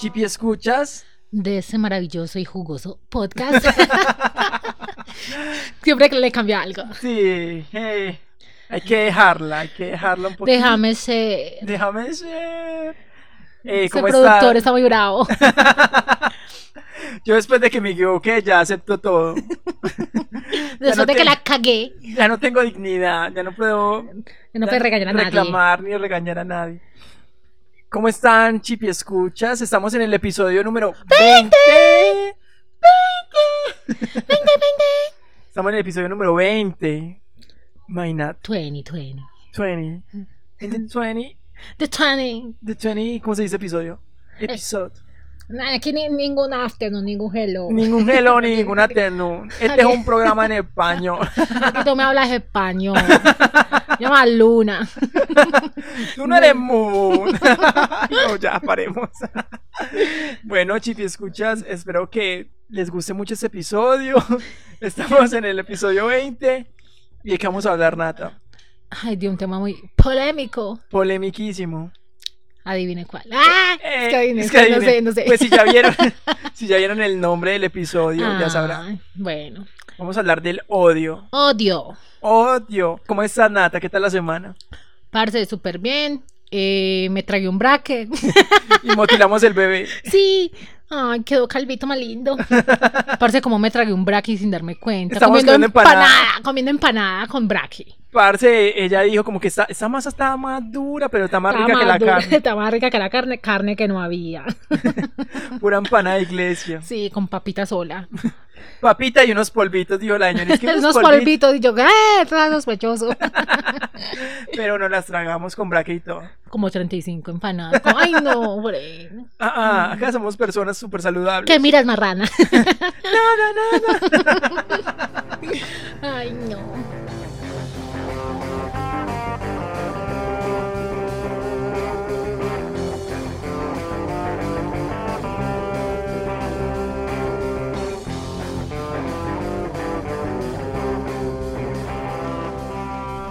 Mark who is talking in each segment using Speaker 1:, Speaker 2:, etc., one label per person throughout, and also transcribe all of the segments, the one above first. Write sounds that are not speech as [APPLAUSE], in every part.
Speaker 1: Hippie Escuchas.
Speaker 2: de ese maravilloso y jugoso podcast. [LAUGHS] Siempre que le cambia algo.
Speaker 1: Sí, eh, hay que dejarla, hay que dejarla un poquito.
Speaker 2: Déjame ser.
Speaker 1: Déjame ser. Eh,
Speaker 2: Ese
Speaker 1: ¿Cómo están?
Speaker 2: productor está
Speaker 1: [LAUGHS]
Speaker 2: muy bravo.
Speaker 1: Yo después de que me equivoqué ya acepto todo.
Speaker 2: Después
Speaker 1: no
Speaker 2: de
Speaker 1: te-
Speaker 2: que la cagué,
Speaker 1: Ya no tengo dignidad, ya no puedo
Speaker 2: no puedes
Speaker 1: da-
Speaker 2: regañar a nadie.
Speaker 1: reclamar ni regañar a nadie. ¿Cómo están, Chipi Escuchas? Estamos en el episodio número 20. 20. Estamos en el episodio número 20. Imagínate,
Speaker 2: 20, 20.
Speaker 1: 20. 20,
Speaker 2: The 20.
Speaker 1: the 20, ¿cómo se dice episodio?
Speaker 2: Eh,
Speaker 1: Episodio.
Speaker 2: Nah, aquí ni- ningún afternoon, ningún hello.
Speaker 1: Ningún hello, ni
Speaker 2: [LAUGHS]
Speaker 1: ninguna ternu. Este es un programa en español.
Speaker 2: Aquí tú me
Speaker 1: [LAUGHS]
Speaker 2: hablas español. Llama Luna.
Speaker 1: Tú no eres Moon.
Speaker 2: [LAUGHS]
Speaker 1: [LAUGHS] no, ya paremos. [LAUGHS] bueno, Chipi, escuchas. Espero que les guste mucho este
Speaker 2: [LAUGHS]
Speaker 1: episodio. Estamos en el episodio 20. ¿Y de qué vamos a hablar, Nata?
Speaker 2: Ay, de un tema muy polémico.
Speaker 1: Polemiquísimo.
Speaker 2: Adivine cuál. Ah,
Speaker 1: Eh,
Speaker 2: es que adivine,
Speaker 1: es que
Speaker 2: no sé,
Speaker 1: adivinen.
Speaker 2: no sé.
Speaker 1: Pues si ya
Speaker 2: [LAUGHS]
Speaker 1: vieron, si ya vieron el nombre del episodio, ya sabrán.
Speaker 2: Ay, Bueno,
Speaker 1: Vamos a hablar del odio.
Speaker 2: odio.
Speaker 1: Odio. ¿Cómo estás, Nata? ¿Qué tal la semana?
Speaker 2: Parce, súper bien. Eh, me tragué
Speaker 1: [LAUGHS]
Speaker 2: un bracket.
Speaker 1: Y motilamos el bebé.
Speaker 2: sí. Ay, quedó calvito más lindo. Parce, como me tragué un braque sin darme cuenta.
Speaker 1: Estamos
Speaker 2: comiendo
Speaker 1: comiendo
Speaker 2: empanada,
Speaker 1: empanada.
Speaker 2: Comiendo empanada con braque.
Speaker 1: Parce, ella dijo como que esta, esta masa está más dura, pero está más
Speaker 2: Estaba
Speaker 1: rica que la
Speaker 2: dura,
Speaker 1: carne.
Speaker 2: estaba más rica que la carne. Carne que no
Speaker 1: [LAUGHS]
Speaker 2: había.
Speaker 1: Pura empanada de iglesia.
Speaker 2: Sí, con papita sola.
Speaker 1: Papita y unos polvitos, dijo la señora. Es
Speaker 2: [LAUGHS]
Speaker 1: que
Speaker 2: Unos polvitos. Y yo, ¡eh! Todo sospechoso. [LAUGHS]
Speaker 1: Pero no las tragamos con braque y todo.
Speaker 2: como 35 empanadas. Como, Ay, no, hombre.
Speaker 1: Ah,
Speaker 2: Mm.
Speaker 1: ah, acá somos personas súper saludables.
Speaker 2: ¿Qué
Speaker 1: [LAUGHS]
Speaker 2: miras, marrana?
Speaker 1: Nada, nada.
Speaker 2: Ay, no.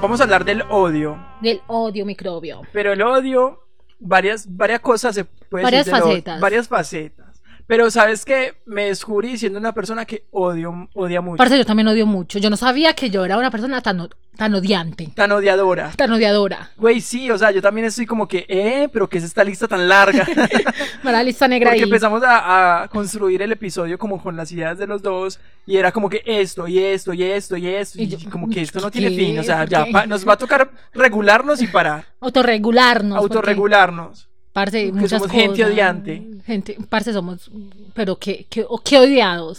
Speaker 1: Vamos a hablar del odio.
Speaker 2: Del odio microbio.
Speaker 1: Pero el odio, varias, varias cosas se puede
Speaker 2: Varias
Speaker 1: decir del odio.
Speaker 2: facetas.
Speaker 1: varias facetas. Pero sabes que me descubrí siendo una persona que odio, odia mucho.
Speaker 2: Parce, yo también odio mucho. Yo no sabía que yo era una persona tan, o- tan odiante,
Speaker 1: Tan odiadora.
Speaker 2: tan odiadora.
Speaker 1: Güey, sí, o sea, yo también estoy como que, eh, pero ¿qué es esta lista tan
Speaker 2: [LAUGHS]
Speaker 1: larga?
Speaker 2: Me da la lista negra
Speaker 1: Porque
Speaker 2: ahí.
Speaker 1: empezamos a, a construir el episodio como con las ideas de los dos y era como que esto y esto y esto y esto y,
Speaker 2: Y yo,
Speaker 1: como que esto no
Speaker 2: ¿qué?
Speaker 1: tiene fin, o sea,
Speaker 2: ¿Por
Speaker 1: ya
Speaker 2: qué?
Speaker 1: pa- nos va a tocar regularnos y
Speaker 2: [LAUGHS]
Speaker 1: parar,
Speaker 2: Autorregularnos. porque,
Speaker 1: autorregularnos.
Speaker 2: Parce,
Speaker 1: porque
Speaker 2: muchas
Speaker 1: somos gente
Speaker 2: cosas.
Speaker 1: odiante.
Speaker 2: Gente, parce, somos. Pero qué, qué, o
Speaker 1: [LAUGHS]
Speaker 2: qué odiados.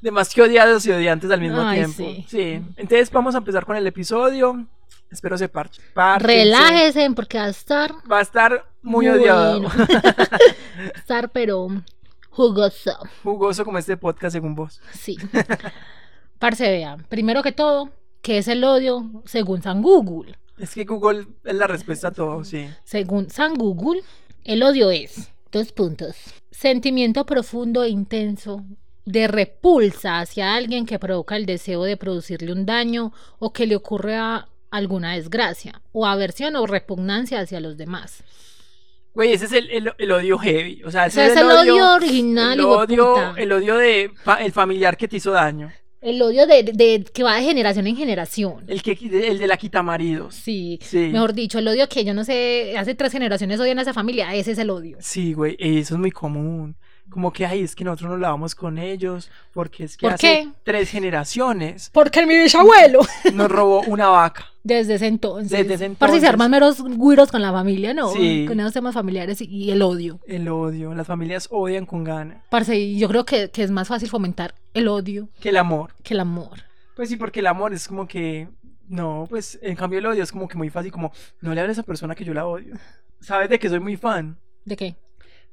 Speaker 1: De más que odiados y odiantes al mismo
Speaker 2: Ay,
Speaker 1: tiempo. Sí.
Speaker 2: sí.
Speaker 1: entonces vamos a empezar con el episodio. Espero se parche. Pártense.
Speaker 2: Relájese, porque va a estar.
Speaker 1: Va a estar muy,
Speaker 2: [LAUGHS]
Speaker 1: odiado,
Speaker 2: bueno.
Speaker 1: [LAUGHS]
Speaker 2: estar, pero jugoso.
Speaker 1: jugoso como este podcast según vos. [LAUGHS]
Speaker 2: Sí. Parce, vean. Primero que todo, ¿qué es el odio? Según San Google.
Speaker 1: Es que Google es la respuesta a todo, sí.
Speaker 2: Según San Google, el odio es, dos puntos, sentimiento profundo e intenso de repulsa hacia alguien que provoca el deseo de producirle un daño o que le ocurra alguna desgracia, o aversión o repugnancia hacia los demás.
Speaker 1: Güey, ese es el, el- el odio heavy. O sea,
Speaker 2: O
Speaker 1: ese
Speaker 2: sea, es el odio, original,
Speaker 1: El
Speaker 2: el
Speaker 1: odio, el odio de fa- el familiar que te hizo daño.
Speaker 2: el odio de, de- que va de generación en generación.
Speaker 1: El que el de la quitamaridos.
Speaker 2: Sí,
Speaker 1: Sí.
Speaker 2: mejor dicho, el odio que yo no sé, hace tres generaciones odian a esa familia, ese es el odio.
Speaker 1: Sí, güey, eso es muy común. Como que, ay, es que nosotros nos lavamos con ellos, porque es que
Speaker 2: ¿Por
Speaker 1: hace
Speaker 2: qué?
Speaker 1: tres generaciones
Speaker 2: Porque mi bisabuelo.
Speaker 1: nos robó una vaca.
Speaker 2: Desde ese entonces.
Speaker 1: Desde ese
Speaker 2: Parce,
Speaker 1: entonces.
Speaker 2: se arman meros güiros con la familia, ¿no?
Speaker 1: Sí.
Speaker 2: Con esos temas familiares y, y el odio.
Speaker 1: El odio, las familias odian con gana.
Speaker 2: Parce, y yo creo que, que es más fácil fomentar el odio
Speaker 1: Que el amor.
Speaker 2: que el amor.
Speaker 1: Pues sí, porque el amor es como que. No, pues en cambio el odio es como que muy fácil, como no le hables a esa persona que yo la odio. ¿Sabes de que soy muy fan?
Speaker 2: ¿De qué?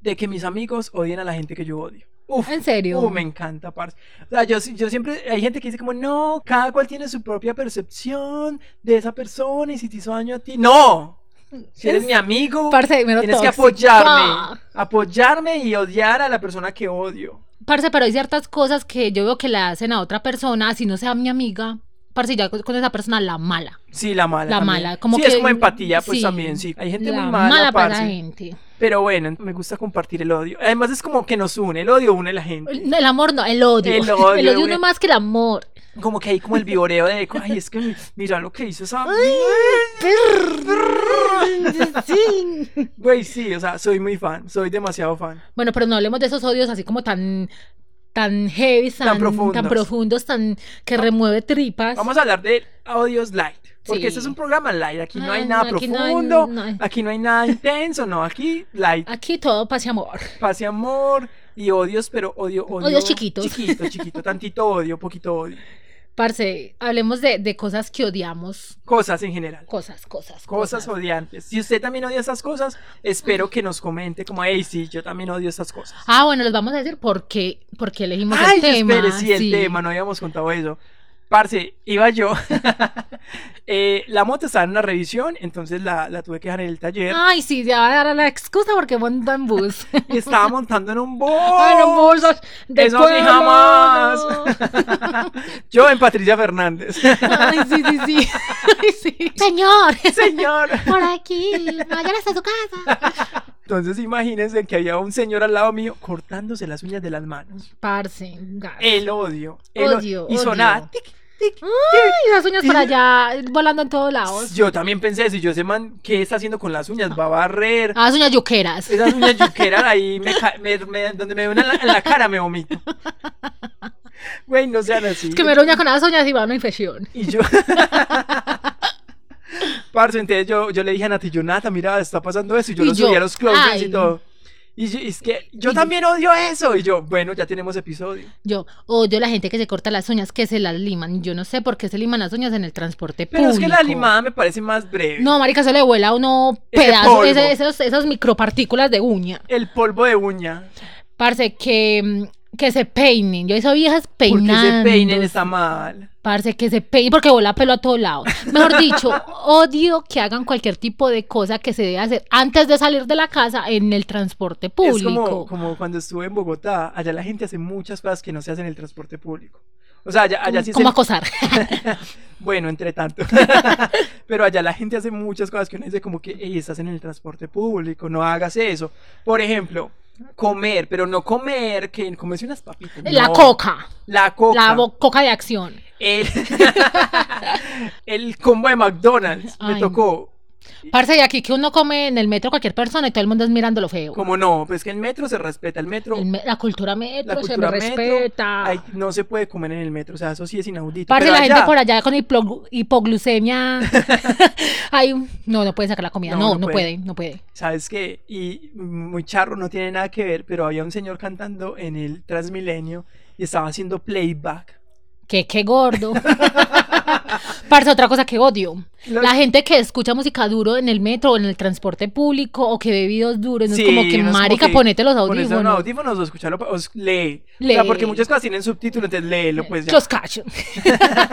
Speaker 1: De que mis amigos odien a la gente que yo odio. Uf,
Speaker 2: En serio.
Speaker 1: Uh, me encanta, parce. O sea, yo, yo siempre, hay gente que dice como, no, cada cual tiene su propia percepción de esa persona y si te hizo daño a ti. No, si eres
Speaker 2: Es-
Speaker 1: mi amigo,
Speaker 2: Parce, mero
Speaker 1: tienes que
Speaker 2: tóxico.
Speaker 1: apoyarme.
Speaker 2: Ah.
Speaker 1: Apoyarme y odiar a la persona que odio.
Speaker 2: Parce, pero hay ciertas cosas que yo veo que le hacen a otra persona, si no sea mi amiga. Parce, ya con con esa persona la mala.
Speaker 1: Sí, la mala.
Speaker 2: La
Speaker 1: también.
Speaker 2: mala, como
Speaker 1: sí, es
Speaker 2: que-
Speaker 1: como empatía, pues
Speaker 2: sí.
Speaker 1: también, sí. Hay gente
Speaker 2: la
Speaker 1: muy mala,
Speaker 2: para la
Speaker 1: parce.
Speaker 2: gente.
Speaker 1: Pero bueno, me gusta compartir el odio. Además es como que nos une, el odio une a la gente.
Speaker 2: El, el amor no, el odio.
Speaker 1: El odio,
Speaker 2: [LAUGHS] El odio
Speaker 1: güey.
Speaker 2: uno más que el amor.
Speaker 1: Como que hay como el viboreo de, ay, es que mira lo que hizo esa...
Speaker 2: Sí.
Speaker 1: Güey, sí, o sea, soy muy fan, soy demasiado fan.
Speaker 2: [LAUGHS] Bueno, pero no hablemos de esos odios así como tan tan heavy, tan,
Speaker 1: profundos.
Speaker 2: tan profundos, tan que remueve tripas.
Speaker 1: Vamos a hablar de audios light, porque
Speaker 2: Sí.
Speaker 1: este es un programa light, aquí no
Speaker 2: Ah,
Speaker 1: hay nada
Speaker 2: no, aquí no hay-
Speaker 1: profundo,
Speaker 2: no hay-
Speaker 1: aquí no hay nada intenso, no, aquí light,
Speaker 2: Aquí todo pase amor.
Speaker 1: paz y amor y odios, pero odio, odio...
Speaker 2: Odios chiquitos.
Speaker 1: Chiquito, chiquito, tantito odio, poquito odio.
Speaker 2: Parce, hablemos de, de cosas que odiamos.
Speaker 1: Cosas en general.
Speaker 2: Cosas, cosas,
Speaker 1: Cosas odiantes. Si usted también odia esas cosas, espero que nos comente como, hey, sí, yo también odio esas cosas.
Speaker 2: Ah, bueno, les vamos a decir por qué, por qué elegimos
Speaker 1: Ay,
Speaker 2: el tema.
Speaker 1: espere, sí, el tema, no habíamos contado eso. Parce, iba yo. [LAUGHS] Eh, la moto estaba en una revisión, entonces la, la tuve que dejar en el taller.
Speaker 2: Ay, sí, ya va a dar la excusa porque monta
Speaker 1: [LAUGHS]
Speaker 2: en bus. [LAUGHS]
Speaker 1: Y estaba montando Ah, en [LAUGHS] un bus.
Speaker 2: Ay, los buses de
Speaker 1: Oh, eso sí
Speaker 2: pueblo,
Speaker 1: jamás.
Speaker 2: no.
Speaker 1: Yo en Patricia [LAUGHS] Fernández.
Speaker 2: Ay, sí, sí, sí. [LAUGHS] Ay, sí. Señor, [LAUGHS]
Speaker 1: Señor.
Speaker 2: por aquí, vayan hasta su casa.
Speaker 1: Entonces imagínense que había un señor al lado mío cortándose las uñas de las manos.
Speaker 2: Parce, gas.
Speaker 1: El odio. el o-
Speaker 2: Odio,
Speaker 1: Y
Speaker 2: odio.
Speaker 1: sonaba. tic, tic,
Speaker 2: Ay, las uñas por allá, volando en todos
Speaker 1: Ah,
Speaker 2: lados.
Speaker 1: Yo también pensé, si yo sé, man, ¿qué está haciendo con las uñas? Va a barrer.
Speaker 2: Ah, las uñas yuqueras.
Speaker 1: Esas uñas yuqueras ahí, me ca- me- me- donde me ven en la, en la cara me vomito. Güey, no sean así.
Speaker 2: Es que me roña con las uñas y va a una infección.
Speaker 1: Y yo... [LAUGHS] Parce, entonces yo, yo le dije a Nati, yo, Nata, mira, está pasando eso. Y yo
Speaker 2: Y
Speaker 1: lo
Speaker 2: yo,
Speaker 1: subí a los closets
Speaker 2: ay.
Speaker 1: y todo. Y yo- y es que yo
Speaker 2: Y yo-
Speaker 1: también odio eso. Y yo, bueno, ya tenemos episodio.
Speaker 2: Yo odio la gente que se corta las uñas, que se las liman. Yo no sé por qué se liman las uñas en el transporte
Speaker 1: Pero es
Speaker 2: público.
Speaker 1: que la limada me parece más breve.
Speaker 2: No, marica, eso le vuela a uno
Speaker 1: Ese
Speaker 2: pedazos,
Speaker 1: polvo.
Speaker 2: ese- esos- esas micropartículas de uña.
Speaker 1: El polvo de uña.
Speaker 2: Parce, que, mm, que se peinen. Yo he visto viejas
Speaker 1: Porque se
Speaker 2: peinando.
Speaker 1: peinen está mal.
Speaker 2: Parce, que se peinen porque vuela pelo a todos lados.
Speaker 1: [LAUGHS]
Speaker 2: Mejor dicho, odio que hagan cualquier tipo de cosa que se debe hacer antes de salir de la casa en el transporte público.
Speaker 1: Es como, como cuando estuve en Bogotá, allá la gente hace muchas cosas que no se hacen en el transporte público. O sea, allá, allá sí
Speaker 2: Como
Speaker 1: se...
Speaker 2: acosar. [LAUGHS]
Speaker 1: Bueno, entre tanto. [LAUGHS] Pero allá la gente hace muchas cosas que uno dice como que, "Ey, estás en el transporte público, no hagas eso. Por ejemplo, comer, pero no comer, que comerse unas papitas.
Speaker 2: La
Speaker 1: no.
Speaker 2: coca.
Speaker 1: La coca.
Speaker 2: La bo- coca de acción. [LAUGHS]
Speaker 1: el... [LAUGHS] el combo de McDonald's
Speaker 2: Ay,
Speaker 1: me
Speaker 2: no.
Speaker 1: tocó.
Speaker 2: Parce, y aquí que uno come en el metro cualquier persona y todo el mundo es mirando lo feo.
Speaker 1: Como no, pues que el metro se respeta, el metro...
Speaker 2: El me- la cultura metro
Speaker 1: La
Speaker 2: se me
Speaker 1: cultura metro,
Speaker 2: respeta.
Speaker 1: ay, no se puede comer en el metro, o sea, eso sí es inaudito.
Speaker 2: Parce,
Speaker 1: pero
Speaker 2: la gente
Speaker 1: allá-
Speaker 2: por allá con hipoglu-
Speaker 1: [LAUGHS]
Speaker 2: hipoglucemia. [LAUGHS] Ay, no, no pueden sacar la comida.
Speaker 1: No,
Speaker 2: No, no,
Speaker 1: no
Speaker 2: puede.
Speaker 1: puede.
Speaker 2: no puede.
Speaker 1: ¿Sabes qué? Y muy charro, no tiene nada que ver, pero había un señor cantando en el Transmilenio y estaba haciendo playback.
Speaker 2: Qué, qué gordo. [LAUGHS] Parce, otra cosa que odio.
Speaker 1: Lo-
Speaker 2: La gente que escucha música duro en el metro o en el transporte público o que ve videos duros. No
Speaker 1: Sí,
Speaker 2: es como que,
Speaker 1: uno es como
Speaker 2: marica,
Speaker 1: que
Speaker 2: ponete los
Speaker 1: ponerse
Speaker 2: audífonos.
Speaker 1: unos audífonos o escucharlo, o es- lee. O sea,
Speaker 2: Lee.
Speaker 1: porque muchas cosas tienen subtítulos, entonces léelo, pues ya.
Speaker 2: Los cacho. [LAUGHS]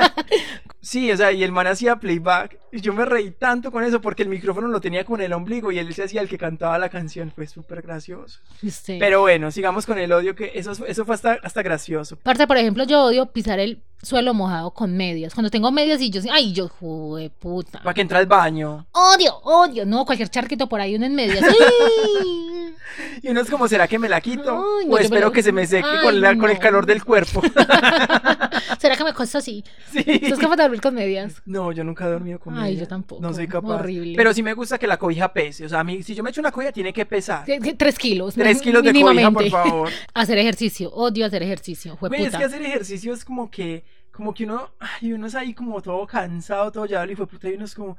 Speaker 1: Sí, o sea, y el man hacía playback y yo me reí tanto con eso porque el micrófono lo tenía con el ombligo y él se hacía el que cantaba la canción, fue súper gracioso.
Speaker 2: Sí.
Speaker 1: Pero bueno, sigamos con el odio, que eso, eso fue hasta, hasta gracioso.
Speaker 2: Parce, por ejemplo, yo odio pisar el suelo mojado con medias. Cuando tengo medias y yo, ay, yo, jude puta.
Speaker 1: Para que entra al baño.
Speaker 2: Odio, odio. No, cualquier charquito por ahí, uno
Speaker 1: [LAUGHS]
Speaker 2: en medias. ¡Ay!
Speaker 1: Y uno es como, ¿será que me la quito?
Speaker 2: Ay, no, yo
Speaker 1: o
Speaker 2: me
Speaker 1: espero
Speaker 2: la-
Speaker 1: que se me seque
Speaker 2: Ay,
Speaker 1: con, la- con el
Speaker 2: no.
Speaker 1: calor del cuerpo.
Speaker 2: [LAUGHS] ¿Será que me
Speaker 1: [LAUGHS]
Speaker 2: costó así?
Speaker 1: Sí.
Speaker 2: ¿Estás capaz de dormir con medias?
Speaker 1: No, yo nunca he dormido con
Speaker 2: Ay,
Speaker 1: media.
Speaker 2: yo tampoco.
Speaker 1: No soy capaz.
Speaker 2: Horrible.
Speaker 1: Pero sí me gusta que la cobija pese. O sea, a mí, si yo me echo una cobija, tiene que pesar.
Speaker 2: Que- que Tres kilos.
Speaker 1: Tres
Speaker 2: mi-
Speaker 1: kilos de cobija,
Speaker 2: mínimamente.
Speaker 1: por favor.
Speaker 2: Hacer ejercicio. Odio hacer ejercicio. [LAUGHS] Fue
Speaker 1: Güey, es
Speaker 2: puta.
Speaker 1: que hacer ejercicio es como que, como que uno, ay, uno es ahí como todo cansado, todo ya y fue puta, y uno es como,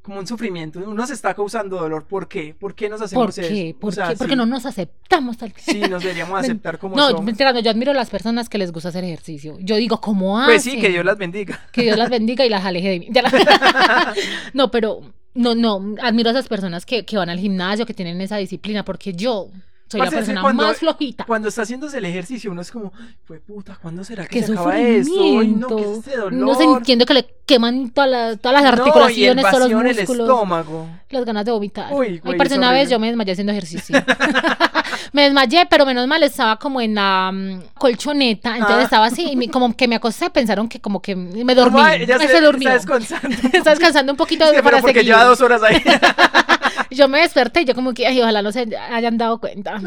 Speaker 1: como un sufrimiento. Uno se está causando dolor. ¿Por qué? ¿Por qué nos hacemos
Speaker 2: ¿Por qué?
Speaker 1: eso? O
Speaker 2: ¿Por
Speaker 1: sea,
Speaker 2: qué? Porque
Speaker 1: sí,
Speaker 2: no nos aceptamos tal
Speaker 1: Sí, nos deberíamos
Speaker 2: Men-
Speaker 1: aceptar como
Speaker 2: No,
Speaker 1: somos.
Speaker 2: mentira, no, yo admiro a las personas que les gusta hacer ejercicio. Yo digo, ¿cómo hacen?
Speaker 1: Pues sí, que Dios las bendiga.
Speaker 2: Que Dios las bendiga y las aleje de mí. Ya
Speaker 1: [LAUGHS]
Speaker 2: la- no, pero no, no, admiro a esas personas que, que van al gimnasio, que tienen esa disciplina, porque yo soy
Speaker 1: Parce,
Speaker 2: la
Speaker 1: es que
Speaker 2: persona
Speaker 1: cuando-
Speaker 2: más flojita.
Speaker 1: Cuando está haciéndose el ejercicio, uno es como, fue puta, ¿cuándo será que
Speaker 2: Qué
Speaker 1: se acaba eso? Ay, no,
Speaker 2: sufrimiento.
Speaker 1: que este dolor.
Speaker 2: No se entiende que le queman todas las, todas las
Speaker 1: No, y el
Speaker 2: articulaciones, todos
Speaker 1: vacío
Speaker 2: los
Speaker 1: en el
Speaker 2: músculos,
Speaker 1: estómago.
Speaker 2: las ganas de vomitar.
Speaker 1: Uy,
Speaker 2: Ay,
Speaker 1: güey,
Speaker 2: parce,
Speaker 1: es
Speaker 2: una vez
Speaker 1: horrible.
Speaker 2: yo me desmayé haciendo ejercicio. [LAUGHS] me desmayé, pero menos mal estaba como en la mm, colchoneta, entonces
Speaker 1: Ah.
Speaker 2: estaba así y me- como que me acosté, pensaron que como que me dormí.
Speaker 1: Como, ay, ya
Speaker 2: me
Speaker 1: se-
Speaker 2: se durmió. [LAUGHS]
Speaker 1: Está descansando.
Speaker 2: Está descansando un poquito
Speaker 1: Sí, pero
Speaker 2: para
Speaker 1: porque
Speaker 2: seguir.
Speaker 1: lleva dos horas ahí.
Speaker 2: Yo me desperté y yo como que, ay, ojalá no se hayan
Speaker 1: [LAUGHS]
Speaker 2: dado cuenta.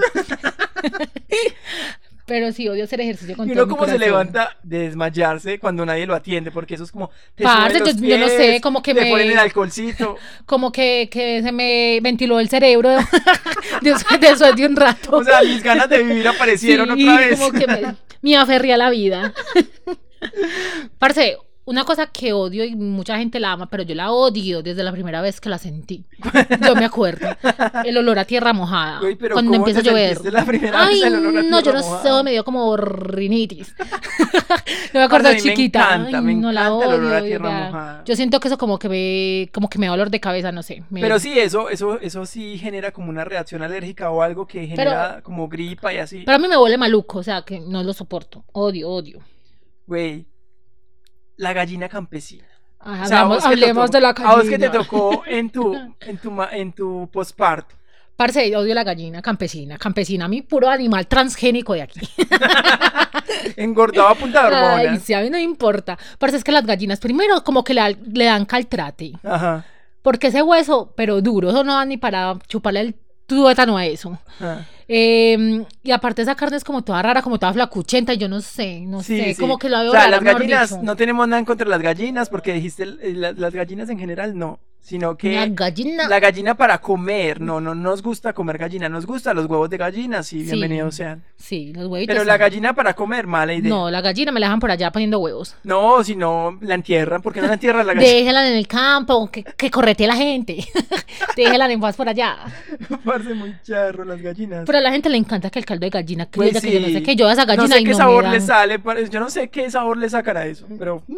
Speaker 2: Pero sí, odio hacer ejercicio [LAUGHS]
Speaker 1: [LAUGHS]
Speaker 2: con
Speaker 1: Y
Speaker 2: todo
Speaker 1: uno
Speaker 2: mi
Speaker 1: como se
Speaker 2: corazón.
Speaker 1: levanta de desmayarse cuando nadie lo atiende, porque eso es como... te
Speaker 2: Parce,
Speaker 1: suben los
Speaker 2: yo- yo no sé,
Speaker 1: pies,
Speaker 2: como que
Speaker 1: te
Speaker 2: me-
Speaker 1: ponen el
Speaker 2: [LAUGHS]
Speaker 1: alcoholcito.
Speaker 2: Como que, que se me ventiló el cerebro [LAUGHS] después, después de un rato.
Speaker 1: O sea, mis ganas de vivir aparecieron
Speaker 2: Sí,
Speaker 1: otra vez.
Speaker 2: como que me, me aferré a la vida. [LAUGHS] Parce, una cosa que odio y mucha gente la ama, pero yo la odio desde la primera vez que la sentí. Yo me acuerdo. El olor a tierra mojada.
Speaker 1: [LAUGHS] Uy, pero
Speaker 2: cuando
Speaker 1: ¿cómo
Speaker 2: empieza a
Speaker 1: te
Speaker 2: llover.
Speaker 1: sentiste la primera
Speaker 2: Ay,
Speaker 1: vez el olor a
Speaker 2: no, yo
Speaker 1: tierra
Speaker 2: no
Speaker 1: mojada?
Speaker 2: sé, me dio como rinitis. [LAUGHS] no me acuerdo
Speaker 1: Parce, a mí me
Speaker 2: chiquita.
Speaker 1: encanta,
Speaker 2: Ay,
Speaker 1: me
Speaker 2: no la
Speaker 1: encanta
Speaker 2: odio.
Speaker 1: el olor a
Speaker 2: de
Speaker 1: tierra
Speaker 2: verdad.
Speaker 1: mojada.
Speaker 2: Yo siento que eso como que me, como que me da dolor de cabeza, no sé. me-
Speaker 1: Pero sí, eso, eso, eso sí genera como una reacción alérgica o algo que genera como gripa y así.
Speaker 2: pero a mí me huele maluco, o sea que no lo soporto. Odio, odio.
Speaker 1: Güey, la gallina campesina.
Speaker 2: Ajá,
Speaker 1: O sea, a
Speaker 2: hablamos
Speaker 1: vos que te
Speaker 2: hablemos
Speaker 1: tocó-
Speaker 2: de la
Speaker 1: A vos que te
Speaker 2: gallina.
Speaker 1: tocó en
Speaker 2: [LAUGHS]
Speaker 1: tu, en tu, ma- en tu posparto.
Speaker 2: Parce, odio la gallina campesina. Campesina, a mí puro animal transgénico
Speaker 1: [LAUGHS]
Speaker 2: de aquí.
Speaker 1: Engordado a punta de
Speaker 2: Ay,
Speaker 1: hormonas.
Speaker 2: sí, a mí no me importa. Parce, es que las gallinas, primero, como que le, le dan caltrate.
Speaker 1: Ajá.
Speaker 2: Porque ese hueso, pero duro, eso no da ni para chuparle el tuétano a eso.
Speaker 1: ajá.
Speaker 2: Eh, y aparte, esa carne es como toda rara, como toda flacuchenta. y Yo no sé, no
Speaker 1: Sí,
Speaker 2: sé.
Speaker 1: sí.
Speaker 2: Como que lo veo
Speaker 1: O sea,
Speaker 2: rara,
Speaker 1: las
Speaker 2: mejor
Speaker 1: gallinas,
Speaker 2: dicho.
Speaker 1: no tenemos nada en contra de las gallinas, porque dijiste, eh, la- las gallinas en general no, sino que...
Speaker 2: Una gallina.
Speaker 1: La gallina para comer, no, no nos gusta comer gallina, nos gustan los huevos de gallina, sí,
Speaker 2: Sí.
Speaker 1: bienvenidos sean.
Speaker 2: Sí, los huevitos.
Speaker 1: Pero la
Speaker 2: sí.
Speaker 1: gallina para comer, mala idea. No,
Speaker 2: No, la gallina me la dejan por allá poniendo huevos.
Speaker 1: si no, la entierran, porque no la entierran la gallina. [LAUGHS]
Speaker 2: Déjela en el campo, que, que corretee la gente. [LAUGHS] Déjela en paz por allá.
Speaker 1: Parce, muy charro las gallinas.
Speaker 2: Pero a la gente le encanta que el caldo de gallina, que,
Speaker 1: Pues
Speaker 2: ella, que yo no sé
Speaker 1: sí.
Speaker 2: qué, yo a esa gallina
Speaker 1: no sé
Speaker 2: y
Speaker 1: qué
Speaker 2: no
Speaker 1: sabor
Speaker 2: me
Speaker 1: le
Speaker 2: dan-
Speaker 1: sale, pare- yo no sé qué sabor le sacará eso, pero mm,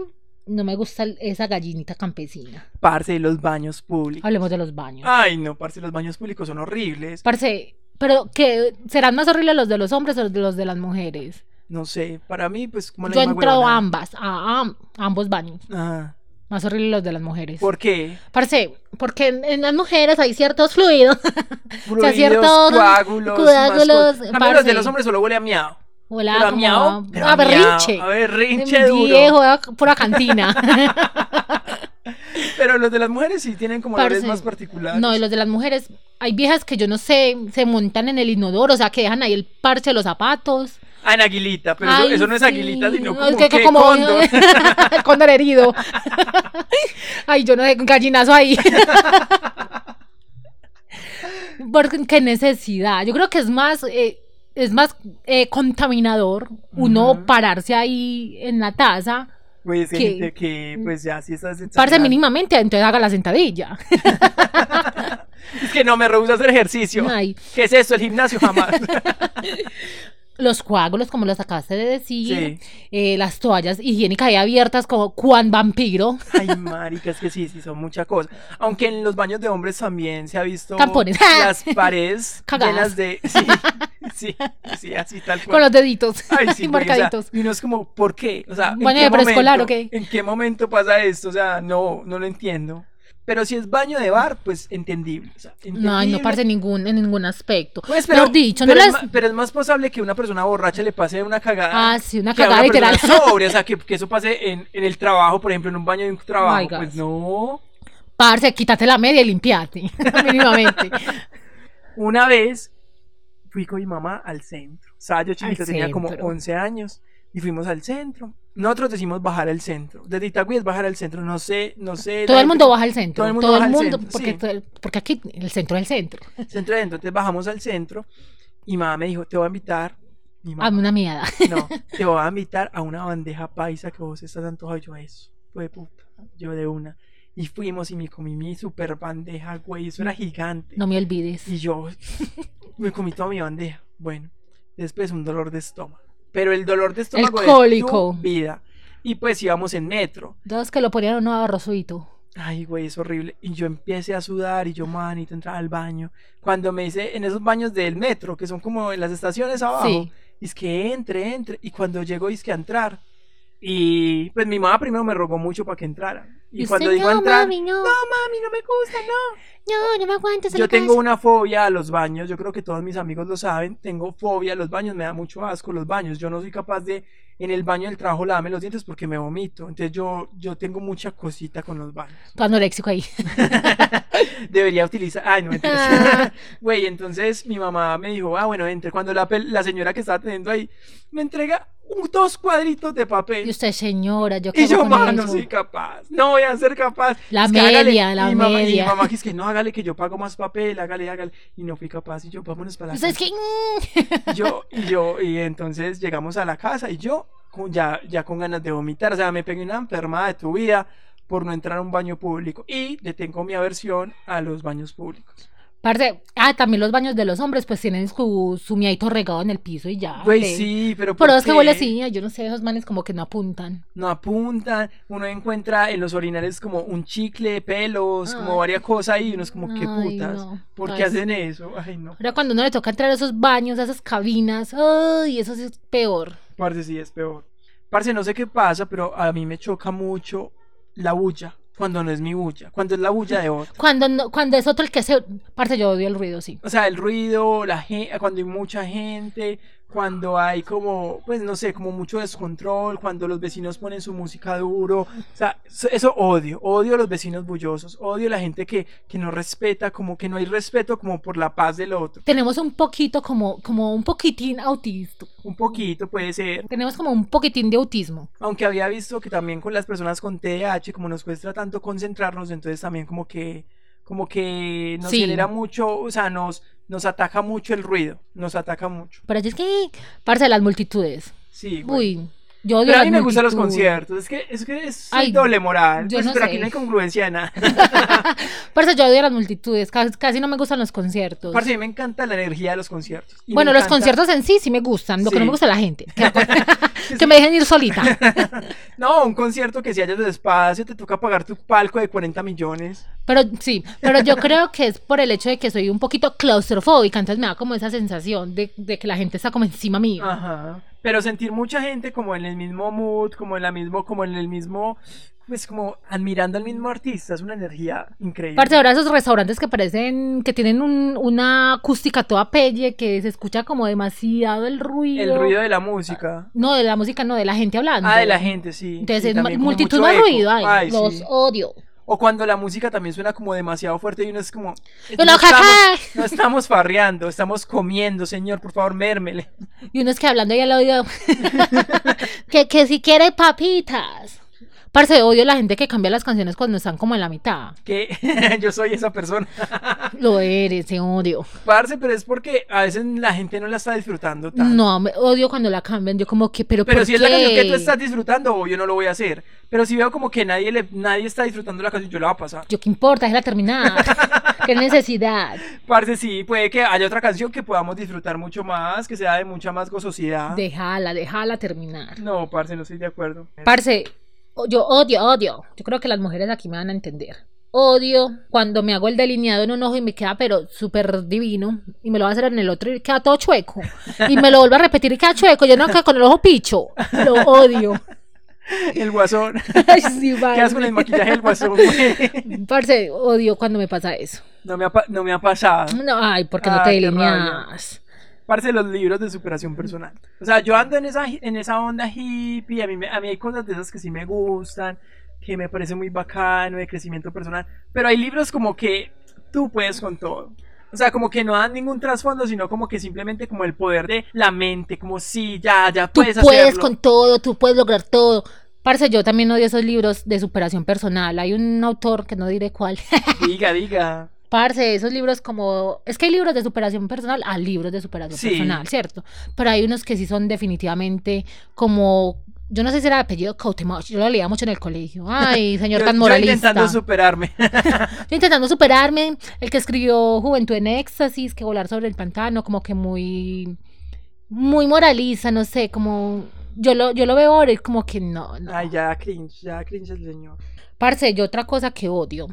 Speaker 2: no me gusta el- esa gallinita campesina.
Speaker 1: parce, y los baños públicos.
Speaker 2: Hablemos de los baños.
Speaker 1: Ay, no, parce, los baños públicos son horribles.
Speaker 2: Parce, pero que serán más horribles los de los hombres o los de las mujeres.
Speaker 1: No sé, para mí, pues, como la
Speaker 2: Yo he
Speaker 1: misma
Speaker 2: entrado a
Speaker 1: huevonada.
Speaker 2: ambas, a, am- a ambos baños.
Speaker 1: Ajá.
Speaker 2: Más horribles los de las mujeres.
Speaker 1: ¿Por qué?
Speaker 2: Parce, porque en, en las mujeres hay ciertos fluidos. [LAUGHS]
Speaker 1: Fluidos,
Speaker 2: cierto,
Speaker 1: coágulos, más
Speaker 2: coágulos,
Speaker 1: cosas. También los de
Speaker 2: parce.
Speaker 1: los hombres solo huele a miau.
Speaker 2: Hola,
Speaker 1: Pero a
Speaker 2: como
Speaker 1: miau,
Speaker 2: a-
Speaker 1: pero
Speaker 2: a
Speaker 1: a miau,
Speaker 2: berrinche.
Speaker 1: a berrinche duro.
Speaker 2: Viejo, a
Speaker 1: [LAUGHS]
Speaker 2: pura cantina.
Speaker 1: Pero los de las mujeres sí tienen como
Speaker 2: Parce,
Speaker 1: olores más particulares.
Speaker 2: No, y los de las mujeres, hay viejas que yo no sé, se montan en el inodoro, o sea, que dejan ahí el parche de los zapatos.
Speaker 1: Ah, en aguilita, pero eso-
Speaker 2: Ay,
Speaker 1: eso, no es aguilita,
Speaker 2: sí.
Speaker 1: sino
Speaker 2: No,
Speaker 1: como,
Speaker 2: es que-
Speaker 1: ¿qué?
Speaker 2: como- ¿eh?
Speaker 1: cóndor.
Speaker 2: el [LAUGHS] cóndor herido. [LAUGHS] Ay, yo no sé, un gallinazo ahí. [LAUGHS] Porque qué necesidad. Yo creo que es más, eh, es más eh, contaminador uno
Speaker 1: Ujú.
Speaker 2: pararse ahí en la taza.
Speaker 1: Güey, es que,
Speaker 2: que-
Speaker 1: gente que, pues ya, sí estás
Speaker 2: Parse
Speaker 1: exagerando.
Speaker 2: mínimamente, entonces haga la sentadilla.
Speaker 1: Es que no me rehúsa hacer ejercicio.
Speaker 2: [LAUGHS] Ay,
Speaker 1: ¿Qué es esto? El gimnasio jamás. [LAUGHS]
Speaker 2: los coágulos, como los acabaste de decir.
Speaker 1: sí.
Speaker 2: eh, las toallas higiénicas ahí abiertas como Juan Vampiro,
Speaker 1: Ay, maricas, que sí, sí, son mucha cosa. Aunque en los baños de hombres también se ha visto
Speaker 2: Tampones.
Speaker 1: las paredes
Speaker 2: [LAUGHS] Cagadas.
Speaker 1: llenas de. Sí, sí, sí, así tal cual.
Speaker 2: con los deditos
Speaker 1: [LAUGHS] Ay, sí,
Speaker 2: [LAUGHS] y
Speaker 1: güey, o sea,
Speaker 2: marcaditos.
Speaker 1: y uno es como, ¿por qué? O sea, ¿en
Speaker 2: ¿Baño
Speaker 1: qué
Speaker 2: de preescolar
Speaker 1: momento-
Speaker 2: o qué?
Speaker 1: ¿En qué momento pasa esto? O sea, no, no lo entiendo. Pero si es baño de bar, pues entendible. o sea,
Speaker 2: No, ay, no
Speaker 1: entendible.
Speaker 2: parece ningún, en ningún aspecto.
Speaker 1: Pues,
Speaker 2: Mejor dicho, no
Speaker 1: pero, es
Speaker 2: las-
Speaker 1: ma- pero es más posible que una persona borracha le pase una cagada.
Speaker 2: Ah, sí, una
Speaker 1: que a
Speaker 2: cagada
Speaker 1: persona
Speaker 2: literal.
Speaker 1: sobria, o sea, que, que eso pase en, en el trabajo, por ejemplo, en un baño de un trabajo.
Speaker 2: My God.
Speaker 1: pues no.
Speaker 2: [LAUGHS] Parce, quítate la media y limpiate, [LAUGHS]
Speaker 1: [LAUGHS]
Speaker 2: mínimamente.
Speaker 1: Una vez fui con mi mamá al centro. O sea, yo chiquita
Speaker 2: Al
Speaker 1: tenía como
Speaker 2: centro.
Speaker 1: 11 años y fuimos al centro. Nosotros decimos bajar al centro. Desde Itagüí es bajar al centro. No sé, no sé.
Speaker 2: Todo
Speaker 1: la
Speaker 2: el
Speaker 1: gente-
Speaker 2: mundo baja al centro.
Speaker 1: Todo el mundo baja al centro,
Speaker 2: porque,
Speaker 1: sí.
Speaker 2: todo- porque aquí el centro es el centro.
Speaker 1: Centro adentro. Entonces bajamos al centro y mamá me dijo, te voy a invitar. Mi mamá,
Speaker 2: Hazme una mierda.
Speaker 1: no, te voy a invitar a una bandeja paisa que vos estás antojado. Y Yo eso, fue de puta. Yo de una. Y fuimos y me comí mi super bandeja, güey. Eso era gigante.
Speaker 2: [LAUGHS] No me olvides.
Speaker 1: Y yo [LAUGHS] me comí toda mi bandeja. Bueno, después un dolor de estómago. Pero el dolor de estómago de
Speaker 2: cólico.
Speaker 1: tu vida. Y pues íbamos en metro.
Speaker 2: Dos que lo ponían uno arrozuito.
Speaker 1: Ay, güey, es horrible. Y yo empecé a sudar y yo, manito, entraba al baño. Cuando me hice en esos baños del metro, que son como en las estaciones abajo,
Speaker 2: Sí.
Speaker 1: es que entre, entre. Y cuando llego, es que a entrar. Y pues mi mamá primero me rogó mucho para que entrara. Y,
Speaker 2: usted,
Speaker 1: cuando digo
Speaker 2: no,
Speaker 1: entrar,
Speaker 2: mami, no,
Speaker 1: no, mami, no me gusta, no.
Speaker 2: no, no me aguantes. en
Speaker 1: Yo
Speaker 2: la calle.
Speaker 1: tengo una fobia a los baños, yo creo que todos mis amigos lo saben, tengo fobia a los baños, me da mucho asco los baños, yo no soy capaz de en el baño del trabajo lávame los dientes porque me vomito. Entonces yo, yo tengo mucha cosita con los baños.
Speaker 2: Tu anoréxico ahí.
Speaker 1: Debería utilizar. Ay, no mentiras. Güey, entonces mi mamá me dijo, ah, bueno, entre. Cuando la, pel- la señora que estaba teniendo ahí me entrega un- dos cuadritos de papel.
Speaker 2: Y usted, señora, yo qué
Speaker 1: Y
Speaker 2: hago
Speaker 1: yo,
Speaker 2: con
Speaker 1: ma, no
Speaker 2: eso?".
Speaker 1: soy capaz, no voy a ser capaz.
Speaker 2: La
Speaker 1: Es que hágale.
Speaker 2: media, la
Speaker 1: Y mi mamá- Y
Speaker 2: media.
Speaker 1: mi mamá que es que no, hágale que yo pago más papel, hágale, hágale. Y no fui capaz, y yo, vámonos para la
Speaker 2: Usted Pues
Speaker 1: casa.
Speaker 2: es que. mm.
Speaker 1: Y yo, y yo, y entonces llegamos a la casa, y yo, con- ya, ya con ganas de vomitar, o sea, me pegué una enfermada de tu vida por no entrar a un baño público. Y le tengo mi aversión a los baños públicos.
Speaker 2: [LAUGHS] Parce, ah, también los baños de los hombres, pues tienen su, su miadito regado en el piso y ya.
Speaker 1: Güey,
Speaker 2: hombre.
Speaker 1: sí, pero. ¿por
Speaker 2: Pero es que
Speaker 1: qué?
Speaker 2: huele así, ay, yo no sé, esos manes como que no apuntan.
Speaker 1: no apuntan, uno encuentra en los orinales como un chicle, pelos,
Speaker 2: Ay.
Speaker 1: como varias cosas ahí, y uno es como, qué
Speaker 2: Ay,
Speaker 1: putas,
Speaker 2: no.
Speaker 1: ¿por
Speaker 2: Ay,
Speaker 1: qué
Speaker 2: sí.
Speaker 1: hacen eso? [LAUGHS] Ay, no,
Speaker 2: Ahora cuando uno le toca entrar a esos baños, a esas cabinas, ay, eso sí es peor.
Speaker 1: parce, sí, es peor. Parce, no sé qué pasa, pero a mí me choca mucho la bulla, cuando no es mi bulla, cuando es la bulla de otro.
Speaker 2: Cuando no, cuando es otro el que se... Parce, yo odio el ruido, sí.
Speaker 1: O sea, el ruido, la gente, cuando hay mucha gente, cuando hay como, pues no sé, como mucho descontrol, cuando los vecinos ponen su música duro. O sea, eso, eso odio, odio a los vecinos bullosos, odio a la gente que, que no respeta, como que no hay respeto como por la paz del otro.
Speaker 2: Tenemos un poquito como, como un poquitín autista.
Speaker 1: Un poquito puede ser,
Speaker 2: Tenemos como un poquitín de autismo.
Speaker 1: aunque había visto que también con las personas con TDAH, como nos cuesta tanto concentrarnos, entonces también como que, como que nos
Speaker 2: Sí.
Speaker 1: genera mucho, o sea, nos, nos ataca mucho el ruido, nos ataca mucho.
Speaker 2: Pero es que, parce, las multitudes.
Speaker 1: Sí, güey.
Speaker 2: Uy, yo odio
Speaker 1: Pero a
Speaker 2: las
Speaker 1: mí me gustan los
Speaker 2: multitudes.
Speaker 1: conciertos. Es que es, que es soy
Speaker 2: Ay,
Speaker 1: doble moral.
Speaker 2: yo
Speaker 1: pues,
Speaker 2: no
Speaker 1: pero
Speaker 2: sé.
Speaker 1: aquí no hay congruencia de
Speaker 2: [LAUGHS]
Speaker 1: nada.
Speaker 2: Parce, yo odio las multitudes. ca- Casi, no me gustan los conciertos.
Speaker 1: Parce, a mí me encanta la energía de los conciertos. Y me
Speaker 2: bueno, los
Speaker 1: encanta-
Speaker 2: conciertos en sí sí me gustan. Lo que no
Speaker 1: Sí.
Speaker 2: me gusta es
Speaker 1: [LAUGHS]
Speaker 2: la gente. [LAUGHS] Que, que me dejen ir solita.
Speaker 1: No, un concierto que si hayas despacio te toca pagar tu palco de 40 millones.
Speaker 2: Pero sí, pero yo creo que es por el hecho de que soy un poquito claustrofóbica, entonces me da como esa sensación de, de que la gente está como encima mío.
Speaker 1: Ah. Ajá. Pero sentir mucha gente como en el mismo mood, como en la mismo, como en el mismo, pues como admirando al mismo artista, es una energía increíble.
Speaker 2: Aparte ahora esos restaurantes que parecen que tienen un- una acústica toda pelle, que se escucha como demasiado el ruido.
Speaker 1: el ruido de la música.
Speaker 2: No, de la música, no, de la gente hablando.
Speaker 1: Ah, de la gente, sí.
Speaker 2: Entonces
Speaker 1: Sí,
Speaker 2: es
Speaker 1: también como
Speaker 2: multitud
Speaker 1: mucho
Speaker 2: más
Speaker 1: eco.
Speaker 2: ruido, ay,
Speaker 1: Ay,
Speaker 2: los
Speaker 1: sí.
Speaker 2: odio.
Speaker 1: O cuando la música también suena como demasiado fuerte y uno es como.
Speaker 2: Uno, "Ja, ja".
Speaker 1: estamos, no estamos farreando, estamos comiendo, señor, por favor, mérmele.
Speaker 2: Y uno es que hablando ya al oído, [LAUGHS] que, que si quiere papitas. Parce, odio la gente que cambia las canciones cuando están como en la mitad.
Speaker 1: Que [LAUGHS] yo soy esa persona.
Speaker 2: Lo eres, te odio.
Speaker 1: Parce, pero es porque a veces la gente no la está disfrutando tanto.
Speaker 2: No, me odio cuando la cambian. Yo como que, pero,
Speaker 1: Pero
Speaker 2: ¿por
Speaker 1: si es la canción que tú
Speaker 2: qué?
Speaker 1: estás disfrutando, yo no lo voy a hacer. Pero si veo como que nadie le, nadie está disfrutando la canción, yo la voy a pasar.
Speaker 2: Yo qué importa, es la terminada.
Speaker 1: [LAUGHS]
Speaker 2: qué necesidad.
Speaker 1: Parce, sí, puede que haya otra canción que podamos disfrutar mucho más, que sea de mucha más gozosidad.
Speaker 2: Déjala, déjala terminar.
Speaker 1: No, parce, no estoy de acuerdo.
Speaker 2: Parce, o- yo odio, odio. Yo creo que las mujeres aquí me van a entender. Odio cuando me hago el delineado en un ojo y me queda pero súper divino y me lo va a hacer en el otro y queda todo chueco y me lo vuelvo a repetir y queda chueco. Yo no quedo con el ojo picho. Lo odio. [LAUGHS]
Speaker 1: El guasón.
Speaker 2: Ay, sí,
Speaker 1: ¿Qué haces con el
Speaker 2: madre.
Speaker 1: maquillaje del guasón, güey?
Speaker 2: Parce, odio cuando me pasa eso.
Speaker 1: No me ha, pa- no me ha pasado.
Speaker 2: No, ay, porque no
Speaker 1: Ah,
Speaker 2: te
Speaker 1: qué rabia.
Speaker 2: delineas.
Speaker 1: Parce, los libros de superación personal. O sea, yo ando en esa, en esa onda hippie. A mí, me- a mí hay cosas de esas que sí me gustan, que me parece muy bacano, de crecimiento personal. Pero hay libros como que tú puedes con todo. O sea, como que no dan ningún trasfondo, sino como que simplemente como el poder de la mente. Como sí, ya, ya
Speaker 2: Tú
Speaker 1: puedes,
Speaker 2: puedes
Speaker 1: hacerlo.
Speaker 2: con todo, tú puedes lograr todo. Parce, yo también odio esos libros de superación personal. Hay un autor que no diré cuál.
Speaker 1: Diga,
Speaker 2: [LAUGHS]
Speaker 1: diga.
Speaker 2: Parce, esos libros como... Es que hay libros de superación personal a libros de superación
Speaker 1: Sí.
Speaker 2: personal, ¿cierto? Pero hay unos que sí son definitivamente como... Yo no sé si era el apellido Coutemach, yo lo leía mucho en el colegio.
Speaker 1: [LAUGHS]
Speaker 2: Ay, señor
Speaker 1: Yo-
Speaker 2: tan
Speaker 1: yo
Speaker 2: moralista.
Speaker 1: intentando superarme. [LAUGHS]
Speaker 2: Yo intentando superarme. El que escribió Juventud en Éxtasis, que volar sobre el pantano, como que muy. Muy moraliza, no sé, como. Yo lo, yo lo veo ahora y como que no, no.
Speaker 1: Ay, ya cringe, ya cringe el señor.
Speaker 2: Parce, y otra cosa que odio.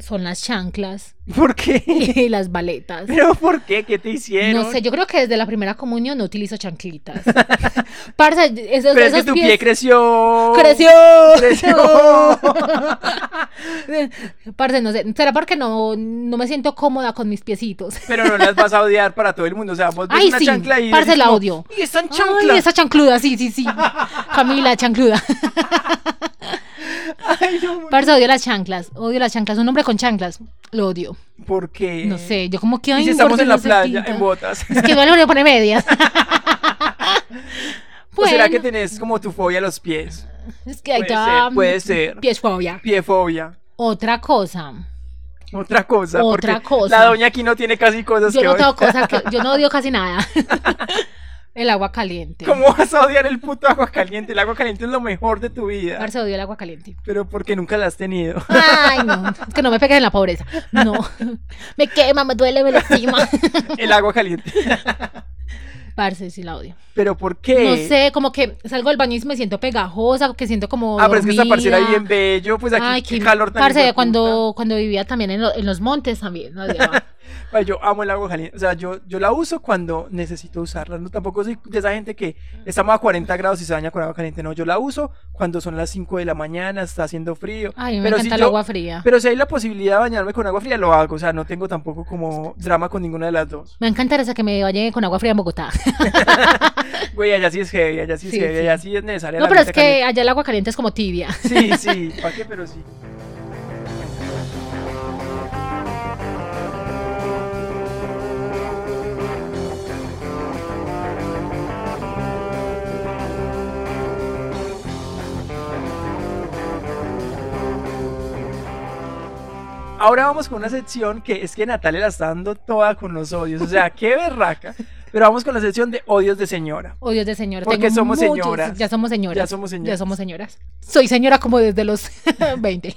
Speaker 2: son las chanclas [LAUGHS]
Speaker 1: ¿Por qué? [LAUGHS]
Speaker 2: y las baletas.
Speaker 1: ¿Pero por qué? ¿Qué te hicieron?
Speaker 2: No sé, yo creo que desde la primera comunión no utilizo chanclitas. [LAUGHS] Parce, esos,
Speaker 1: Pero es que
Speaker 2: esos
Speaker 1: tu
Speaker 2: pies-
Speaker 1: pie creció.
Speaker 2: creció.
Speaker 1: Creció.
Speaker 2: [LAUGHS] Parce, no sé, será porque no, no me siento cómoda con mis piecitos.
Speaker 1: Pero no las vas a odiar para todo el mundo. O sea, vos ves
Speaker 2: Ay,
Speaker 1: una
Speaker 2: sí,
Speaker 1: chancla y.
Speaker 2: parce,
Speaker 1: dices
Speaker 2: la
Speaker 1: como,
Speaker 2: odio.
Speaker 1: Y están
Speaker 2: Ay,
Speaker 1: chanclas.
Speaker 2: esa chancluda, sí, sí, sí. Camila, chancluda.
Speaker 1: [LAUGHS] Ay, no,
Speaker 2: Parce, odio las chanclas, odio las chanclas. Un hombre con chanclas, lo odio.
Speaker 1: ¿Por qué?
Speaker 2: No sé, yo como que...
Speaker 1: Eh, Y
Speaker 2: ay,
Speaker 1: si estamos
Speaker 2: gordo,
Speaker 1: en la
Speaker 2: no se
Speaker 1: playa,
Speaker 2: pinta.
Speaker 1: en botas. [LAUGHS]
Speaker 2: Es que no le voy a poner medias. [LAUGHS]
Speaker 1: ¿O será que
Speaker 2: Bueno,
Speaker 1: tenés como tu fobia a los pies?
Speaker 2: es que ahí
Speaker 1: puede
Speaker 2: está,
Speaker 1: ser, puede ser.
Speaker 2: piesfobia.
Speaker 1: Piefobia.
Speaker 2: Otra cosa.
Speaker 1: Otra cosa. porque
Speaker 2: Otra cosa.
Speaker 1: La doña aquí no tiene casi cosas
Speaker 2: Yo
Speaker 1: que
Speaker 2: no
Speaker 1: odiar. [LAUGHS]
Speaker 2: tengo cosas que. Yo no odio casi nada. [LAUGHS] El agua caliente.
Speaker 1: ¿Cómo vas a odiar el puto agua caliente? El agua caliente es lo mejor de tu vida.
Speaker 2: Parce, odio el agua caliente.
Speaker 1: Pero porque nunca la has tenido. [LAUGHS]
Speaker 2: Ay, no. Es que no me pegues en la pobreza. No. [LAUGHS] Me quema, me duele, me lastima. [LAUGHS]
Speaker 1: El agua caliente.
Speaker 2: Parce, sí la odio.
Speaker 1: ¿Pero por qué?
Speaker 2: No sé, como que salgo del baño y me siento pegajosa, que siento como.
Speaker 1: Ah, pero es que esta
Speaker 2: dormida.
Speaker 1: parcera es bien bello. Pues aquí
Speaker 2: Ay,
Speaker 1: qué calor tan
Speaker 2: parce,
Speaker 1: hijueputa.
Speaker 2: cuando, cuando vivía también en, lo- en los montes también. ¿no?
Speaker 1: [LAUGHS] Ay, yo amo el agua caliente. O sea, yo, yo la uso cuando necesito usarla. No, tampoco soy de esa gente que estamos a 40 grados y se daña con agua caliente. No, yo la uso cuando son las 5 de la mañana, está haciendo frío.
Speaker 2: Ay, me
Speaker 1: pero
Speaker 2: encanta
Speaker 1: si
Speaker 2: el
Speaker 1: yo-
Speaker 2: agua fría.
Speaker 1: Pero si hay la posibilidad de bañarme con agua fría, lo hago. O sea, no tengo tampoco como drama con ninguna de las dos.
Speaker 2: Me encanta esa que me bañe con agua fría en Bogotá.
Speaker 1: Güey, allá sí es heavy, allá sí es
Speaker 2: Sí,
Speaker 1: heavy,
Speaker 2: sí.
Speaker 1: allá sí es necesaria
Speaker 2: [LAUGHS] No,
Speaker 1: la
Speaker 2: pero es
Speaker 1: agüita
Speaker 2: que allá el agua caliente es como tibia.
Speaker 1: caliente. Sí, sí, ¿para qué? Pero sí. Ahora vamos con una sección que es que Natalia la está dando toda con los odios. O [LAUGHS] sea, qué berraca. Pero vamos con la sección de odios de señora.
Speaker 2: Oh, Dios de señora.
Speaker 1: Porque
Speaker 2: tengo
Speaker 1: somos
Speaker 2: muchos-
Speaker 1: señoras.
Speaker 2: Ya somos señoras.
Speaker 1: Ya somos señoras.
Speaker 2: Ya somos señoras. Soy señora como desde los [LAUGHS] 20.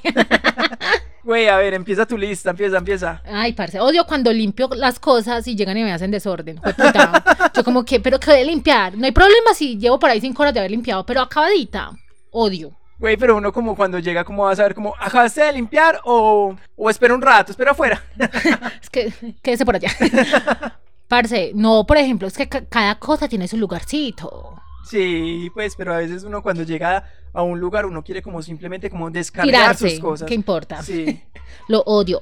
Speaker 1: Güey, a ver, empieza tu lista, empieza, empieza.
Speaker 2: Ay, parce. Odio cuando limpio las cosas y llegan y me hacen desorden. Fue puta. Yo como que, pero que de limpiar. No hay problema si llevo por ahí cinco horas de haber limpiado, pero acabadita. Odio.
Speaker 1: Güey, pero uno como cuando llega, como va a saber, como, ¿acabaste de limpiar o, o espera un rato, espera afuera?
Speaker 2: Es que, quédese
Speaker 1: [LAUGHS]
Speaker 2: por allá. Parce, no, por ejemplo, es que ca- cada cosa tiene su lugarcito.
Speaker 1: Sí, pues, pero a veces uno cuando llega a un lugar, uno quiere como simplemente como descargar
Speaker 2: Tirarse,
Speaker 1: sus cosas.
Speaker 2: ¿qué importa?
Speaker 1: Sí.
Speaker 2: Lo odio.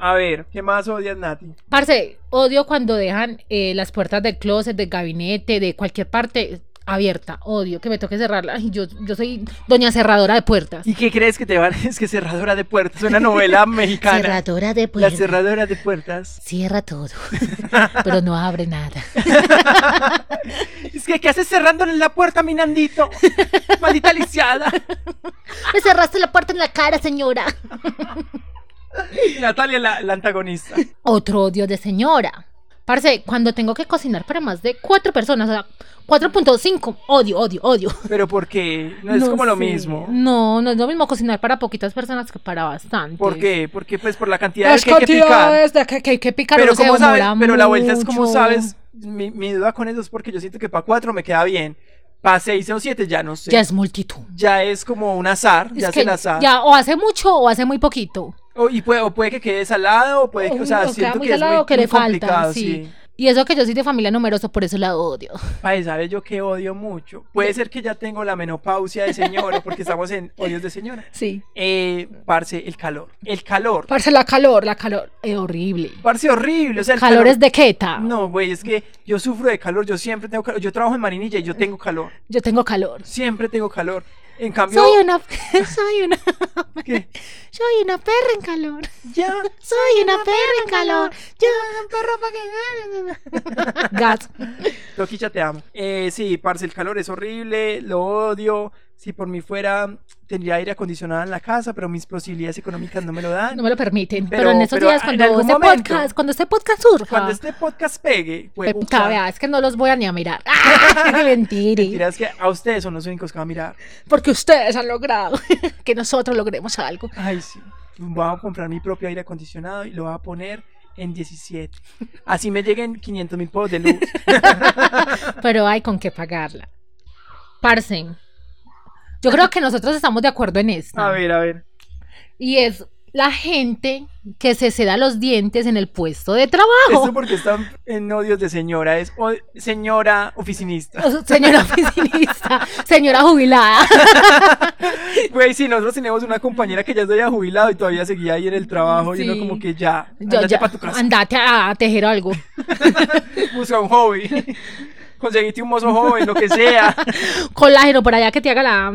Speaker 1: A ver, ¿qué más odias, Nati?
Speaker 2: Parce, odio cuando dejan eh, las puertas del closet, del gabinete, de cualquier parte abierta. Odio que me toque cerrarla. Ay, Yo, yo soy doña cerradora de puertas.
Speaker 1: ¿Y qué crees que te van? [LAUGHS] Es que cerradora de puertas, una
Speaker 2: [LAUGHS]
Speaker 1: novela mexicana.
Speaker 2: Cerradora de
Speaker 1: La
Speaker 2: puertas.
Speaker 1: cerradora de puertas.
Speaker 2: Cierra
Speaker 1: [LAUGHS]
Speaker 2: todo, [LAUGHS] pero no abre nada.
Speaker 1: Es que, ¿qué haces cerrándole la puerta a mi Nandito? [LAUGHS] Maldita lisiada. [LAUGHS]
Speaker 2: Me cerraste la puerta en la cara, señora.
Speaker 1: Natalia, la, la antagonista.
Speaker 2: Otro odio de señora. Parce, cuando tengo que cocinar para más de cuatro personas, o sea, 4.5, odio, odio, odio.
Speaker 1: Pero porque no es como lo
Speaker 2: sé.
Speaker 1: mismo.
Speaker 2: No, no es lo mismo cocinar para poquitas personas que para bastantes.
Speaker 1: ¿Por qué? Porque pues por la cantidad
Speaker 2: Las
Speaker 1: de que hay que picar.
Speaker 2: cantidades de que, que, que picar
Speaker 1: Pero
Speaker 2: uno se
Speaker 1: como sabes,
Speaker 2: demora
Speaker 1: pero la vuelta es como
Speaker 2: mucho.
Speaker 1: sabes, mi, mi duda con eso es porque yo siento que para cuatro me queda bien, para seis o siete ya no sé.
Speaker 2: Ya
Speaker 1: Ya,
Speaker 2: es multitud.
Speaker 1: es como un azar,
Speaker 2: Es
Speaker 1: ya
Speaker 2: que
Speaker 1: es el azar.
Speaker 2: ya o hace mucho o hace muy poquito.
Speaker 1: O, y puede, o puede que quede salado, o puede que, o sea,
Speaker 2: queda
Speaker 1: siento
Speaker 2: muy
Speaker 1: que es
Speaker 2: salado
Speaker 1: muy,
Speaker 2: o que
Speaker 1: muy
Speaker 2: le falta,
Speaker 1: complicado,
Speaker 2: sí.
Speaker 1: sí.
Speaker 2: Y eso que yo soy de familia numerosa, por eso la odio.
Speaker 1: Ay, ¿sabes yo que odio mucho? Puede ser que ya tengo la menopausia de señora, porque estamos en odios de señora.
Speaker 2: Sí.
Speaker 1: Eh, parce, el calor. El calor.
Speaker 2: Parce, la calor, la calor es horrible.
Speaker 1: Parce, horrible. O sea, el calor,
Speaker 2: Calores de queta.
Speaker 1: No, güey, es que yo sufro de calor, yo siempre tengo calor. Yo trabajo en Marinilla y yo tengo calor.
Speaker 2: Yo tengo calor.
Speaker 1: Siempre tengo calor. En cambio,
Speaker 2: Soy una [LAUGHS] soy una
Speaker 1: [LAUGHS] ¿qué?
Speaker 2: soy una perra en calor. [LAUGHS]
Speaker 1: ya,
Speaker 2: Soy una perra en calor. Yo [LAUGHS] una perra [LAUGHS] para que Gas.
Speaker 1: Toquicha, te amo. Eh, sí, parce, el calor es horrible, lo odio. Si por mí fuera, tendría aire acondicionado en la casa, pero mis posibilidades económicas no me lo dan.
Speaker 2: No me lo permiten. Pero,
Speaker 1: Pero-
Speaker 2: en estos
Speaker 1: pero
Speaker 2: días,
Speaker 1: en
Speaker 2: cuando
Speaker 1: algún
Speaker 2: este
Speaker 1: momento.
Speaker 2: podcast, cuando este podcast surja,
Speaker 1: Cuando este podcast pegue, pues,
Speaker 2: puta, vea, es que no los voy a ni
Speaker 1: [LAUGHS]
Speaker 2: a mirar. [LAUGHS] ¡Ah! ¡Qué mentira!
Speaker 1: dirás que a ustedes son los únicos que van a mirar.
Speaker 2: Porque ustedes han logrado [LAUGHS] que nosotros logremos algo.
Speaker 1: Ay, sí. Voy a comprar mi propio aire acondicionado y lo voy a poner en 17. Así me lleguen 500 mil pesos de luz.
Speaker 2: Pero hay con qué pagarla. Parsen. Yo creo que nosotros estamos de acuerdo en esto.
Speaker 1: A ver, a ver.
Speaker 2: Y es la gente que se ceda los dientes en el puesto de
Speaker 1: Eso
Speaker 2: trabajo.
Speaker 1: porque están en odios de señora, es o- señora oficinista.
Speaker 2: O sea, [LAUGHS] Señora oficinista, señora jubilada.
Speaker 1: [LAUGHS] Güey, si nosotros tenemos una compañera que ya se había jubilado y todavía seguía ahí en el trabajo y
Speaker 2: Sí.
Speaker 1: uno como que ya,
Speaker 2: Yo, ya,
Speaker 1: para tu casa,
Speaker 2: andate a, a tejer algo.
Speaker 1: busca un hobby, conseguiste un mozo joven, lo que sea.
Speaker 2: Colágeno por allá que te haga [LAUGHS] la.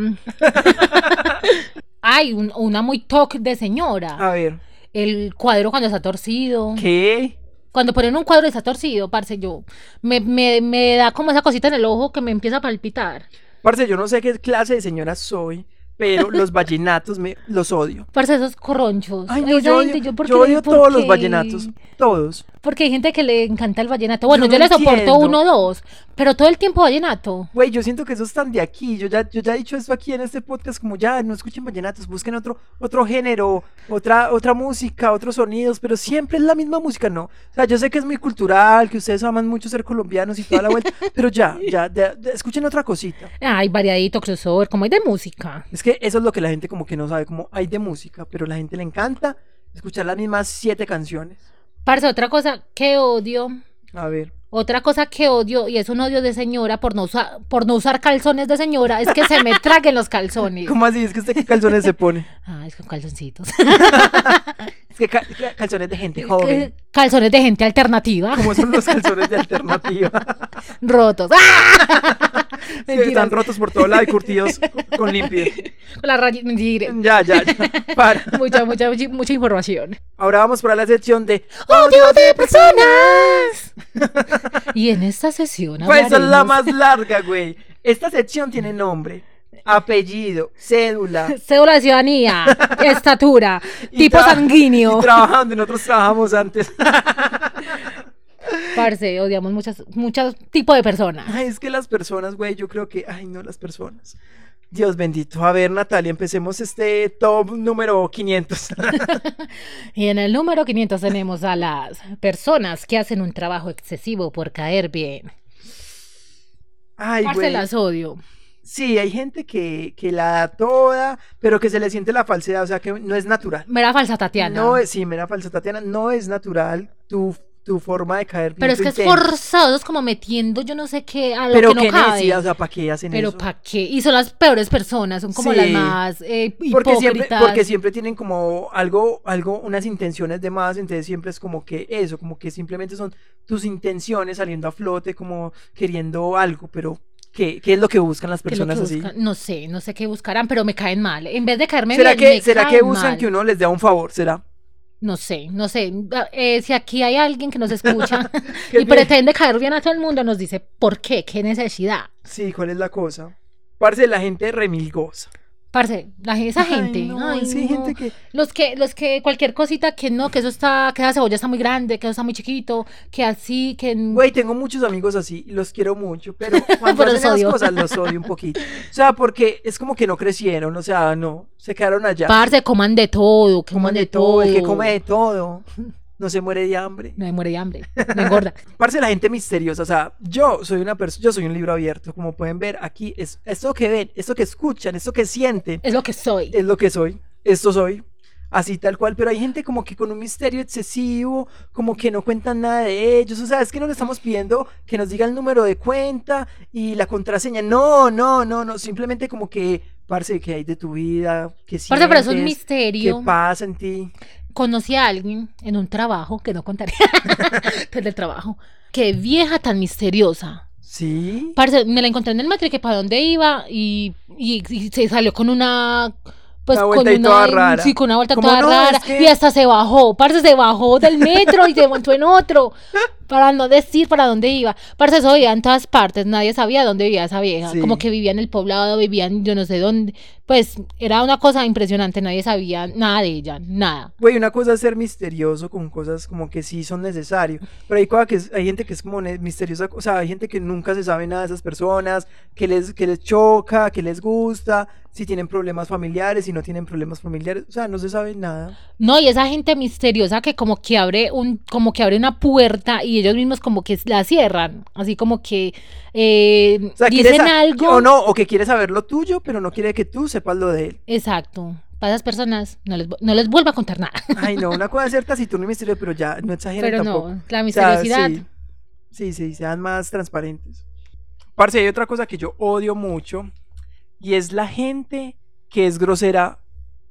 Speaker 2: Ay, un- una muy toc de señora.
Speaker 1: A ver,
Speaker 2: El cuadro cuando está torcido.
Speaker 1: Ah. ¿qué?
Speaker 2: Cuando ponen un cuadro y está torcido, parce, yo. Me, me, me da como esa cosita en el ojo que me empieza a palpitar.
Speaker 1: Parce, yo no sé qué clase de señora soy, pero los vallenatos me, los odio.
Speaker 2: Parce, esos corronchos.
Speaker 1: Ay, no,
Speaker 2: Esa
Speaker 1: yo
Speaker 2: gente,
Speaker 1: odio,
Speaker 2: ¿por
Speaker 1: yo
Speaker 2: qué-
Speaker 1: odio
Speaker 2: por
Speaker 1: todos los
Speaker 2: qué?
Speaker 1: vallenatos, todos.
Speaker 2: Porque hay gente que le encanta el vallenato. Bueno,
Speaker 1: Yo
Speaker 2: yo,
Speaker 1: no
Speaker 2: le soporto
Speaker 1: entiendo.
Speaker 2: uno o dos, pero todo el tiempo vallenato.
Speaker 1: Güey, yo siento que eso están de aquí. Yo ya, yo ya he dicho esto aquí en este podcast, como ya, no escuchen vallenatos, busquen otro, otro género, otra, otra música, otros sonidos, pero siempre es la misma música, ¿no? O sea, yo sé que es muy cultural, que ustedes aman mucho ser colombianos y toda la
Speaker 2: [LAUGHS]
Speaker 1: vuelta, pero ya, ya, ya, ya, escuchen otra cosita.
Speaker 2: Ay, variadito, crossover, como hay de música.
Speaker 1: Es que eso es lo que la gente como que no sabe, como hay de música, pero la gente le encanta escuchar las mismas siete canciones.
Speaker 2: Parce, otra cosa que odio.
Speaker 1: A ver.
Speaker 2: Otra cosa que odio, y es un odio de señora por no, usa- por no usar calzones de señora, es que
Speaker 1: [LAUGHS]
Speaker 2: se me traguen los calzones.
Speaker 1: ¿Cómo así? Es que usted qué calzones se pone.
Speaker 2: Ay, es que calzoncitos.
Speaker 1: Es que ca- ca- calzones de gente
Speaker 2: [LAUGHS]
Speaker 1: joven.
Speaker 2: Calzones de
Speaker 1: [LAUGHS]
Speaker 2: gente alternativa,
Speaker 1: Como son los calzones de
Speaker 2: [LAUGHS]
Speaker 1: alternativa.
Speaker 2: rotos. ¡Ah!
Speaker 1: Sí, están
Speaker 2: Mentiras.
Speaker 1: rotos por todo lado y curtidos con limpio.
Speaker 2: Con la raya- mentira.
Speaker 1: Ya, ya, ya. Para.
Speaker 2: Mucha, mucha, mucha, mucha información.
Speaker 1: Ahora vamos para la sección de.
Speaker 2: ¡Odio de personas! [LAUGHS] y en esta sesión
Speaker 1: Pues esa es la
Speaker 2: hablaremos-
Speaker 1: más larga, güey. Esta sección tiene nombre, apellido,
Speaker 2: [LAUGHS]
Speaker 1: cédula.
Speaker 2: Cédula
Speaker 1: [LAUGHS]
Speaker 2: de ciudadanía, estatura,
Speaker 1: y
Speaker 2: tipo
Speaker 1: tra-
Speaker 2: sanguíneo.
Speaker 1: Y trabaja donde nosotros trabajamos antes. [LAUGHS]
Speaker 2: Parce, odiamos muchas, muchos tipos de personas.
Speaker 1: Ay, es que las personas, güey, yo creo que. Ay, no, las personas. Dios bendito. A ver, Natalia, empecemos este top número 500.
Speaker 2: Y en el número 500 tenemos a las personas que hacen un trabajo excesivo por caer bien.
Speaker 1: [LAUGHS] Ay,
Speaker 2: Parce,
Speaker 1: güey.
Speaker 2: las odio.
Speaker 1: Sí, hay gente que, que la da toda, pero que se le siente la falsedad, o sea, que no es natural.
Speaker 2: Mera falsa Tatiana.
Speaker 1: No es, sí, mira, falsa Tatiana, no es natural tu, tu forma de caer. bien,
Speaker 2: Pero es
Speaker 1: tu
Speaker 2: que es
Speaker 1: intento.
Speaker 2: forzado, es como metiendo yo no sé qué a lo
Speaker 1: Pero
Speaker 2: que no
Speaker 1: qué
Speaker 2: cabe.
Speaker 1: necesidad, o sea, ¿para qué hacen
Speaker 2: Pero
Speaker 1: eso?
Speaker 2: ¿para qué? Y son las peores personas, son como
Speaker 1: Sí.
Speaker 2: las más eh,
Speaker 1: porque siempre,
Speaker 2: hipócritas.
Speaker 1: porque siempre tienen como algo, algo, unas intenciones de más, entonces siempre es como que eso, como que simplemente son tus intenciones saliendo a flote, como queriendo algo, pero ¿qué, qué es lo que buscan las
Speaker 2: ¿Qué es lo que
Speaker 1: personas así?
Speaker 2: buscan? No sé, no sé qué buscarán, pero me caen mal. En vez de caerme
Speaker 1: ¿Será
Speaker 2: bien,
Speaker 1: que,
Speaker 2: me
Speaker 1: será que
Speaker 2: caen
Speaker 1: buscan
Speaker 2: mal.
Speaker 1: que uno les dé un favor? ¿Será?
Speaker 2: No sé, no sé. Eh, si aquí hay alguien
Speaker 1: [LAUGHS]
Speaker 2: que nos escucha
Speaker 1: ¿Qué tiene?
Speaker 2: y pretende caer bien a todo el mundo, nos dice, ¿por qué? ¿Qué necesidad?
Speaker 1: Sí, ¿cuál es la cosa? Parce, la gente remilgosa.
Speaker 2: Parce, la, esa
Speaker 1: Ay,
Speaker 2: gente,
Speaker 1: no,
Speaker 2: ay,
Speaker 1: sí, hay
Speaker 2: no.
Speaker 1: gente que
Speaker 2: Los que, los que cualquier cosita que no, que eso está, que esa cebolla está muy grande, que eso está muy chiquito, que así, que en-
Speaker 1: Güey, tengo muchos amigos así, y los quiero mucho,
Speaker 2: [LAUGHS]
Speaker 1: pero cuando
Speaker 2: Pero los
Speaker 1: hacen esas
Speaker 2: odio.
Speaker 1: cosas los odio un poquito. O sea, porque es como que no crecieron, o sea, no, se quedaron allá.
Speaker 2: parce, coman de todo, que coman
Speaker 1: coman
Speaker 2: de todo.
Speaker 1: el que come de todo, no se muere de hambre.
Speaker 2: No me muere de hambre,
Speaker 1: [LAUGHS]
Speaker 2: me engorda.
Speaker 1: Parce, la gente misteriosa, o sea, yo soy una persona, yo soy un libro abierto, como pueden ver aquí, es esto que ven, esto que escuchan, esto que sienten,
Speaker 2: Es lo que soy.
Speaker 1: es lo que soy, esto soy, así tal cual, pero hay gente como que con un misterio excesivo, como que no cuentan nada de ellos, o sea, es que no le estamos pidiendo que nos diga el número de cuenta y la contraseña, no, no, no, no, simplemente como que, parce, ¿qué hay de tu vida? ¿Qué
Speaker 2: Parce, pero es un
Speaker 1: sientes? ¿Qué
Speaker 2: misterio.
Speaker 1: pasa en ti?
Speaker 2: Conocí a alguien en un trabajo, que no [LAUGHS] contaré, desde el trabajo. Qué vieja tan misteriosa.
Speaker 1: Sí,
Speaker 2: Parce, me la encontré en el metro y que para dónde iba y, y- y se salió con una pues
Speaker 1: Una
Speaker 2: con
Speaker 1: vuelta ahí
Speaker 2: una
Speaker 1: toda rara.
Speaker 2: sí, con una vuelta
Speaker 1: Como,
Speaker 2: toda
Speaker 1: "No,
Speaker 2: rara
Speaker 1: es que-"
Speaker 2: y hasta se bajó, parce se bajó del metro y se montó
Speaker 1: [LAUGHS]
Speaker 2: en otro para no decir para dónde iba. Parce eso vivía en todas partes, nadie sabía dónde vivía esa vieja,
Speaker 1: Sí.
Speaker 2: como que vivía en el poblado, vivían yo no sé dónde, pues era una cosa impresionante, nadie sabía nada de ella, nada.
Speaker 1: güey, una cosa es ser misterioso con cosas como que sí son necesarias, pero hay, cosas que es- hay gente que es como ne- misteriosa, o sea, hay gente que nunca se sabe nada de esas personas, que les, que les choca, que les gusta, si tienen problemas familiares, si no tienen problemas familiares, o sea, no se sabe nada.
Speaker 2: No, y esa gente misteriosa que como que abre un, como que abre una puerta y ellos mismos como que la cierran, así como que eh,
Speaker 1: O sea, quiere
Speaker 2: dicen
Speaker 1: sa-
Speaker 2: algo.
Speaker 1: O no, o que quiere saber lo tuyo, pero no quiere que tú sepas lo de él.
Speaker 2: Exacto. para esas personas no les, vu- no les vuelvo a contar nada.
Speaker 1: Ay, no, una cosa es ser [LAUGHS] taciturno y misterioso, pero ya no exageren
Speaker 2: Pero
Speaker 1: tampoco.
Speaker 2: no, la
Speaker 1: O sea,
Speaker 2: misteriosidad.
Speaker 1: sí, sí, sí, sean más transparentes. Parce, hay otra cosa que yo odio mucho y es la gente que es grosera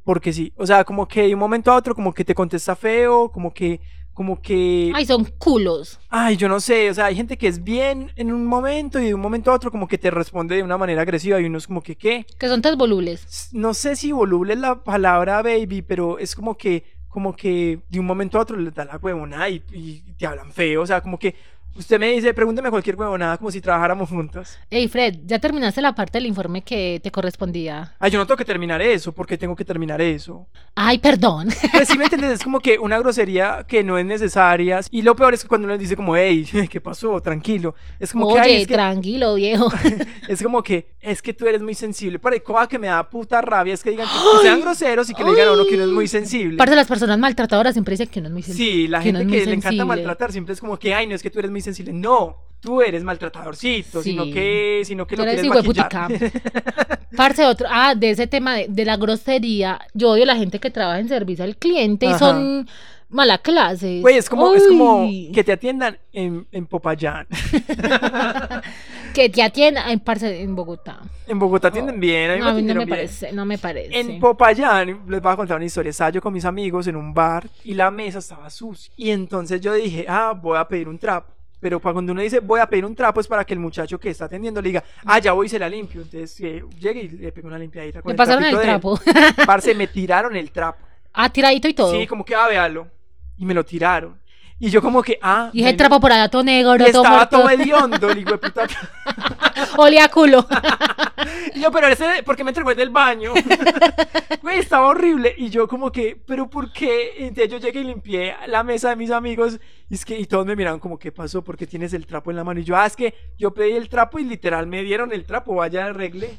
Speaker 1: porque sí. O sea, como que de un momento a otro como que te contesta feo, como que, como que, ay,
Speaker 2: Ay, son culos.
Speaker 1: yo no sé. O sea, hay gente que es bien en un momento y de un momento a otro como que te responde de una manera agresiva y uno es como que, ¿qué?
Speaker 2: Que son tan volubles.
Speaker 1: S- No sé si voluble es la palabra baby, pero es como que, como que de un momento a otro le da la huevonada y, y te hablan feo. O sea, como que usted me dice, pregúntame cualquier huevonada como si trabajáramos juntas.
Speaker 2: Ey, Fred, ya terminaste la parte del informe que te correspondía.
Speaker 1: Ay, Ah, yo no tengo que terminar eso, porque tengo que terminar eso.
Speaker 2: Ay, perdón.
Speaker 1: Pues sí, ¿me entiendes? Es como que una grosería que no es necesaria. Y lo peor es que cuando uno les dice como, hey, [LAUGHS] ¿qué pasó? Tranquilo. Es [LAUGHS] como que, "Ay,
Speaker 2: Oye,
Speaker 1: es que, [LAUGHS]
Speaker 2: tranquilo, viejo.
Speaker 1: es como que, es que tú eres muy sensible. Para cosa que me da puta rabia es que digan que sean groseros y que le digan a uno que uno es muy sensible.
Speaker 2: Parte de las personas maltratadoras siempre dicen que uno es muy sensible.
Speaker 1: Sí, la
Speaker 2: que uno
Speaker 1: gente
Speaker 2: es muy
Speaker 1: que le encanta
Speaker 2: sensible.
Speaker 1: maltratar siempre es como que, ay, no es que tú eres muy sensible. No, tú eres maltratadorcito, sino
Speaker 2: Sí.
Speaker 1: que, sino que
Speaker 2: Tú
Speaker 1: lo
Speaker 2: eres
Speaker 1: quieres
Speaker 2: hijueputica.
Speaker 1: maquillar.
Speaker 2: Parce, otro. Ah, de ese tema de, de la grosería. Yo odio la gente que trabaja en servicio al cliente y
Speaker 1: Ajá.
Speaker 2: son mala
Speaker 1: [LAUGHS]
Speaker 2: clase.
Speaker 1: Güey, es como, es como
Speaker 2: Uy,
Speaker 1: que te atiendan en, en Popayán.
Speaker 2: [LAUGHS]
Speaker 1: [LAUGHS]
Speaker 2: Que te atiendan. Ay, parce, en Bogotá.
Speaker 1: En Bogotá atienden bien, a mí
Speaker 2: No,
Speaker 1: me
Speaker 2: a mí no
Speaker 1: atendieron
Speaker 2: me
Speaker 1: bien.
Speaker 2: parece, no me parece.
Speaker 1: En Popayán, les voy a contar una historia. Estaba yo con mis amigos en un bar y la mesa estaba sucia. Y entonces yo dije, ah, voy a pedir un trapo. Pero pa- cuando uno dice, voy a pedir un trapo, es para que el muchacho que está atendiendo le diga, ah, ya voy y se la limpio. Entonces eh, llegue y le pego una limpiadita con
Speaker 2: Te pasaron el
Speaker 1: trapito de él.
Speaker 2: trapo.
Speaker 1: [LAUGHS] Parce, me tiraron el trapo.
Speaker 2: ah, tiradito y todo.
Speaker 1: Sí, como que, ah, véalo. Y me lo tiraron. Y yo como que, ah.
Speaker 2: y ese
Speaker 1: bueno.
Speaker 2: trapo por allá todo negro,
Speaker 1: Y
Speaker 2: todo
Speaker 1: estaba
Speaker 2: muerto.
Speaker 1: todo hediondo, el hijo de puta.
Speaker 2: [LAUGHS] Olía a culo. [LAUGHS]
Speaker 1: Y yo, pero ese, ¿por qué me entregó el del baño? Güey, estaba horrible. Y yo como que, ¿pero por qué? Y Entonces yo llegué y limpié la mesa de mis amigos. Y, es que, y todos me miraron como, ¿qué pasó? ¿Por qué tienes el trapo en la mano? Y yo, ah, es que yo pedí el trapo y literal me dieron el trapo. Vaya, arregle.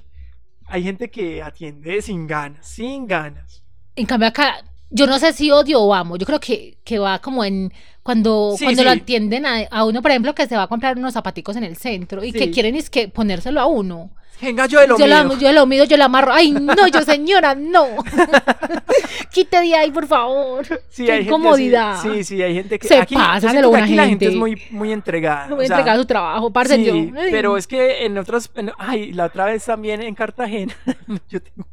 Speaker 1: Hay gente que atiende sin ganas, sin ganas.
Speaker 2: En cambio acá, yo no sé si odio o amo. Yo creo que, que va como en cuando,
Speaker 1: Sí,
Speaker 2: cuando lo
Speaker 1: sí.
Speaker 2: atienden a, a uno, por ejemplo, que se va a comprar unos zapaticos en el centro y que
Speaker 1: Sí.
Speaker 2: quieren es que ponérselo a uno.
Speaker 1: Venga, yo de lo
Speaker 2: yo,
Speaker 1: mío.
Speaker 2: lo, yo lo mido, yo lo amarro. Ay, no, yo
Speaker 1: [LAUGHS]
Speaker 2: señora, no. Quite de ahí, por favor.
Speaker 1: Sí,
Speaker 2: Qué
Speaker 1: hay gente así.
Speaker 2: incomodidad.
Speaker 1: sí, sí, hay gente que.
Speaker 2: Se
Speaker 1: yo
Speaker 2: pasa de
Speaker 1: siento
Speaker 2: lo
Speaker 1: que
Speaker 2: buena
Speaker 1: aquí la gente es
Speaker 2: gente.
Speaker 1: muy, muy entregada.
Speaker 2: No voy
Speaker 1: o
Speaker 2: a
Speaker 1: sea,
Speaker 2: entregar su trabajo, parce.
Speaker 1: sí,
Speaker 2: yo. Ay.
Speaker 1: Pero es que en otras. en- ay, la otra vez también en Cartagena. [LAUGHS] yo tengo-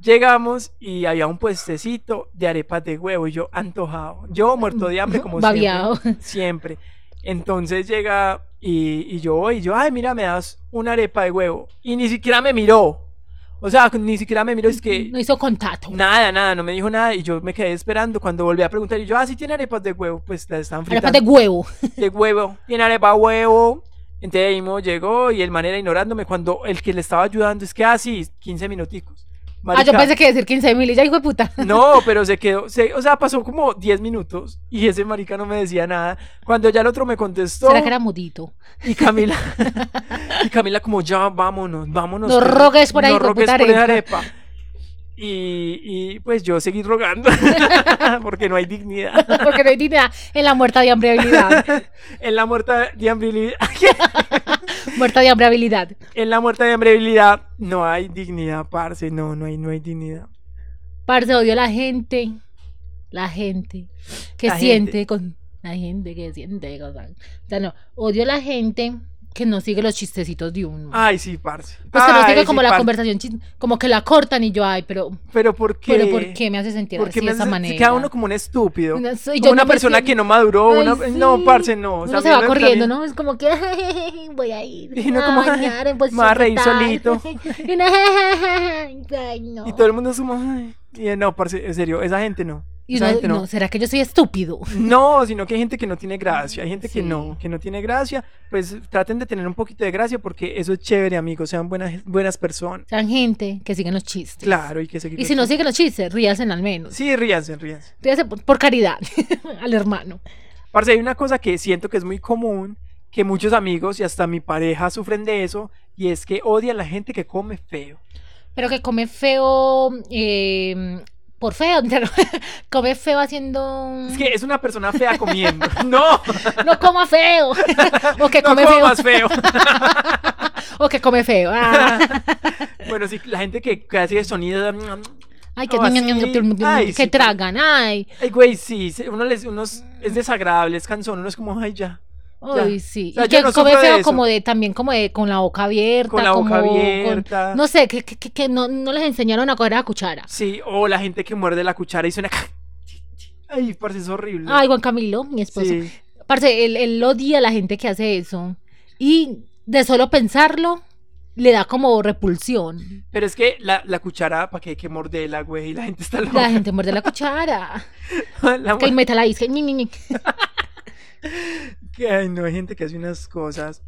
Speaker 1: Llegamos y había un puestecito de arepas de huevo. Y yo antojado. Yo muerto de hambre, como
Speaker 2: [LAUGHS] Babiado.
Speaker 1: siempre. Siempre. Entonces llega y, y yo voy. Y yo, ay, mira, me das una arepa de huevo. Y ni siquiera me miró. O sea, ni siquiera me miró. Es que.
Speaker 2: No hizo contacto.
Speaker 1: Nada, nada, no me dijo nada y yo me quedé esperando. Cuando volví a preguntar, y yo, ah, sí tiene arepas de huevo, pues las están
Speaker 2: Arepas
Speaker 1: fritando.
Speaker 2: de huevo.
Speaker 1: de... huevo, tiene arepa de huevo. Entonces ahí mismo llegó y el man era ignorándome cuando el que le estaba ayudando es que, ah, sí, 15 minuticos.
Speaker 2: Ah, yo
Speaker 1: Marica,
Speaker 2: pensé que decir 15 mil y ya, hijo de puta.
Speaker 1: No, pero se quedó, se- o sea, pasó como 10 minutos y ese marica no me decía nada. Cuando ya el otro me contestó
Speaker 2: [LAUGHS] ¿Será que era mudito? [LAUGHS]
Speaker 1: y Camila, [LAUGHS] y Camila como, ya, vámonos, vámonos.
Speaker 2: No
Speaker 1: que-
Speaker 2: rogues por ahí,
Speaker 1: no
Speaker 2: hijo de
Speaker 1: rogues
Speaker 2: puta
Speaker 1: por esa
Speaker 2: arepa.
Speaker 1: arepa. Y, y pues yo seguí rogando [LAUGHS] porque no hay dignidad.
Speaker 2: Porque no hay dignidad en la muerta de
Speaker 1: [LAUGHS]
Speaker 2: hambre habilidad.
Speaker 1: en la muerta de hambrilidad,
Speaker 2: Muerta de hambre habilidad.
Speaker 1: en la muerta de hambrebilidad no hay dignidad, parce, no, no hay, no hay dignidad.
Speaker 2: Parce, odio la gente. La gente que
Speaker 1: La
Speaker 2: siente
Speaker 1: gente.
Speaker 2: con. La gente que siente con. O sea, no. Odio la gente que no sigue los chistecitos de uno.
Speaker 1: Ay, sí, parce.
Speaker 2: pues que no
Speaker 1: Ay,
Speaker 2: sigue
Speaker 1: sí,
Speaker 2: como la
Speaker 1: parce.
Speaker 2: conversación, chis- como que la cortan y yo, ay, pero.
Speaker 1: Pero ¿por qué?
Speaker 2: Pero ¿por qué me hace sentir
Speaker 1: ¿Por qué
Speaker 2: así de
Speaker 1: me
Speaker 2: esa
Speaker 1: hace-
Speaker 2: manera?
Speaker 1: se queda uno como un estúpido?
Speaker 2: Una- soy-
Speaker 1: como
Speaker 2: yo
Speaker 1: una
Speaker 2: no me
Speaker 1: persona
Speaker 2: siento-
Speaker 1: que no maduró,
Speaker 2: Ay,
Speaker 1: una-
Speaker 2: sí.
Speaker 1: no, parce, no. o sea,
Speaker 2: Uno
Speaker 1: a
Speaker 2: se
Speaker 1: mí
Speaker 2: va
Speaker 1: me
Speaker 2: corriendo,
Speaker 1: parece-
Speaker 2: ¿no? Es como que [LAUGHS] voy a ir.
Speaker 1: Y uno
Speaker 2: a
Speaker 1: como,
Speaker 2: bañar
Speaker 1: me
Speaker 2: en
Speaker 1: voy a
Speaker 2: posición
Speaker 1: reír
Speaker 2: fetal".
Speaker 1: solito.
Speaker 2: [LAUGHS] Y uno, ay, no.
Speaker 1: Y todo el mundo es como, "Ay". Y, eh, no, parce, en serio, esa gente no.
Speaker 2: Y
Speaker 1: esa
Speaker 2: uno,
Speaker 1: gente
Speaker 2: no. ¿será que yo soy estúpido?
Speaker 1: No, sino que hay gente que no tiene gracia, hay gente
Speaker 2: Sí.
Speaker 1: que no, que no tiene gracia, pues traten de tener un poquito de gracia porque eso es chévere, amigos, sean buenas, buenas personas.
Speaker 2: Sean gente que siguen los chistes.
Speaker 1: Claro, hay que seguir.
Speaker 2: Y si no siguen los chistes, ríanse al menos.
Speaker 1: Sí, ríanse, ríanse.
Speaker 2: Ríanse por, por caridad [LAUGHS] al hermano.
Speaker 1: Parce, hay una cosa que siento que es muy común, que muchos amigos y hasta mi pareja sufren de eso, y es que odian a la gente que come feo.
Speaker 2: Pero que come feo. eh, por feo, [LAUGHS] pero come feo haciendo.
Speaker 1: Es que es una persona
Speaker 2: [LAUGHS]
Speaker 1: fea comiendo. ¡No!
Speaker 2: No
Speaker 1: [LAUGHS]
Speaker 2: coma feo. o que
Speaker 1: no
Speaker 2: come
Speaker 1: como
Speaker 2: feo.
Speaker 1: más feo.
Speaker 2: O que come feo. Ah.
Speaker 1: [LAUGHS] Bueno, sí, la gente que, que hace sonido.
Speaker 2: Ay, que,
Speaker 1: O así. Ay,
Speaker 2: que
Speaker 1: sí,
Speaker 2: tragan, ay.
Speaker 1: Ay, güey, sí, se- uno les, unos, es desagradable, es cansón, uno es como, ay, ya. Ya.
Speaker 2: Ay, sí.
Speaker 1: O sea,
Speaker 2: y
Speaker 1: yo
Speaker 2: que
Speaker 1: no
Speaker 2: come
Speaker 1: sufro de
Speaker 2: feo
Speaker 1: eso.
Speaker 2: como de, también como de, con la boca abierta.
Speaker 1: Con la boca
Speaker 2: como con-
Speaker 1: abierta.
Speaker 2: no sé, que, que, que- que no, no les enseñaron a coger la cuchara.
Speaker 1: Sí, o la gente que muerde la cuchara y suena. [LAUGHS] Ay, parce, es horrible.
Speaker 2: Ay, pues, Juan Camilo, mi esposo.
Speaker 1: sí.
Speaker 2: Parce, él, él odia a la gente que hace eso. Y de solo pensarlo, le da como repulsión.
Speaker 1: Pero es que la, la cuchara, ¿para qué hay que morderla, güey? Y la gente está
Speaker 2: La
Speaker 1: loca. [LAUGHS]
Speaker 2: gente muerde la cuchara.
Speaker 1: La
Speaker 2: que
Speaker 1: mu-
Speaker 2: meta la disque. ñi, ñi, ñi.
Speaker 1: que, ay, no, hay gente que hace unas cosas.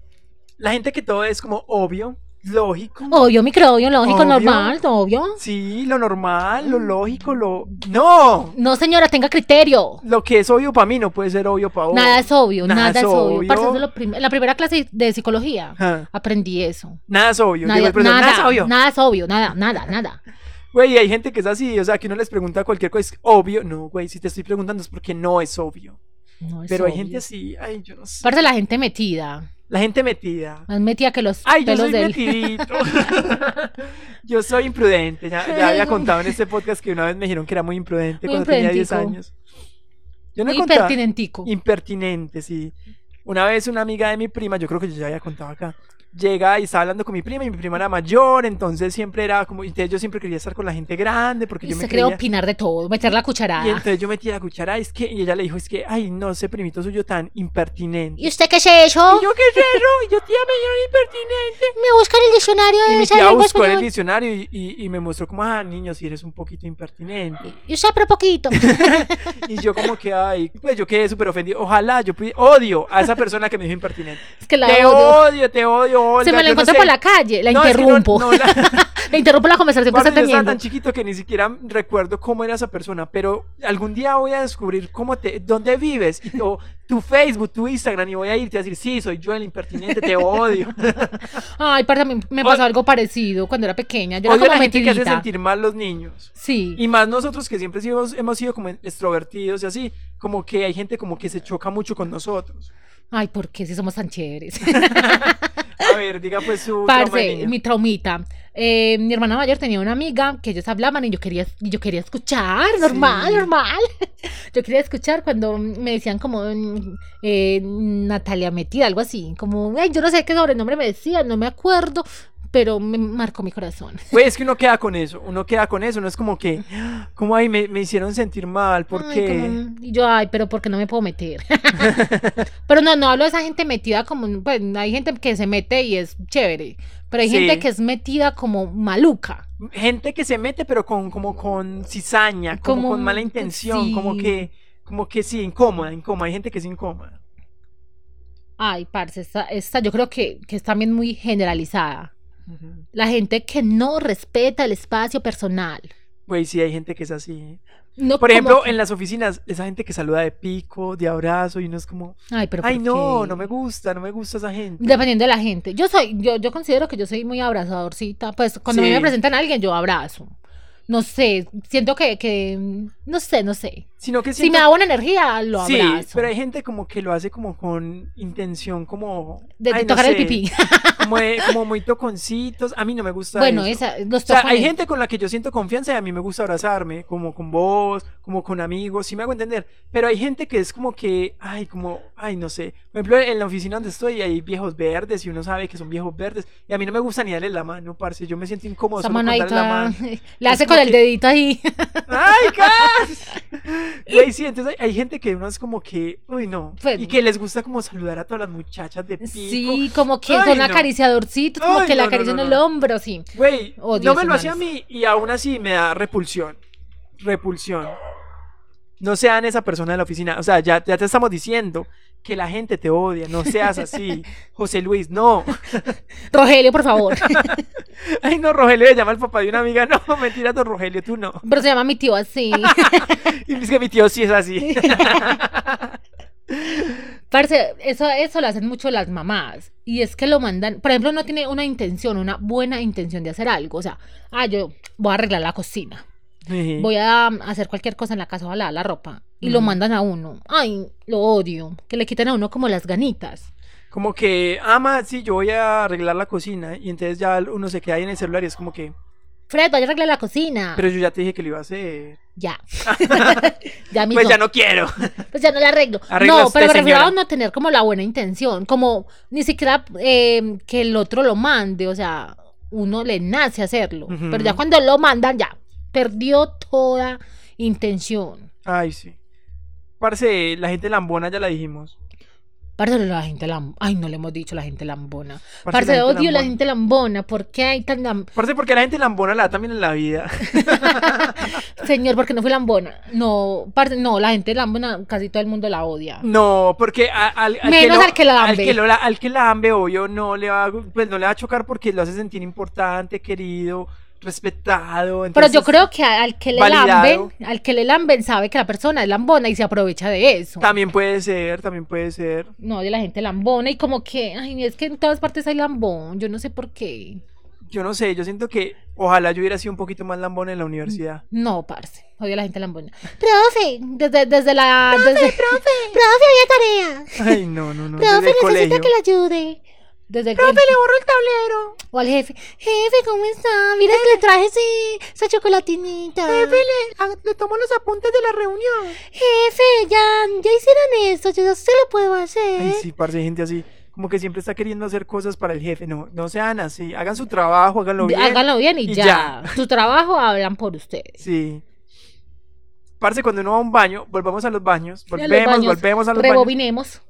Speaker 1: La gente que todo es como obvio, lógico.
Speaker 2: Obvio, microbio, lógico,
Speaker 1: Obvio.
Speaker 2: normal, obvio.
Speaker 1: Sí, lo normal, lo lógico, lo. ¡No!
Speaker 2: No, señora, tenga criterio.
Speaker 1: Lo que es obvio para mí no puede ser obvio para vos.
Speaker 2: Nada es obvio, nada, es obvio. Parce, eso es
Speaker 1: Oh, obvio.
Speaker 2: lo prim- la primera clase de psicología
Speaker 1: Ajá.
Speaker 2: aprendí eso.
Speaker 1: Nada es obvio.
Speaker 2: Nadie-
Speaker 1: Digo, perdón,
Speaker 2: nada,
Speaker 1: nada es obvio.
Speaker 2: nada es obvio, nada, nada, nada.
Speaker 1: Güey, hay gente que es así, o sea, que uno les pregunta cualquier cosa, es obvio. No, güey, si te estoy preguntando es porque no es obvio.
Speaker 2: No es
Speaker 1: Pero hay
Speaker 2: obvio.
Speaker 1: gente así, ay, yo no sé.
Speaker 2: Parce, la gente metida.
Speaker 1: La gente metida.
Speaker 2: Más metida que los
Speaker 1: Ay, yo
Speaker 2: pelos
Speaker 1: soy
Speaker 2: del. [LAUGHS]
Speaker 1: metidito. yo soy imprudente. Ya, ya
Speaker 2: [LAUGHS]
Speaker 1: había contado en este podcast que una vez me dijeron que era muy imprudente
Speaker 2: Muy
Speaker 1: cuando tenía 10
Speaker 2: imprudentico.
Speaker 1: años. Yo no he
Speaker 2: Muy
Speaker 1: contado.
Speaker 2: pertinentico.
Speaker 1: Impertinente, sí. Una vez una amiga de mi prima, yo creo que yo ya había contado acá, llega y está hablando con mi prima y mi prima era mayor, entonces siempre era como, entonces yo siempre quería estar con la gente grande porque
Speaker 2: Y
Speaker 1: yo me
Speaker 2: se cree
Speaker 1: creía...
Speaker 2: opinar de todo, meter la
Speaker 1: Y
Speaker 2: cucharada.
Speaker 1: entonces yo metí la cuchara, es que, y ella le dijo, es que, ay, no, ese primito suyo tan impertinente.
Speaker 2: ¿Y usted qué se ha hecho?
Speaker 1: Y yo, ¿qué es eso? Y yo, tía, me dijeron impertinente.
Speaker 2: Me busca en el diccionario
Speaker 1: Y
Speaker 2: de
Speaker 1: mi
Speaker 2: esa
Speaker 1: tía
Speaker 2: lengua
Speaker 1: buscó en el
Speaker 2: española.
Speaker 1: diccionario y, y- y me mostró como, ah, niño, si eres un poquito impertinente.
Speaker 2: Y usted
Speaker 1: [LAUGHS]
Speaker 2: pero poquito.
Speaker 1: Y yo como que, ay, pues yo quedé súper ofendido. Ojalá, yo pi- odio a esa persona que me dijo impertinente.
Speaker 2: Es que la
Speaker 1: te
Speaker 2: odio.
Speaker 1: odio, te odio, Olga.
Speaker 2: Se me la
Speaker 1: yo no
Speaker 2: encuentro
Speaker 1: sé.
Speaker 2: por la calle, la
Speaker 1: No, es que no-
Speaker 2: interrumpo.
Speaker 1: no, la-
Speaker 2: Le interrumpo [LAUGHS] la conversación que
Speaker 1: Parce,
Speaker 2: está
Speaker 1: yo estaba
Speaker 2: teniendo.
Speaker 1: tan chiquito que ni siquiera recuerdo cómo era esa persona, pero algún día voy a descubrir cómo te, dónde vives, y- o tu Facebook, tu Instagram, y voy a irte a decir, sí, soy yo el impertinente, te odio.
Speaker 2: Ay, parce, a mí me
Speaker 1: Odio-
Speaker 2: pasó algo parecido cuando era pequeña. Yo
Speaker 1: odio
Speaker 2: era
Speaker 1: a la
Speaker 2: como
Speaker 1: gente que hace
Speaker 2: metidita.
Speaker 1: sentir mal los niños.
Speaker 2: Sí.
Speaker 1: Y más nosotros que siempre hemos, hemos sido como extrovertidos y así, como que hay gente como que se choca mucho con nosotros.
Speaker 2: Ay, ¿por qué si somos tan
Speaker 1: [LAUGHS]
Speaker 2: chéveres?
Speaker 1: A ver, diga pues su... trauma de
Speaker 2: [LAUGHS] Parce,
Speaker 1: niño.
Speaker 2: mi traumita. Eh, mi hermana mayor tenía una amiga que ellos hablaban y yo quería, y yo quería escuchar, normal,
Speaker 1: Sí.
Speaker 2: normal. [LAUGHS] Yo quería escuchar cuando me decían como mm, eh, Natalia Metida, algo así. Como, ay, yo no sé qué sobrenombre me decían, no me acuerdo, pero me marcó mi corazón.
Speaker 1: Güey, Pues, es que uno queda con eso, uno queda con eso, no es como que, como ay, me, me hicieron sentir mal,
Speaker 2: Ay,
Speaker 1: porque
Speaker 2: como- y yo, ay, pero porque no me
Speaker 1: [LAUGHS]
Speaker 2: puedo meter? pero no, no hablo de esa gente metida como, pues hay gente que se mete y es chévere, pero hay
Speaker 1: Sí.
Speaker 2: gente que es metida como maluca.
Speaker 1: gente que se mete, pero con, como con cizaña, como,
Speaker 2: Como-
Speaker 1: con mala intención,
Speaker 2: sí.
Speaker 1: como que, como que sí, incómoda, incómoda, hay gente que es incómoda.
Speaker 2: Ay, parce, esta, esta yo creo que, que es también muy generalizada. La gente que no respeta el espacio personal.
Speaker 1: Güey, sí, hay gente que es así.
Speaker 2: No
Speaker 1: Por
Speaker 2: como-
Speaker 1: ejemplo, en las oficinas, esa gente que saluda de pico, de abrazo, y uno es como,
Speaker 2: ay, pero
Speaker 1: ay,
Speaker 2: ¿por
Speaker 1: no,
Speaker 2: qué?
Speaker 1: no me gusta, no me gusta esa gente.
Speaker 2: Dependiendo de la gente. Yo soy, yo, yo considero que yo soy muy abrazadorcita. Pues cuando a mí
Speaker 1: Sí.
Speaker 2: me presentan a alguien, yo abrazo. No sé, siento que, que no sé, no sé.
Speaker 1: Sino que
Speaker 2: Si me
Speaker 1: siento-
Speaker 2: da buena energía, lo
Speaker 1: Sí,
Speaker 2: abrazo.
Speaker 1: pero hay gente como que lo hace como con intención, como...
Speaker 2: De
Speaker 1: ay, no
Speaker 2: tocar el
Speaker 1: sé,
Speaker 2: pipí.
Speaker 1: Como, de- como muy toconcitos. A mí no me gusta
Speaker 2: bueno,
Speaker 1: eso.
Speaker 2: esa, los
Speaker 1: O sea,
Speaker 2: tocones.
Speaker 1: hay gente con la que yo siento confianza y a mí me gusta abrazarme, como con vos, como con amigos, si me hago entender. Pero hay gente que es como que, ay, como, ay, no sé. Por ejemplo, en la oficina donde estoy hay viejos verdes y uno sabe que son viejos verdes. Y a mí no me gusta ni darle la mano, parce. Yo me siento incómodo
Speaker 2: Esa
Speaker 1: solo con
Speaker 2: mano ahí
Speaker 1: darle la
Speaker 2: toda-
Speaker 1: mano.
Speaker 2: [LAUGHS] La
Speaker 1: Es
Speaker 2: hace
Speaker 1: como
Speaker 2: con el
Speaker 1: que- [LAUGHS]
Speaker 2: dedito ahí.
Speaker 1: ¡Ay, gas! [LAUGHS] Güey, sí, entonces hay, hay gente que uno es como que, uy, no.
Speaker 2: Pues-
Speaker 1: y que les gusta como saludar a todas las muchachas de pico.
Speaker 2: Sí, como que
Speaker 1: Ay,
Speaker 2: son
Speaker 1: no.
Speaker 2: acariciadorcitos, como
Speaker 1: Ay,
Speaker 2: que la
Speaker 1: no, no,
Speaker 2: acarician
Speaker 1: no,
Speaker 2: el
Speaker 1: no.
Speaker 2: hombro, sí.
Speaker 1: Güey,
Speaker 2: Odio
Speaker 1: no me
Speaker 2: esos
Speaker 1: lo hacía a
Speaker 2: manes.
Speaker 1: mí y aún así me da repulsión. Repulsión. No sean esa persona de la oficina. O sea, ya, ya te estamos diciendo que la gente te odia. No seas
Speaker 2: [LAUGHS]
Speaker 1: así. José Luis, no.
Speaker 2: Rogelio, por favor. [LAUGHS]
Speaker 1: Ay, no, Rogelio le llama al papá de una amiga. No, [LAUGHS] mentira, don Rogelio, tú no.
Speaker 2: Pero se llama mi
Speaker 1: [LAUGHS]
Speaker 2: tío así.
Speaker 1: Y es que mi tío sí es así.
Speaker 2: Parce, eso, eso lo hacen mucho las mamás. Y es que lo mandan, por ejemplo, no tiene una intención, una buena intención de hacer algo. O sea, ah, yo voy a arreglar la cocina.
Speaker 1: Sí.
Speaker 2: [LAUGHS] voy a um, hacer cualquier cosa en la casa, ojalá la ropa. Y lo
Speaker 1: Ujú.
Speaker 2: mandan a uno. Ay, lo odio. Que le quitan a uno como las ganitas.
Speaker 1: Como "Ah, que, ama, sí, yo voy a arreglar la cocina. Y entonces ya uno se queda ahí en el celular y es como que,
Speaker 2: Fred, vaya a arreglar la cocina.
Speaker 1: Pero yo ya te dije que lo iba a hacer. [LAUGHS]
Speaker 2: Ya. ya mismo.
Speaker 1: Pues ya no quiero. [LAUGHS]
Speaker 2: Pues ya no la arreglo.
Speaker 1: Arregla
Speaker 2: no, pero me
Speaker 1: usted,
Speaker 2: refiero a
Speaker 1: señora.
Speaker 2: no tener como la buena intención, como ni siquiera eh, que el otro lo mande, o sea, uno le nace hacerlo,
Speaker 1: Ujú.
Speaker 2: pero ya cuando lo mandan ya perdió toda intención.
Speaker 1: Ay, sí. Parce, la gente lambona ya la dijimos.
Speaker 2: Parce, la gente lambona. Ay, no le hemos dicho la gente lambona.
Speaker 1: Parce,
Speaker 2: Parce,
Speaker 1: la gente
Speaker 2: odio la
Speaker 1: lambona.
Speaker 2: gente lambona. ¿Por qué hay tan lam-
Speaker 1: Parce, porque la gente lambona la da también en la vida. [LAUGHS]
Speaker 2: Señor, ¿por qué no fue lambona? No, parce, no, la gente lambona, casi todo el mundo la odia.
Speaker 1: No, porque a- al,
Speaker 2: Menos
Speaker 1: lo-
Speaker 2: al que la
Speaker 1: Al
Speaker 2: lambe.
Speaker 1: que, lo la- al que la ambe, obvio, no le, va, a- pues no le va a chocar porque lo hace sentir importante, querido, respetado.
Speaker 2: Pero
Speaker 1: entonces-
Speaker 2: yo creo que a- al que le
Speaker 1: validado.
Speaker 2: lamben, al que le lamben sabe que la persona es lambona y se aprovecha de eso.
Speaker 1: También puede ser, también puede ser.
Speaker 2: No, de la gente lambona y como que, ay, es que en todas partes hay lambón, yo no sé por qué.
Speaker 1: Yo no sé, yo siento que ojalá yo hubiera sido un poquito más lambón en la [LAUGHS] universidad.
Speaker 2: No, parce, odio a la gente lambona. Profe, desde, desde la... desde, profe, profe, había tarea.
Speaker 1: Ay, no, no, no.
Speaker 2: Profe,
Speaker 1: desde el
Speaker 2: necesito
Speaker 1: colegio.
Speaker 2: que le ayude. Desde el
Speaker 1: le borro el tablero.
Speaker 2: O al jefe, "Eh, jefe, ¿cómo está? Mira, le traje ese- esa chocolatinita.
Speaker 1: le tomo los apuntes de la reunión.
Speaker 2: Jefe, ya, ya hicieron esto, yo se lo puedo hacer.
Speaker 1: Ay, sí, parce, hay gente así. Como que siempre está queriendo hacer cosas para el jefe. No, no sean así. Hagan su trabajo, háganlo bien.
Speaker 2: Háganlo bien y,
Speaker 1: y
Speaker 2: ya.
Speaker 1: ya.
Speaker 2: Su trabajo hablan por ustedes.
Speaker 1: Sí. Parce, cuando uno va a un baño, volvamos a los baños.
Speaker 2: los
Speaker 1: Volvemos,
Speaker 2: baños,
Speaker 1: volvemos a los baños.
Speaker 2: Rebobinemos.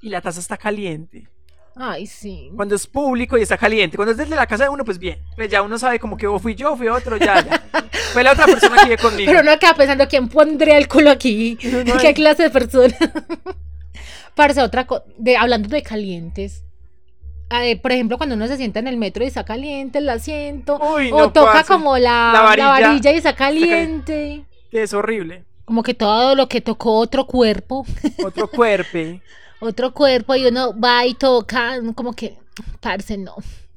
Speaker 1: Y la taza está caliente.
Speaker 2: Ay, sí.
Speaker 1: Cuando es público y está caliente. Cuando es desde la casa de uno, pues bien. Pues ya uno sabe como que o fui yo, fui otro, ya, ya. [LAUGHS] Fue la otra persona que iba conmigo.
Speaker 2: Pero no acá pensando quién pondría el culo aquí.
Speaker 1: No, no,
Speaker 2: ¿Qué
Speaker 1: hay-
Speaker 2: clase de persona? [LAUGHS] Parce, otra cosa. Hablando de calientes. eh, por ejemplo, cuando uno se sienta en el metro y está caliente el asiento.
Speaker 1: Uy,
Speaker 2: o
Speaker 1: no,
Speaker 2: toca
Speaker 1: parce.
Speaker 2: como la,
Speaker 1: La
Speaker 2: la
Speaker 1: varilla.
Speaker 2: varilla. y está caliente.
Speaker 1: Es horrible.
Speaker 2: Como que todo lo que tocó otro cuerpo.
Speaker 1: Otro cuerpo.
Speaker 2: Otro cuerpo y uno va y toca. Como que. Parce, no.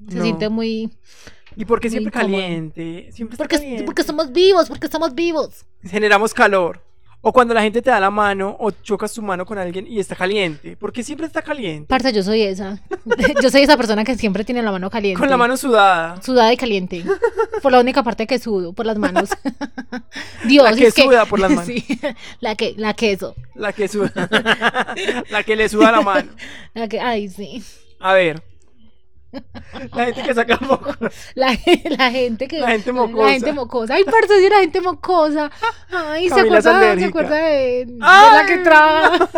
Speaker 2: Se
Speaker 1: No.
Speaker 2: siente muy.
Speaker 1: Y porque
Speaker 2: Muy
Speaker 1: siempre
Speaker 2: incómodo.
Speaker 1: caliente. Siempre está
Speaker 2: Porque,
Speaker 1: caliente.
Speaker 2: porque somos vivos, porque estamos vivos.
Speaker 1: generamos calor. O cuando la gente te da la mano o chocas tu mano con alguien y está caliente. Porque siempre está caliente.
Speaker 2: Parce, yo soy esa. [LAUGHS] Yo soy esa persona que siempre tiene la mano caliente.
Speaker 1: Con la mano sudada.
Speaker 2: Sudada y caliente. Por la única parte que sudo, por las
Speaker 1: [LAUGHS]
Speaker 2: manos. Dios,
Speaker 1: La que
Speaker 2: es que-
Speaker 1: suda
Speaker 2: [LAUGHS]
Speaker 1: por las manos.
Speaker 2: Sí, la que, la queso.
Speaker 1: La que suda. [LAUGHS] la que le suda la mano.
Speaker 2: La que, ay, sí.
Speaker 1: A ver. La gente que saca moco.
Speaker 2: La, [LAUGHS] ge- la gente que.
Speaker 1: La gente mocosa.
Speaker 2: La gente mocosa. Ay, parce, sí, la gente mocosa. Ay, se
Speaker 1: Camila es
Speaker 2: acuerda, se
Speaker 1: alérgica.
Speaker 2: acuerda de, de
Speaker 1: Ay,
Speaker 2: la que traba.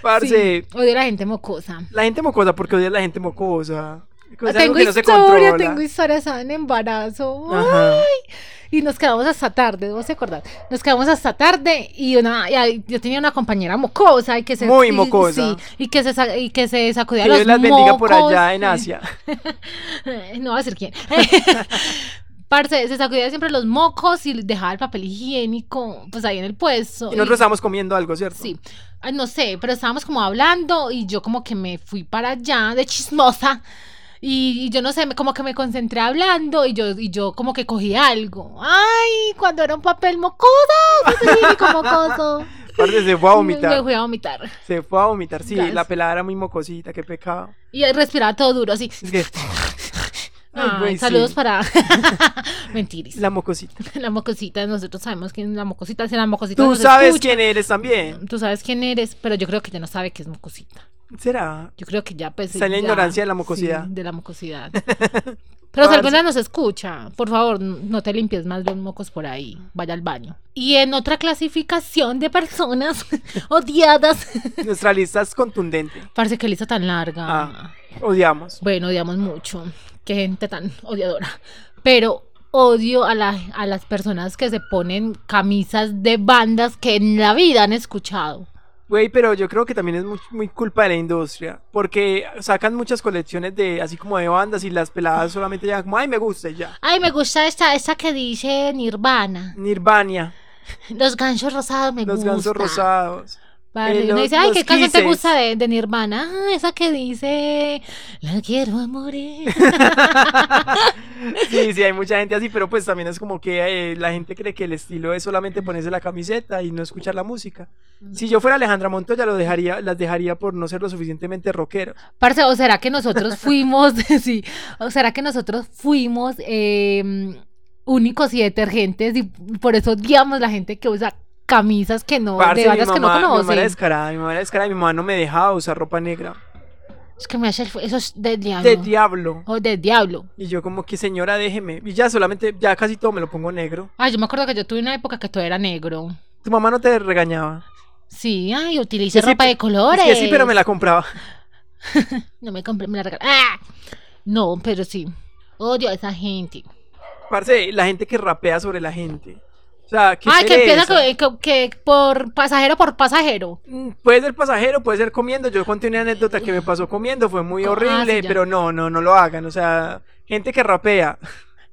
Speaker 1: Parce.
Speaker 2: Sí, odio a la gente mocosa.
Speaker 1: La gente mocosa, porque odia a la gente mocosa. Es algo
Speaker 2: Ah, tengo
Speaker 1: que no se
Speaker 2: historia,
Speaker 1: controla.
Speaker 2: tengo historia, estaba en embarazo.
Speaker 1: Ajá.
Speaker 2: Y nos quedamos hasta tarde, vos te acordás. Nos quedamos hasta tarde y una y ahí yo tenía una compañera mocosa y que se
Speaker 1: Muy
Speaker 2: y-
Speaker 1: mocosa.
Speaker 2: sí, y que se sa- y que se sacudía
Speaker 1: Que
Speaker 2: los
Speaker 1: Dios las bendiga por
Speaker 2: mocos.
Speaker 1: allá en Asia.
Speaker 2: [LAUGHS] No va a decir quién. [LAUGHS] Parce, se sacudía siempre los mocos y dejaba el papel higiénico pues ahí en el puesto.
Speaker 1: Y nosotros estábamos comiendo algo, ¿cierto?
Speaker 2: Sí. Ay, no sé, pero estábamos como hablando y yo como que me fui para allá de chismosa. Y, y yo no sé, me- como que me concentré hablando y yo, y yo como que cogí algo. Ay, cuando era un papel mocoso, papel higiénico
Speaker 1: [LAUGHS]
Speaker 2: mocoso.
Speaker 1: Parce, se fue a
Speaker 2: Me
Speaker 1: vomitar.
Speaker 2: fui a vomitar.
Speaker 1: Se fue a vomitar. Sí,
Speaker 2: Gas.
Speaker 1: la pelada era muy mocosita, qué pecado.
Speaker 2: Y él respiraba todo duro, así.
Speaker 1: Es
Speaker 2: [LAUGHS]
Speaker 1: que- Ay,
Speaker 2: Ay,
Speaker 1: güey, sí. [LAUGHS]
Speaker 2: saludos para... [LAUGHS] Mentiris. La...
Speaker 1: La mocosita.
Speaker 2: mocosita, nosotros sabemos quién es la mocosita. Si la mocosita
Speaker 1: Tú
Speaker 2: nos
Speaker 1: sabes
Speaker 2: escucha,
Speaker 1: quién eres también.
Speaker 2: Tú sabes quién eres, pero yo creo que ya no sabe que es mocosita.
Speaker 1: ¿Será?
Speaker 2: Yo creo que ya pues
Speaker 1: Está en la
Speaker 2: ya-
Speaker 1: ignorancia de la mocosidad.
Speaker 2: sí, de
Speaker 1: [LAUGHS]
Speaker 2: la mucosidad. Pero si
Speaker 1: Parce.
Speaker 2: alguna nos escucha, por favor, n- no te limpies más los mocos por ahí. Vaya al baño. Y en otra clasificación de personas [LAUGHS] odiadas. [LAUGHS]
Speaker 1: Nuestra lista es contundente.
Speaker 2: Parece que lista tan larga.
Speaker 1: Ah. Odiamos.
Speaker 2: Bueno, odiamos mucho. Qué gente tan odiadora. Pero odio a, la- a las personas que se ponen camisas de bandas que en la vida han escuchado.
Speaker 1: Güey, pero yo creo que también es muy, muy culpa de la industria. Porque sacan muchas colecciones de así como de bandas y las peladas solamente ya como, ay, me gusta y ya.
Speaker 2: Ay, me gusta esta, esta que dice Nirvana.
Speaker 1: Nirvania,
Speaker 2: Los ganchos rosados me
Speaker 1: los
Speaker 2: gustan.
Speaker 1: gansos rosados.
Speaker 2: Vale,
Speaker 1: Eh,
Speaker 2: uno
Speaker 1: los-
Speaker 2: dice, ay,
Speaker 1: los
Speaker 2: ¿qué canción te
Speaker 1: Kisses".
Speaker 2: gusta de, de Nirvana? Ah, esa que dice, la quiero a morir.
Speaker 1: [LAUGHS] Sí, sí, hay mucha gente así, pero pues también es como que eh, la gente cree que el estilo es solamente ponerse la camiseta y no escuchar la música.
Speaker 2: Mm.
Speaker 1: Si yo fuera Alejandra Montoya, lo dejaría, las dejaría por no ser lo suficientemente rockero.
Speaker 2: [LAUGHS] Parce, ¿o será que nosotros fuimos, [LAUGHS] sí, o será que nosotros fuimos eh, únicos y detergentes y por eso odiamos la gente que usa camisas que no,
Speaker 1: Parce,
Speaker 2: de bandas
Speaker 1: mi
Speaker 2: que no
Speaker 1: mamá, mi mamá era
Speaker 2: conocen?
Speaker 1: descarada, mi mamá era descarada, y mi mamá no me dejaba usar ropa negra.
Speaker 2: Es que me hace el fu- eso es del diablo.
Speaker 1: De diablo.
Speaker 2: O del diablo.
Speaker 1: Y yo como que señora, déjeme. Y ya solamente, ya casi todo me lo pongo negro.
Speaker 2: Ay, Ah, yo me acuerdo que yo tuve una época que todo era negro.
Speaker 1: Tu mamá no te regañaba.
Speaker 2: Sí, ay, utilicé
Speaker 1: Que sí,
Speaker 2: ropa de
Speaker 1: pe- Es
Speaker 2: colores.
Speaker 1: que sí, pero me la compraba. [LAUGHS]
Speaker 2: No me compré, me la regalaron. ¡Ah! No, pero sí. Odio a esa gente.
Speaker 1: Parce, la gente que rapea sobre la gente. O sea, que
Speaker 2: Ay, que empieza que, que- que por pasajero por pasajero.
Speaker 1: Mm, Puede ser pasajero, puede ser comiendo. Yo conté una anécdota que me pasó comiendo, fue muy
Speaker 2: Ah,
Speaker 1: horrible,
Speaker 2: sí, ya.
Speaker 1: pero no, no, no lo hagan. O sea, gente que rapea,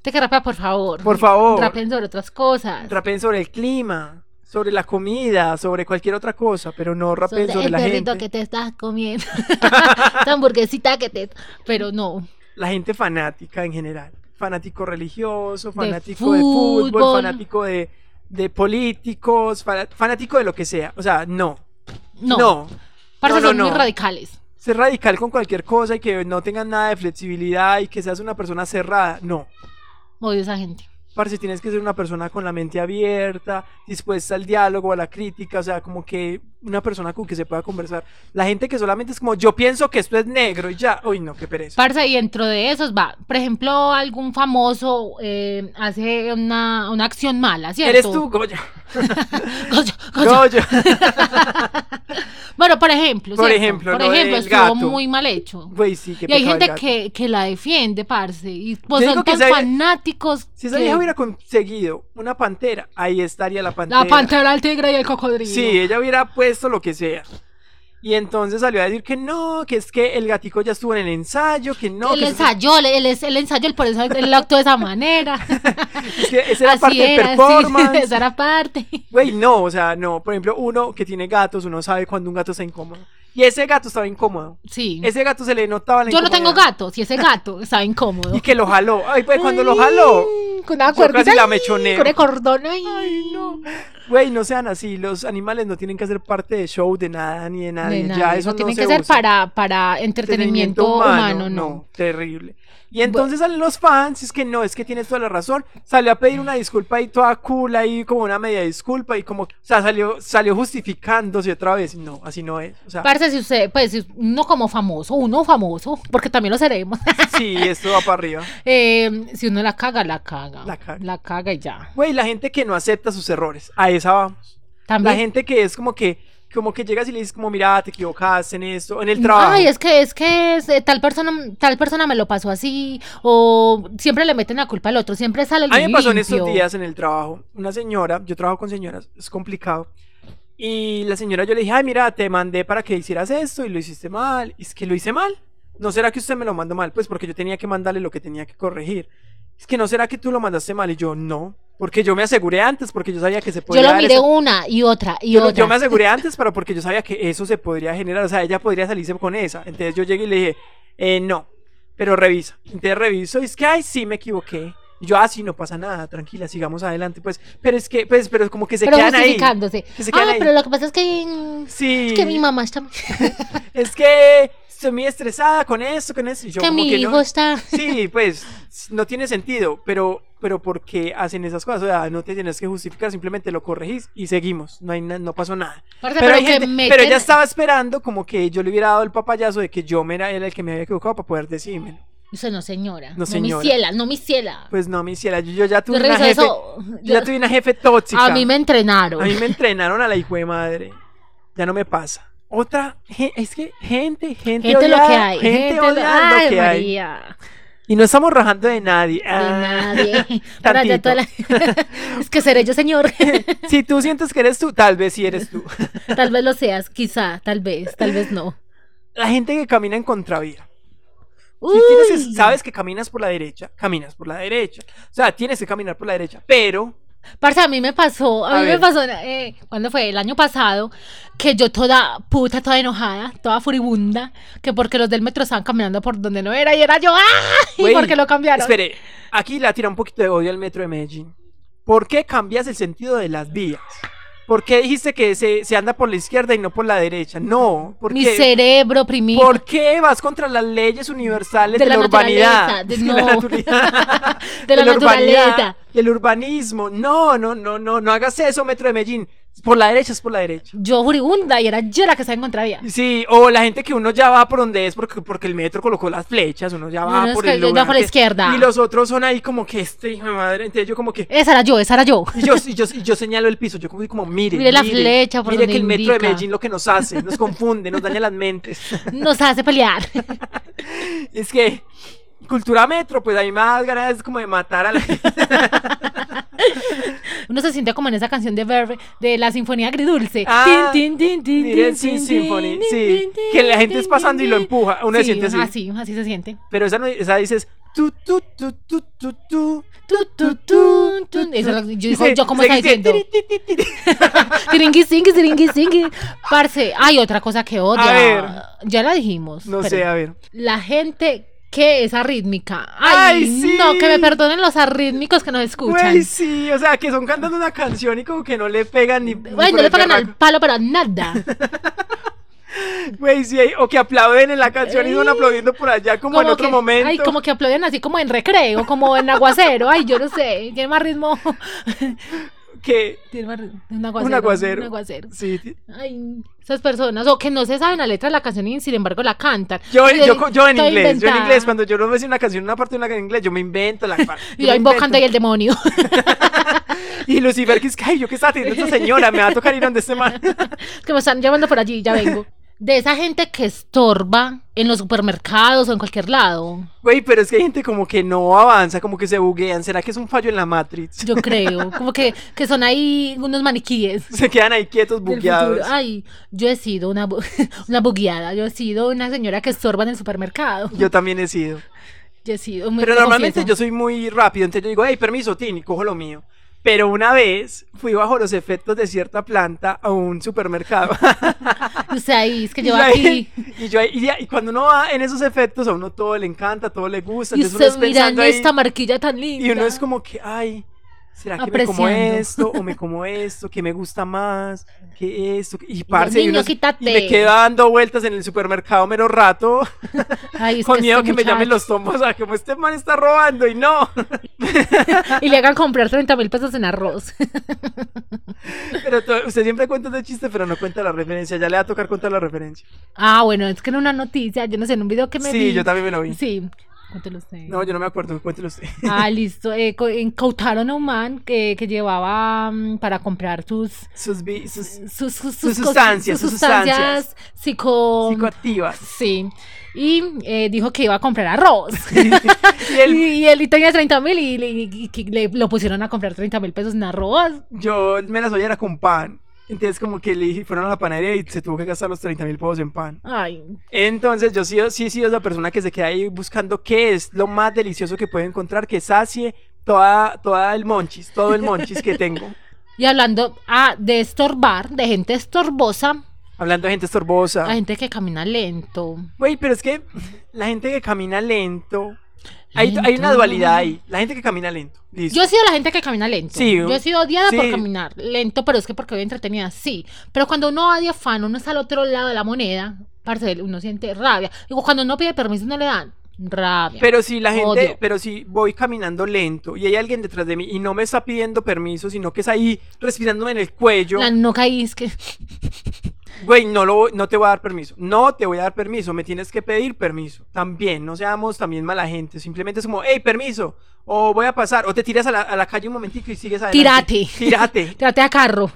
Speaker 2: Te que [LAUGHS] rapea, por favor.
Speaker 1: por favor,
Speaker 2: Rapen sobre otras cosas.
Speaker 1: rapen sobre el clima, sobre la comida, sobre cualquier otra cosa, pero no rapen sobre,
Speaker 2: el
Speaker 1: la
Speaker 2: perrito
Speaker 1: gente.
Speaker 2: que te estás
Speaker 1: [LAUGHS]
Speaker 2: comiendo. [LAUGHS] Esa hamburguesita que te. Pero no.
Speaker 1: La gente fanática en general, fanático religioso, fanático
Speaker 2: fútbol.
Speaker 1: de fútbol, fanático de, de políticos, fana- fanático de lo que sea. O sea, no, no.
Speaker 2: No. no. Parce,
Speaker 1: No, no,
Speaker 2: son muy
Speaker 1: no.
Speaker 2: radicales.
Speaker 1: Ser radical con cualquier cosa y que no tengas nada de flexibilidad y que seas una persona cerrada, no.
Speaker 2: Odio a esa gente.
Speaker 1: Parce, tienes que ser una persona con la mente abierta, dispuesta al diálogo, a la crítica, o sea, como que una persona con que se pueda conversar. La gente que solamente es como, yo pienso que esto es negro y ya, uy, no, qué pereza.
Speaker 2: Parce, y dentro de esos va, por ejemplo, algún famoso eh, hace una, una acción mala, ¿cierto?
Speaker 1: Eres
Speaker 2: [LAUGHS]
Speaker 1: tú, Goya.
Speaker 2: Goyo, goyo.
Speaker 1: Goya.
Speaker 2: Bueno, por ejemplo,
Speaker 1: Por
Speaker 2: ¿cierto?
Speaker 1: ejemplo,
Speaker 2: por
Speaker 1: lo
Speaker 2: ejemplo,
Speaker 1: del
Speaker 2: estuvo
Speaker 1: gato.
Speaker 2: muy mal hecho.
Speaker 1: [LAUGHS] Güey, sí, qué
Speaker 2: Y
Speaker 1: pecado
Speaker 2: hay
Speaker 1: el
Speaker 2: gente
Speaker 1: gato.
Speaker 2: que, que la defiende, parce. Y pues
Speaker 1: Yo
Speaker 2: son
Speaker 1: digo que
Speaker 2: tan
Speaker 1: esa-
Speaker 2: fanáticos.
Speaker 1: Si esa
Speaker 2: que-
Speaker 1: vieja hubiera conseguido una pantera, ahí estaría la pantera.
Speaker 2: La pantera, el tigre y el cocodrilo.
Speaker 1: Sí, ella hubiera puesto lo que sea. Y entonces salió a decir que no, que es que el gatico ya estuvo en el ensayo, que no,
Speaker 2: el
Speaker 1: que eso-
Speaker 2: ensayo, el, el- el ensayo, el por eso él actuó de
Speaker 1: [LAUGHS]
Speaker 2: esa manera.
Speaker 1: es que esa era
Speaker 2: Así
Speaker 1: parte del
Speaker 2: era, sí, [LAUGHS]
Speaker 1: performance.
Speaker 2: esa era parte.
Speaker 1: Güey, no, o sea, no. Por ejemplo, uno que tiene gatos, uno sabe cuando un gato está incómodo. Y ese gato estaba incómodo.
Speaker 2: Sí.
Speaker 1: Ese gato se le notaba la
Speaker 2: Yo no tengo
Speaker 1: incomodidad.
Speaker 2: gato, si ese gato estaba incómodo.
Speaker 1: Y que lo jaló. Ay, pues cuando lo jaló.
Speaker 2: Ay, Con una
Speaker 1: yo
Speaker 2: cuerdita.
Speaker 1: casi la
Speaker 2: ay,
Speaker 1: mechoneo.
Speaker 2: Con el cordón, ay.
Speaker 1: Ay, no. Güey, no sean así. Los animales no tienen que hacer parte de show, de nada, ni de nada.
Speaker 2: De
Speaker 1: Ya,
Speaker 2: nadie,
Speaker 1: eso
Speaker 2: no
Speaker 1: no
Speaker 2: tiene
Speaker 1: se
Speaker 2: que ser
Speaker 1: usa.
Speaker 2: para, para entretenimiento humano, no.
Speaker 1: Terrible. Y entonces salen los fans, y es que no, es que tienes toda la razón. Salió a pedir una disculpa y toda cool ahí, como una media disculpa, y como, o sea, salió, salió justificándose otra vez. No, así no es. O sea,
Speaker 2: Parce, si usted, pues, si uno como famoso, uno famoso, porque también lo seremos. [LAUGHS]
Speaker 1: sí, esto va para arriba.
Speaker 2: eh, si uno la caga, la caga.
Speaker 1: La caga.
Speaker 2: y ya.
Speaker 1: Güey, la gente que no acepta sus errores, a esa vamos. La
Speaker 2: También.
Speaker 1: gente que es como que, como que llegas y le dices como, mira, te equivocaste en esto, en el trabajo.
Speaker 2: Ay, es que, es que es, eh, tal persona, tal persona me lo pasó así, o siempre le meten la culpa al otro, siempre sale el
Speaker 1: A mí me pasó en estos
Speaker 2: limpio.
Speaker 1: días en el trabajo. Una señora, yo trabajo con señoras, es complicado. Y la señora yo le dije, ay, mira, te mandé para que hicieras esto y lo hiciste mal. Y es que lo hice mal. ¿No será que usted me lo mandó mal? Pues porque yo tenía que mandarle lo que tenía que corregir. Es que no será que tú lo mandaste mal. Y yo, no. Porque yo me aseguré antes, porque yo sabía que se podía
Speaker 2: Yo lo
Speaker 1: dar
Speaker 2: miré
Speaker 1: esa-
Speaker 2: una y otra y
Speaker 1: yo, lo-
Speaker 2: otra.
Speaker 1: yo me aseguré antes, pero porque yo sabía que eso se podría generar, o sea, ella podría salirse con esa. Entonces yo llegué y le dije, eh, no, pero revisa. Entonces reviso y es que, ay, sí, me equivoqué. Y yo, ah, sí, no pasa nada, tranquila, sigamos adelante. Pues, pero es que, pues, pero como que se
Speaker 2: pero
Speaker 1: quedan ahí.
Speaker 2: justificándose.
Speaker 1: Que se quedan
Speaker 2: Ay,
Speaker 1: ahí.
Speaker 2: pero lo que pasa es que, mm,
Speaker 1: Sí,
Speaker 2: es que mi mamá está,
Speaker 1: es que estoy muy estresada con esto, con eso. Y yo
Speaker 2: que
Speaker 1: como
Speaker 2: mi
Speaker 1: que
Speaker 2: hijo
Speaker 1: no,
Speaker 2: está.
Speaker 1: Sí, pues, no tiene sentido, pero, pero ¿por qué hacen esas cosas? O sea, no te tienes que justificar, simplemente lo corregís y seguimos, no, hay na- no pasó nada.
Speaker 2: Parce,
Speaker 1: Pero, hay
Speaker 2: que
Speaker 1: gente-
Speaker 2: meten-
Speaker 1: pero ella estaba esperando como que yo le hubiera dado el papayazo de que yo me era, era el que me había equivocado para poder decírmelo.
Speaker 2: Eso no, señora. No,
Speaker 1: No, señora.
Speaker 2: mi ciela, no mi ciela.
Speaker 1: Pues no, mi ciela, yo, yo ya
Speaker 2: Yo
Speaker 1: tuve una
Speaker 2: reviso
Speaker 1: jefe,
Speaker 2: eso.
Speaker 1: yo
Speaker 2: yo-
Speaker 1: ya tuve una jefe tóxica.
Speaker 2: a mí me entrenaron.
Speaker 1: A mí me entrenaron a la hijo de madre. Ya no me pasa. Otra, gen- es que gente, gente,
Speaker 2: Gente lo que
Speaker 1: odiada,
Speaker 2: hay.
Speaker 1: gente,
Speaker 2: Gente, lo...
Speaker 1: odiada
Speaker 2: Ay,
Speaker 1: lo que hay.
Speaker 2: María.
Speaker 1: Y no estamos rajando de nadie.
Speaker 2: De
Speaker 1: Ah. [LAUGHS]
Speaker 2: nadie. Para allá toda la- [LAUGHS] es que seré yo, señor.
Speaker 1: [LAUGHS] si tú sientes que eres tú, tal vez sí eres tú. [LAUGHS]
Speaker 2: tal vez lo seas, quizá, tal vez, tal vez no.
Speaker 1: La gente que camina en contravía.
Speaker 2: Uy,
Speaker 1: Si tienes que- sabes que caminas por la derecha, caminas por la derecha. O sea, tienes que caminar por la derecha, pero
Speaker 2: Parce, a mí me pasó, a,
Speaker 1: A
Speaker 2: mí
Speaker 1: ver.
Speaker 2: me pasó, eh, ¿cuándo fue? El año pasado, que yo toda puta, toda enojada, toda furibunda, que porque los del metro estaban caminando por donde no era y era yo, ¡ah!
Speaker 1: Güey,
Speaker 2: y porque lo cambiaron.
Speaker 1: Espere, aquí la tira un poquito de odio al metro de Medellín. ¿Por qué cambias el sentido de las vías? ¿Por qué dijiste que se, se anda por la izquierda y no por la derecha? No,
Speaker 2: Mi
Speaker 1: porque
Speaker 2: cerebro, primito.
Speaker 1: ¿por qué vas contra las leyes universales de,
Speaker 2: De
Speaker 1: la,
Speaker 2: la
Speaker 1: urbanidad?
Speaker 2: naturaleza, de-
Speaker 1: la
Speaker 2: no.
Speaker 1: naturalidad,
Speaker 2: [LAUGHS] De la
Speaker 1: urbanidad,
Speaker 2: naturaleza.
Speaker 1: del urbanismo. No, no, no, no, no hagas eso, metro de Medellín. Por la derecha es por la derecha.
Speaker 2: Yo furibunda y era yo la que estaba en contravía.
Speaker 1: Sí, o la gente que uno ya va por donde es porque, porque el metro colocó las flechas, uno ya va
Speaker 2: Uno es
Speaker 1: por
Speaker 2: que-
Speaker 1: el
Speaker 2: ya
Speaker 1: lugar
Speaker 2: por la
Speaker 1: que-
Speaker 2: izquierda.
Speaker 1: Y los otros son ahí como que este hijo de madre, entonces yo como que
Speaker 2: Esa era yo, esa era yo.
Speaker 1: y yo, y yo, y yo señalo el piso, yo como, como mire,
Speaker 2: Mire la flecha por
Speaker 1: mire
Speaker 2: donde
Speaker 1: que el metro de
Speaker 2: indica.
Speaker 1: Medellín lo que nos hace, nos confunde, nos daña las mentes.
Speaker 2: [LAUGHS]
Speaker 1: [LAUGHS]
Speaker 2: Nos hace pelear.
Speaker 1: Es que cultura metro, pues a mí me da ganas como de matar a la gente. [LAUGHS]
Speaker 2: Uno se siente como en esa canción de Verve, de la Sinfonía Agridulce.
Speaker 1: Ah,
Speaker 2: Tin, tin, tin, tin,
Speaker 1: Miren,
Speaker 2: tin,
Speaker 1: Sin
Speaker 2: tin,
Speaker 1: Symphony,
Speaker 2: tin,
Speaker 1: sí,
Speaker 2: tin, tin,
Speaker 1: que la gente
Speaker 2: tin,
Speaker 1: es pasando y
Speaker 2: tin,
Speaker 1: lo
Speaker 2: tin.
Speaker 1: empuja, uno se
Speaker 2: Sí,
Speaker 1: siente así.
Speaker 2: Así, así se siente.
Speaker 1: Pero esa, no, esa dices tú, tú, tú, tú, tú, tú.
Speaker 2: Tu, tu, tu, tu. Eso es lo que- yo, digo, yo como está diciendo. [LAUGHS] Siringui, singui, siringui, singui. Parce, hay otra cosa que odia.
Speaker 1: A ver.
Speaker 2: Ya la dijimos.
Speaker 1: No
Speaker 2: pero
Speaker 1: sé, a ver.
Speaker 2: La gente que es arrítmica. Ay,
Speaker 1: ¡Ay, sí!
Speaker 2: no, que me perdonen los arrítmicos que nos escuchan.
Speaker 1: Güey, sí, o sea, que son cantando una canción y como que no le pegan ni. ni por
Speaker 2: Güey, no le
Speaker 1: el
Speaker 2: pagan al
Speaker 1: berraco.
Speaker 2: palo para nada.
Speaker 1: Güey, sí, o que aplauden en la canción y van
Speaker 2: Ey.
Speaker 1: aplaudiendo por allá como, en otro
Speaker 2: que-
Speaker 1: momento.
Speaker 2: Ay, como que aplauden así como en recreo, como en aguacero. Ay, yo no sé. Tiene
Speaker 1: [LAUGHS]
Speaker 2: más ritmo.
Speaker 1: que.
Speaker 2: Tiene más ritmo. Un aguacero.
Speaker 1: Un aguacero.
Speaker 2: Un aguacero.
Speaker 1: Sí, ti-
Speaker 2: Ay, esas personas, o que no se saben la letra de la canción y sin embargo la cantan.
Speaker 1: yo,
Speaker 2: Entonces,
Speaker 1: yo, yo en
Speaker 2: toda
Speaker 1: inglés, yo en
Speaker 2: inventada.
Speaker 1: inglés, cuando yo no me sé una canción, una parte de una en inglés, yo me invento
Speaker 2: [LAUGHS]
Speaker 1: la parte.
Speaker 2: Y yo invocando ahí el demonio. [LAUGHS]
Speaker 1: Y Lucifer, que es que, ay, yo qué está teniendo esta señora, me va a tocar ir donde este man. [LAUGHS]
Speaker 2: que me están llamando por allí, ya vengo. De esa gente que estorba en los supermercados o en cualquier lado.
Speaker 1: Güey, pero es que hay gente como que no avanza, como que se buguean. ¿Será que es un fallo en la Matrix?
Speaker 2: Yo creo. Como que, que son ahí unos maniquíes.
Speaker 1: Se quedan ahí quietos,
Speaker 2: del
Speaker 1: bugueados.
Speaker 2: futuro. Ah. Ay, yo he sido una, bu- [LAUGHS] una bugueada. Yo he sido una señora que estorba en el supermercado.
Speaker 1: Yo también he sido.
Speaker 2: Yo he sido muy
Speaker 1: Pero
Speaker 2: te
Speaker 1: normalmente yo
Speaker 2: confieso.
Speaker 1: soy muy rápido, entonces yo digo, hey, permiso, Tini, cojo lo mío. Pero una vez fui bajo los efectos de cierta planta a un
Speaker 2: [LAUGHS]
Speaker 1: supermercado.
Speaker 2: O sea,
Speaker 1: [LAUGHS]
Speaker 2: ahí es que
Speaker 1: Y
Speaker 2: yo
Speaker 1: yo
Speaker 2: aquí.
Speaker 1: ahí- y, yo ahí- y ya- y cuando uno va en esos efectos, a uno todo le encanta, todo le gusta.
Speaker 2: Y
Speaker 1: entonces uno
Speaker 2: usted
Speaker 1: es
Speaker 2: mirando
Speaker 1: pensando ahí,
Speaker 2: esta marquilla tan linda.
Speaker 1: y uno es como que, ay, ¿será que me como
Speaker 2: Apreciando.
Speaker 1: esto? ¿O me como esto? ¿Qué me gusta más? ¿Qué esto? Y
Speaker 2: yo,
Speaker 1: parce, y,
Speaker 2: "Niño,
Speaker 1: uno es-
Speaker 2: quítate".
Speaker 1: y me quedo dando vueltas en el supermercado mero
Speaker 2: [LAUGHS]
Speaker 1: rato.
Speaker 2: Ay,
Speaker 1: [LAUGHS]
Speaker 2: es
Speaker 1: con
Speaker 2: este
Speaker 1: miedo que me llamen
Speaker 2: muchacho.
Speaker 1: los tomos. O sea, como este man está robando y no.
Speaker 2: Y le hagan comprar 30 mil pesos en arroz. [LAUGHS]
Speaker 1: Pero to- usted siempre cuenta ese chiste, pero no cuenta la referencia. Ya le va a tocar contar la referencia.
Speaker 2: Ah, bueno, es que en una noticia, yo no sé, en un video que me
Speaker 1: sí,
Speaker 2: vi.
Speaker 1: yo también me lo vi.
Speaker 2: Sí, cuéntelo usted.
Speaker 1: No, yo no me acuerdo. Cuéntelo usted. [LAUGHS]
Speaker 2: Ah, listo. Eh, co- incautaron a un man que, que llevaba mm, para comprar sus,
Speaker 1: Sus, vi- sus
Speaker 2: sus, sus,
Speaker 1: Sus
Speaker 2: cos-
Speaker 1: sustancias, sus sustancias.
Speaker 2: psico... [LAUGHS]
Speaker 1: psicoactivas.
Speaker 2: Sí. Y eh, dijo que iba a comprar arroz.
Speaker 1: [LAUGHS] Y
Speaker 2: y,
Speaker 1: él,
Speaker 2: y él tenía 30 mil y, le- y que le- lo pusieron a comprar 30 mil pesos en arroz.
Speaker 1: yo me las era con pan. Entonces, como que le dije, fueron a la panadería y se tuvo que gastar los 30 mil pesos en pan.
Speaker 2: Ay,
Speaker 1: Entonces, yo sí, sí, sí, es la persona que se queda ahí buscando qué es lo más delicioso que puede encontrar, que sacie toda, toda el monchis, todo el monchis que tengo.
Speaker 2: Y hablando ah, de estorbar, de gente estorbosa,
Speaker 1: Hablando de gente estorbosa.
Speaker 2: a gente que camina lento.
Speaker 1: Güey, pero es que la gente que camina lento. Hay, hay una
Speaker 2: Lento.
Speaker 1: dualidad ahí. La gente que camina lento. Listo.
Speaker 2: Yo he sido la gente que camina lento.
Speaker 1: Sí,
Speaker 2: yo he sido odiada por
Speaker 1: sí.
Speaker 2: caminar lento, pero es que porque voy entretenida, sí. Pero cuando uno va de afán, uno está al otro lado de la moneda, parce, uno siente rabia. Digo, cuando uno pide permiso no le dan rabia.
Speaker 1: Pero si la gente,
Speaker 2: Odio.
Speaker 1: pero si voy caminando lento y hay alguien detrás de mí y no me está pidiendo permiso, sino que es ahí respirándome en el cuello,
Speaker 2: La no caí, es que
Speaker 1: güey, no lo voy- no te voy a dar permiso. No te voy a dar permiso, me tienes que pedir permiso. También, no seamos también mala gente, simplemente es como, hey, permiso, o voy a pasar, o te tiras a la, a la calle un momentico y sigues adelante.
Speaker 2: Tírate. [LAUGHS]
Speaker 1: Tírate.
Speaker 2: trate a carro.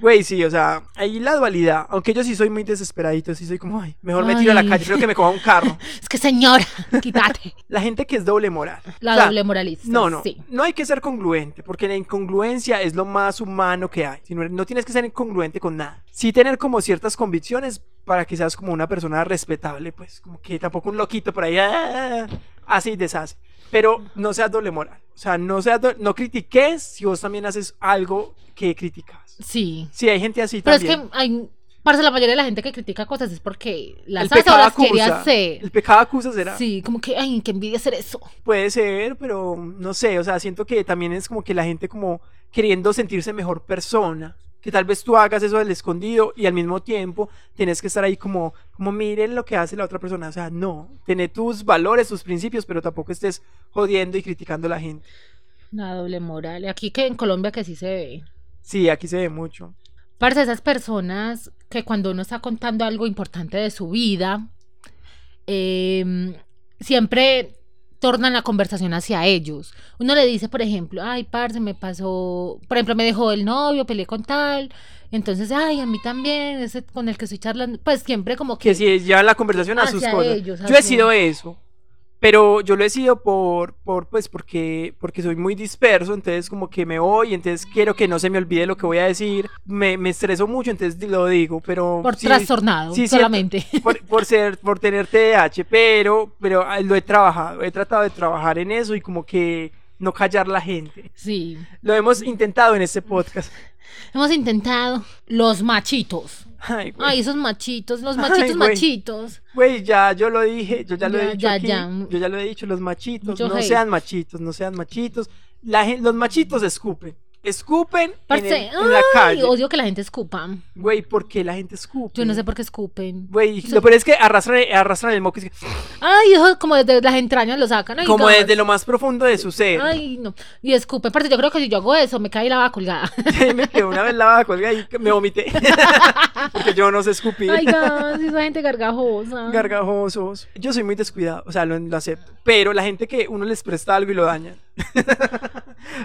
Speaker 1: Güey, sí, o sea, ahí la dualidad. Aunque yo sí soy muy desesperadito, sí soy como, ay, mejor me tiro a la
Speaker 2: Ay.
Speaker 1: calle, creo que me coja un
Speaker 2: [LAUGHS]
Speaker 1: carro.
Speaker 2: Es
Speaker 1: [LAUGHS]
Speaker 2: que señora, quítate.
Speaker 1: La gente que es doble moral.
Speaker 2: La
Speaker 1: O sea,
Speaker 2: doble moralista.
Speaker 1: No, no,
Speaker 2: Sí.
Speaker 1: no hay que ser congruente, porque la incongruencia es lo más humano que hay. Si no, no tienes que ser incongruente con nada. Sí tener como ciertas convicciones para que seas como una persona respetable, ah, pues, como que tampoco un loquito por ahí, ah, así deshace. Pero no seas doble moral. O sea, no, seas do- no critiques si vos también haces algo que criticas.
Speaker 2: Sí.
Speaker 1: Sí, hay gente así
Speaker 2: Pero
Speaker 1: también.
Speaker 2: es que hay, parce, la mayoría de la gente que critica cosas es porque las
Speaker 1: el
Speaker 2: hace o
Speaker 1: pecado
Speaker 2: las
Speaker 1: acusa.
Speaker 2: quería hacer.
Speaker 1: El pecado acusa será.
Speaker 2: Sí, como que, ay, que envidia hacer eso.
Speaker 1: Puede ser, pero no sé, o sea, siento que también es como que la gente como queriendo sentirse mejor persona, que tal vez tú hagas eso del escondido y al mismo tiempo tienes que estar ahí como, como miren lo que hace la otra persona, o sea, no, tener tus valores, tus principios, pero tampoco estés jodiendo y criticando a la gente.
Speaker 2: Una doble moral. Y Aquí que en Colombia que sí se ve.
Speaker 1: Sí, aquí se ve mucho.
Speaker 2: Parce, esas personas que cuando uno está contando algo importante de su vida, eh, siempre tornan la conversación hacia ellos. Uno le dice, por ejemplo, ay, parce, me pasó, por ejemplo, me dejó el novio, peleé con tal, entonces, ay, a mí también, ese con el que estoy charlando, pues siempre como que...
Speaker 1: Que si llevan la conversación a sus
Speaker 2: Hacia
Speaker 1: cosas.
Speaker 2: ellos,
Speaker 1: yo he
Speaker 2: hacia-
Speaker 1: sido eso, pero yo lo he sido por, por pues, porque, porque soy muy disperso, entonces como que me voy, entonces quiero que no se me olvide lo que voy a decir, me, me estreso mucho, entonces di- lo digo, pero...
Speaker 2: Por
Speaker 1: sí,
Speaker 2: trastornado,
Speaker 1: sí, cierto. Pues
Speaker 2: solamente.
Speaker 1: [LAUGHS]
Speaker 2: [LAUGHS]
Speaker 1: por, por ser, por tener TDAH, pero, pero ah, lo he trabajado, he tratado de trabajar en eso y como que no callar la gente.
Speaker 2: Sí.
Speaker 1: Lo hemos intentado en este podcast. [LAUGHS]
Speaker 2: Hemos intentado los machitos.
Speaker 1: Ay, pues. güey.
Speaker 2: Ay, esos machitos, los
Speaker 1: Ay,
Speaker 2: machitos,
Speaker 1: güey.
Speaker 2: machitos.
Speaker 1: Güey, ya yo lo dije, yo ya lo
Speaker 2: Ya,
Speaker 1: he dicho
Speaker 2: ya,
Speaker 1: aquí,
Speaker 2: ya.
Speaker 1: yo ya lo he dicho, los machitos,
Speaker 2: Mucho
Speaker 1: no
Speaker 2: hate.
Speaker 1: sean machitos, no sean machitos. La gen- los machitos escupen, escupen en,
Speaker 2: Parce,
Speaker 1: el- en la
Speaker 2: ay,
Speaker 1: calle.
Speaker 2: odio que la gente escupa.
Speaker 1: Güey, ¿por qué la gente escupe?
Speaker 2: Yo no sé por qué escupen.
Speaker 1: Güey,
Speaker 2: Sí.
Speaker 1: lo peor es que arrastran, arrastran el moco es que-
Speaker 2: Ay, eso como desde las entrañas lo sacan. Ay,
Speaker 1: como
Speaker 2: gas.
Speaker 1: desde lo más profundo de su ser. [LAUGHS]
Speaker 2: Ay, no. Y escupen. Aparte, yo creo que si yo hago eso, me cae la
Speaker 1: [LAUGHS]
Speaker 2: baba colgada.
Speaker 1: me quedó una vez la baja colgada y me vomité. [LAUGHS] Porque yo no sé escupir.
Speaker 2: [LAUGHS] Ay, gas, esa gente gargajosa.
Speaker 1: Gargajosos. Yo soy muy descuidado, o sea, lo, lo acepto. Pero la gente que uno les presta algo y lo daña. [LAUGHS]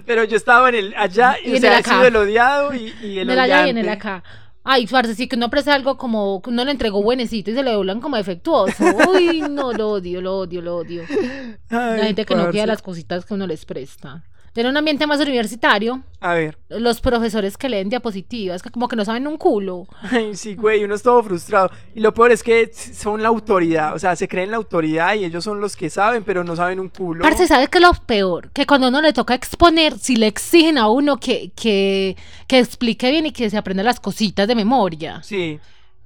Speaker 1: pero yo estaba en el allá
Speaker 2: Y
Speaker 1: y,
Speaker 2: en
Speaker 1: o sea,
Speaker 2: el
Speaker 1: he
Speaker 2: acá.
Speaker 1: sido el odiado y, y el
Speaker 2: En el allá y en
Speaker 1: odiante.
Speaker 2: el acá. Ay, parce, sí, que uno presta algo como que uno le entregó buenecito y se lo doblan como defectuoso. Uy, no, lo odio, lo odio, lo odio.
Speaker 1: Ay,
Speaker 2: La gente que no
Speaker 1: parce.
Speaker 2: queda las cositas que uno les presta. Tener un ambiente más universitario,
Speaker 1: A ver.
Speaker 2: los profesores que leen diapositivas, que como que no saben un culo.
Speaker 1: Ay, sí, güey, uno es todo frustrado. Y lo peor es que son la autoridad, o sea, se creen la autoridad y ellos son los que saben, pero no saben un culo.
Speaker 2: Parce, ¿sabe qué es lo peor? Que cuando a uno le toca exponer, si le exigen a uno que, que, que explique bien y que se aprenda las cositas de memoria.
Speaker 1: Sí.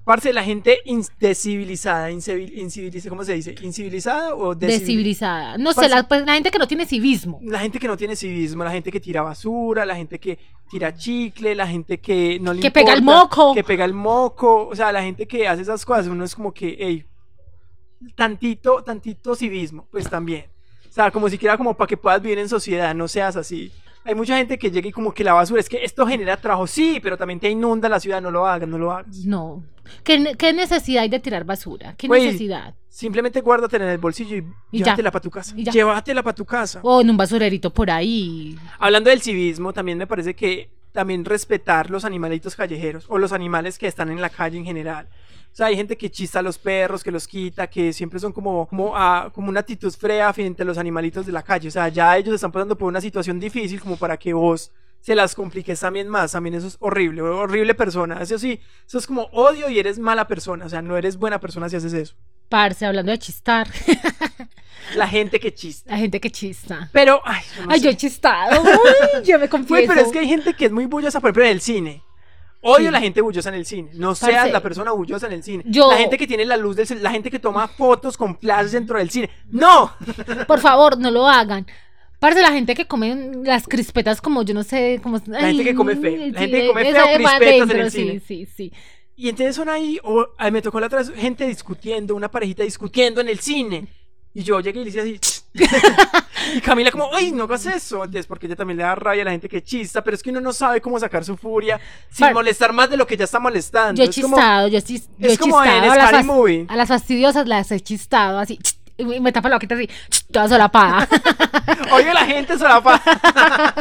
Speaker 1: Parce, la gente incivilizada, incivilizada, ¿cómo se dice? ¿Incivilizada o descivili-
Speaker 2: Descivilizada. No sé,
Speaker 1: Parce-
Speaker 2: la, pues, la gente que no tiene civismo.
Speaker 1: La gente que no tiene civismo, la gente que tira basura, la gente que tira chicle, la gente que no le
Speaker 2: Que pega el
Speaker 1: importa,
Speaker 2: moco.
Speaker 1: Que pega el moco. O sea, la gente que hace esas cosas, uno es como que, hey, tantito, tantito civismo, pues también. O sea, como siquiera como para que puedas vivir en sociedad, no seas así. Hay mucha gente que llega y como que la basura, es que esto genera trabajo, sí, pero también te inunda la ciudad, no lo hagas, no lo hagas.
Speaker 2: No. ¿Qué, ne- qué necesidad hay de tirar basura? ¿Qué
Speaker 1: Güey.
Speaker 2: necesidad?
Speaker 1: Simplemente guárdatela en el bolsillo y,
Speaker 2: Y ya.
Speaker 1: llévatela para tu casa.
Speaker 2: Y ya.
Speaker 1: Llévatela para tu casa.
Speaker 2: O en un basurerito por ahí.
Speaker 1: Hablando del civismo, también me parece que también respetar los animalitos callejeros o los animales que están en la calle en general. O sea, hay gente que chista a los perros, que los quita, que siempre son como, como, ah, como una actitud frea frente a los animalitos de la calle. O sea, ya ellos están pasando por una situación difícil como para que vos se las compliques también más. También eso es horrible, horrible persona. Eso sí, eso es como odio y eres mala persona. O sea, no eres buena persona si haces eso.
Speaker 2: Parce, hablando de chistar. [LAUGHS]
Speaker 1: La gente que chista.
Speaker 2: La gente que chista.
Speaker 1: Pero, ay, yo no
Speaker 2: Ay,
Speaker 1: sé.
Speaker 2: yo he chistado. Uy, yo me confieso.
Speaker 1: Güey, pero es que hay gente que es muy bullosa, por ejemplo, en el cine. Odio
Speaker 2: Sí.
Speaker 1: la gente bullosa en el cine. No
Speaker 2: Parce,
Speaker 1: seas la persona bullosa en el cine.
Speaker 2: yo-
Speaker 1: La gente que tiene la luz del cine, la gente que toma fotos con flash dentro del cine. ¡No!
Speaker 2: Por favor, no lo hagan. Parce, la gente que come las crispetas como yo no sé cómo es-
Speaker 1: La gente que come feo, la gente que come
Speaker 2: esa
Speaker 1: feo,
Speaker 2: va
Speaker 1: crispetas en
Speaker 2: adentro,
Speaker 1: el
Speaker 2: sí,
Speaker 1: cine.
Speaker 2: Sí, sí,
Speaker 1: Y entonces son ahí, o ay, me tocó la otra vez, gente discutiendo, una parejita discutiendo en el cine. Y yo llegué y le hice así. [LAUGHS] y Camila como, ay, no hagas eso. Entonces, porque ella también le da rabia a la gente que chista, pero es que uno no sabe cómo sacar su furia sin
Speaker 2: Par-
Speaker 1: molestar más de lo que ya está molestando.
Speaker 2: Yo he
Speaker 1: Es como-
Speaker 2: chistado, yo, he chis- yo
Speaker 1: es
Speaker 2: he
Speaker 1: como en
Speaker 2: chistado. A las,
Speaker 1: Scary
Speaker 2: fas-
Speaker 1: Movie.
Speaker 2: a las fastidiosas las he chistado así. y me tapa la boquita así, toda solapada. [LAUGHS]
Speaker 1: Oye, la gente se la pasa.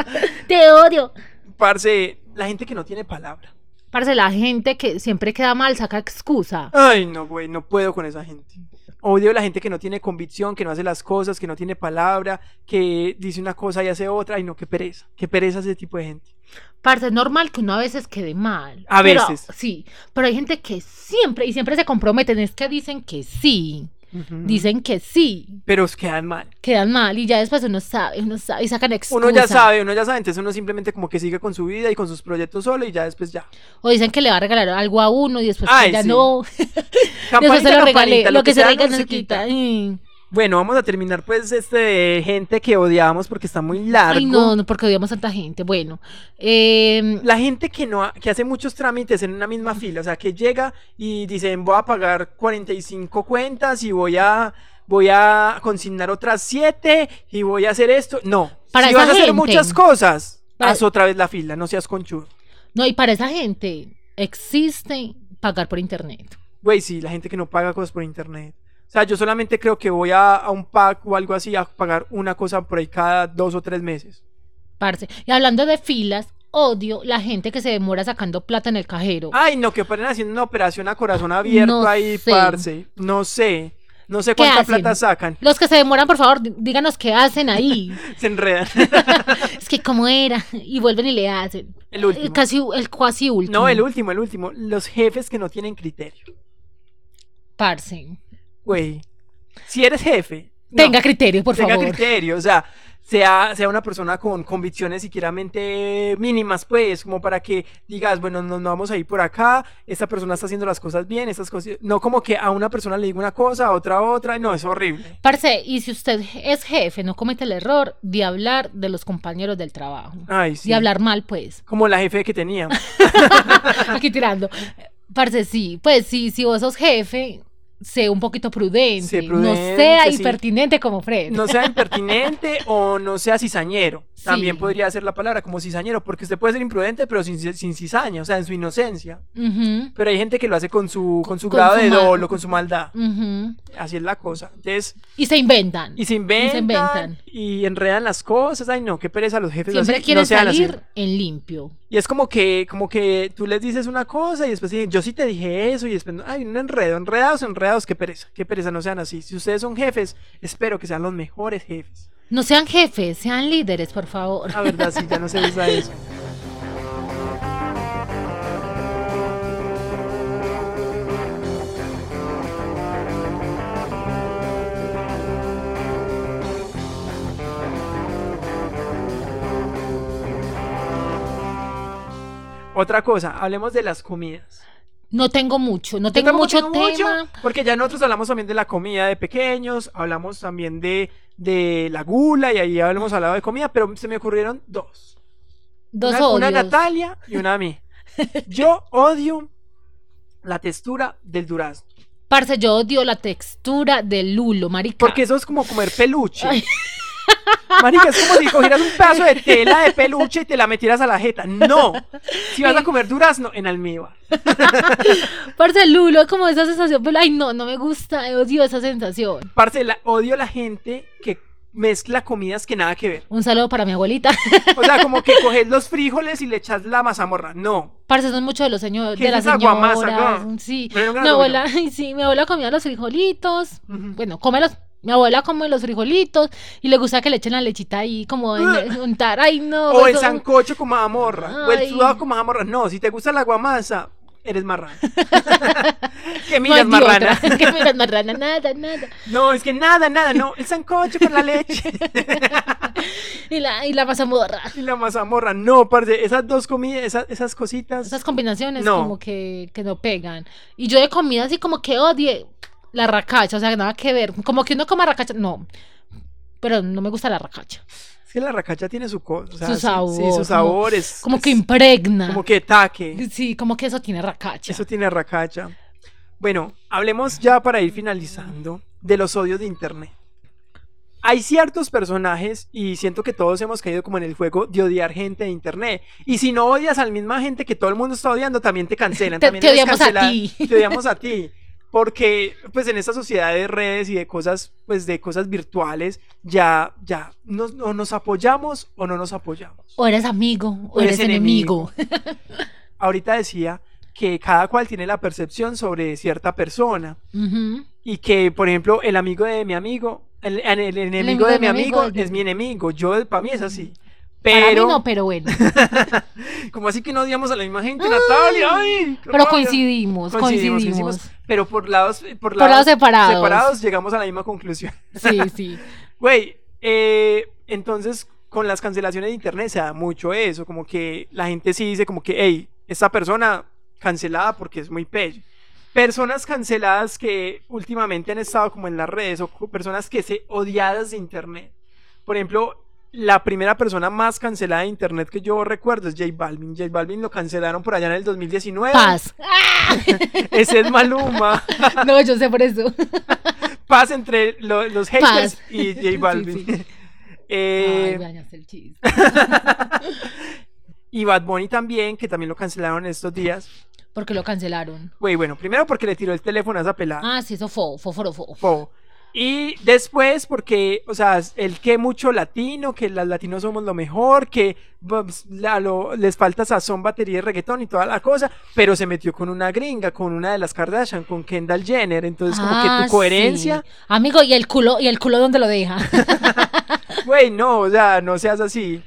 Speaker 2: Te odio.
Speaker 1: [LAUGHS] Parce, la gente que no tiene palabra.
Speaker 2: Parce, la gente que siempre queda mal saca excusa.
Speaker 1: Ay, no, güey, no puedo con esa gente. Odio la gente que no tiene convicción, que no hace las cosas, que no tiene palabra, que dice una cosa y hace otra. Ay, no, qué pereza. Qué pereza ese tipo de gente.
Speaker 2: Parce, es normal que uno a veces quede mal.
Speaker 1: A
Speaker 2: Pero-
Speaker 1: veces.
Speaker 2: Sí, pero hay gente que siempre y siempre se comprometen. Es que dicen que sí.
Speaker 1: Ujú.
Speaker 2: dicen que sí,
Speaker 1: Pero os quedan mal.
Speaker 2: quedan mal y ya después uno sabe, uno sabe y sacan excusas.
Speaker 1: Uno ya sabe, uno ya sabe, entonces uno simplemente como que sigue con su vida y con sus proyectos solo y ya después ya.
Speaker 2: O dicen que le va a regalar algo a uno y después
Speaker 1: Ay,
Speaker 2: que ya
Speaker 1: sí.
Speaker 2: no. [LAUGHS] Después se
Speaker 1: Campanita,
Speaker 2: lo regalé.
Speaker 1: campanita,
Speaker 2: Lo, que se
Speaker 1: sea,
Speaker 2: regala
Speaker 1: no
Speaker 2: no se quita. Mm.
Speaker 1: Bueno, vamos a terminar pues este de gente que odiamos porque está muy largo.
Speaker 2: Ay, no, no, porque odiamos a tanta gente. Bueno, eh,
Speaker 1: La gente que no ha- que hace muchos trámites en una misma fila, o sea, que llega y dicen, "Voy a pagar 45 cuentas y voy a voy a consignar otras 7 y voy a hacer esto." No.
Speaker 2: Para
Speaker 1: si
Speaker 2: esa
Speaker 1: vas a hacer
Speaker 2: gente.
Speaker 1: muchas cosas,
Speaker 2: Para-
Speaker 1: haz otra vez la fila, no seas conchudo.
Speaker 2: no, y para esa gente existe pagar por internet.
Speaker 1: Güey, sí, la gente que no paga cosas por internet. O sea, yo solamente creo que voy a, a un pack o algo así a pagar una cosa por ahí cada dos o tres meses.
Speaker 2: Parce. Y hablando de filas, odio la gente que se demora sacando plata en el cajero.
Speaker 1: Ay, no, que paren haciendo una operación a corazón abierto
Speaker 2: No
Speaker 1: ahí,
Speaker 2: sé.
Speaker 1: parce. No sé. No sé cuánta
Speaker 2: hacen?
Speaker 1: plata sacan.
Speaker 2: Los que se demoran, por favor, dí- díganos qué
Speaker 1: [LAUGHS]
Speaker 2: hacen ahí.
Speaker 1: Se enredan.
Speaker 2: es que cómo era. Y vuelven y le hacen.
Speaker 1: [LAUGHS] El último.
Speaker 2: Eh, Casi, el cuasi último.
Speaker 1: no, el último, el último. Los jefes que no tienen criterio.
Speaker 2: Parce.
Speaker 1: Güey. Si eres jefe. no,
Speaker 2: Tenga criterio, por
Speaker 1: tenga
Speaker 2: favor.
Speaker 1: criterio. O sea, sea, sea una persona con convicciones siquiera mínimas, pues, como para que digas, bueno, nos vamos a ir por acá, esta persona está haciendo las cosas bien, estas cosas. No como que a una persona le digo una cosa, a otra otra. No, es horrible.
Speaker 2: Parce, y si usted es jefe, no comete el error de hablar de los compañeros del trabajo.
Speaker 1: Ay, sí.
Speaker 2: De hablar mal,
Speaker 1: [LAUGHS]
Speaker 2: pues.
Speaker 1: Como la jefe que tenía.
Speaker 2: Aquí tirando. Parce, sí. Pues sí, si vos sos jefe, sé un poquito prudente.
Speaker 1: Sé
Speaker 2: no
Speaker 1: prudente,
Speaker 2: sea
Speaker 1: sí.
Speaker 2: impertinente como Fred.
Speaker 1: no sea impertinente o no sea cizañero.
Speaker 2: Sí.
Speaker 1: También podría ser la palabra como cizañero, porque usted puede ser imprudente, pero sin, sin cizaña, o sea, en su inocencia.
Speaker 2: Ujú,
Speaker 1: Pero hay gente que lo hace con su, con su
Speaker 2: Con
Speaker 1: grado
Speaker 2: su
Speaker 1: de
Speaker 2: mal-
Speaker 1: dolo, con su maldad.
Speaker 2: ujú.
Speaker 1: Así es la cosa. Entonces,
Speaker 2: Y se inventan.
Speaker 1: y se inventan, y
Speaker 2: inventan.
Speaker 1: enredan las cosas. Ay, no, qué pereza los jefes.
Speaker 2: Siempre
Speaker 1: así,
Speaker 2: quieren
Speaker 1: no sean así.
Speaker 2: salir en limpio.
Speaker 1: Y es como que, como que tú les dices una cosa y después dicen, yo sí te dije eso y después, no, ay, un enredo, enredados, enredados, qué pereza, qué pereza, no sean así. Si ustedes son jefes, espero que sean los mejores jefes.
Speaker 2: No sean jefes, sean líderes, por favor.
Speaker 1: La verdad, sí, ya no se usa eso. Otra cosa, hablemos de las comidas.
Speaker 2: [LAUGHS] No tengo mucho, no
Speaker 1: Yo
Speaker 2: tengo
Speaker 1: tampoco
Speaker 2: mucho
Speaker 1: tengo
Speaker 2: tema.
Speaker 1: mucho, porque ya nosotros hablamos también de la comida de pequeños, hablamos también de, de la gula y ahí hablamos hablado de comida, pero se me ocurrieron dos
Speaker 2: Dos
Speaker 1: una, una
Speaker 2: odios.
Speaker 1: Natalia y una a
Speaker 2: [LAUGHS]
Speaker 1: mí. Yo odio la textura del durazno.
Speaker 2: Parce, yo odio la textura del lulo, marica.
Speaker 1: Porque eso es como comer peluche. [LAUGHS] Marica, es como si cogieras un pedazo de tela de peluche y te la metieras a la jeta. No. Si vas a comer durazno, en almíbar.
Speaker 2: Parce, el lulo es como esa sensación, pero ay, no, no me gusta, eh, odio esa sensación.
Speaker 1: Parce, la- odio la gente que mezcla comidas que nada que ver.
Speaker 2: Un saludo para mi abuelita. [LAUGHS]
Speaker 1: O sea, como que coges los frijoles y le echas la mazamorra. No.
Speaker 2: Parce, son mucho de los señores,
Speaker 1: ¿Qué es
Speaker 2: de las
Speaker 1: esa
Speaker 2: señoras.
Speaker 1: guamasa, no?
Speaker 2: Sí,
Speaker 1: Pero nunca
Speaker 2: mi
Speaker 1: lo
Speaker 2: abuela, ay, [LAUGHS] sí, mi abuela comía los frijolitos.
Speaker 1: Ujú.
Speaker 2: Bueno, come los, mi abuela come los frijolitos y le gusta que le echen la lechita ahí, como en, untar, ay, no.
Speaker 1: O el
Speaker 2: eso-
Speaker 1: sancocho con mazamorra. O el
Speaker 2: Ay.
Speaker 1: sudado con mazamorra. No, si te gusta la guamasa, eres
Speaker 2: [LAUGHS]
Speaker 1: marrana. [LAUGHS] que
Speaker 2: no
Speaker 1: miras
Speaker 2: hay de
Speaker 1: marrana.
Speaker 2: otra. [LAUGHS] que miras marrana, nada, nada.
Speaker 1: [LAUGHS] No, es que nada, nada, no. El sancocho con la leche
Speaker 2: Y la, y la mazamorra.
Speaker 1: y la mazamorra. No, parce, esas dos comidas, esas, esas cositas.
Speaker 2: Esas combinaciones
Speaker 1: No.
Speaker 2: como que, que no pegan. Y yo de comida así como que odie la racacha, o sea, nada que ver. Como que uno coma racacha, no. Pero no me gusta la racacha.
Speaker 1: Es que la racacha tiene su cosa. o sea,
Speaker 2: Su
Speaker 1: sí,
Speaker 2: sabor,
Speaker 1: Sí,
Speaker 2: como-
Speaker 1: sus sabores.
Speaker 2: Como que impregna.
Speaker 1: Como que taque.
Speaker 2: Sí, como que eso tiene racacha.
Speaker 1: Eso tiene racacha. Bueno, hablemos ya para ir finalizando de los odios de internet. Hay ciertos personajes y siento que todos hemos caído como en el juego de odiar gente de internet. Y si no odias a la misma gente que todo el mundo está odiando, también te cancelan.
Speaker 2: [LAUGHS] Te-
Speaker 1: también
Speaker 2: te
Speaker 1: eres
Speaker 2: odiamos a
Speaker 1: cancelada-
Speaker 2: ti.
Speaker 1: Te odiamos a ti. Porque pues en esta sociedad de redes y de cosas, pues de cosas virtuales, ya, ya, nos, o nos apoyamos o no nos apoyamos
Speaker 2: O eres amigo, o, eres, enemigo.
Speaker 1: ahorita decía que cada cual tiene la percepción sobre cierta persona
Speaker 2: Ujú.
Speaker 1: y que, por ejemplo, el amigo de mi amigo, el, el- el enemigo de, mi amigo, es mi enemigo. Yo, para mí es así.
Speaker 2: Para mí
Speaker 1: Pero,
Speaker 2: no,
Speaker 1: [LAUGHS]
Speaker 2: pero bueno.
Speaker 1: como así que no odiamos a la misma gente, Natalia. Ay, qué
Speaker 2: Pero
Speaker 1: rabia.
Speaker 2: coincidimos, coincidimos.
Speaker 1: Pero por lados, por
Speaker 2: lados
Speaker 1: lados
Speaker 2: separados.
Speaker 1: separados llegamos a la misma conclusión.
Speaker 2: Sí, sí.
Speaker 1: Güey, eh, entonces con las cancelaciones de internet se da mucho eso, como que la gente sí dice como que, hey, esta persona cancelada porque es muy pelle. Personas canceladas que últimamente han estado como en las redes o co- personas que se odiadas de internet. Por ejemplo, la primera persona más cancelada de internet que yo recuerdo es J Balvin. J Balvin lo cancelaron por allá en el 2019.
Speaker 2: Paz.
Speaker 1: [LAUGHS] Ese es Maluma.
Speaker 2: No, yo sé por eso.
Speaker 1: Paz entre lo- los haters
Speaker 2: Paz.
Speaker 1: y
Speaker 2: [LAUGHS] Sí,
Speaker 1: J Balvin.
Speaker 2: sí.
Speaker 1: [LAUGHS] Eh,
Speaker 2: Ay, dañaste el chiste.
Speaker 1: Y Bad Bunny también, que también lo cancelaron estos días.
Speaker 2: Porque lo cancelaron.
Speaker 1: Güey, bueno, primero porque le tiró el teléfono a esa pelada.
Speaker 2: Ah, sí, eso fue, fóforo, fo.
Speaker 1: po. Y después porque, o sea, el que mucho latino, que los latinos somos lo mejor, que pues, la- lo- les falta sazón, batería y reggaetón y toda la cosa, pero se metió con una gringa, con una de las Kardashian, con Kendall Jenner. Entonces, como
Speaker 2: Ah,
Speaker 1: que tu coherencia,
Speaker 2: sí. Amigo, ¿y el culo? ¿Y el culo dónde
Speaker 1: [LAUGHS]
Speaker 2: lo deja?
Speaker 1: güey, no, o sea, no seas así.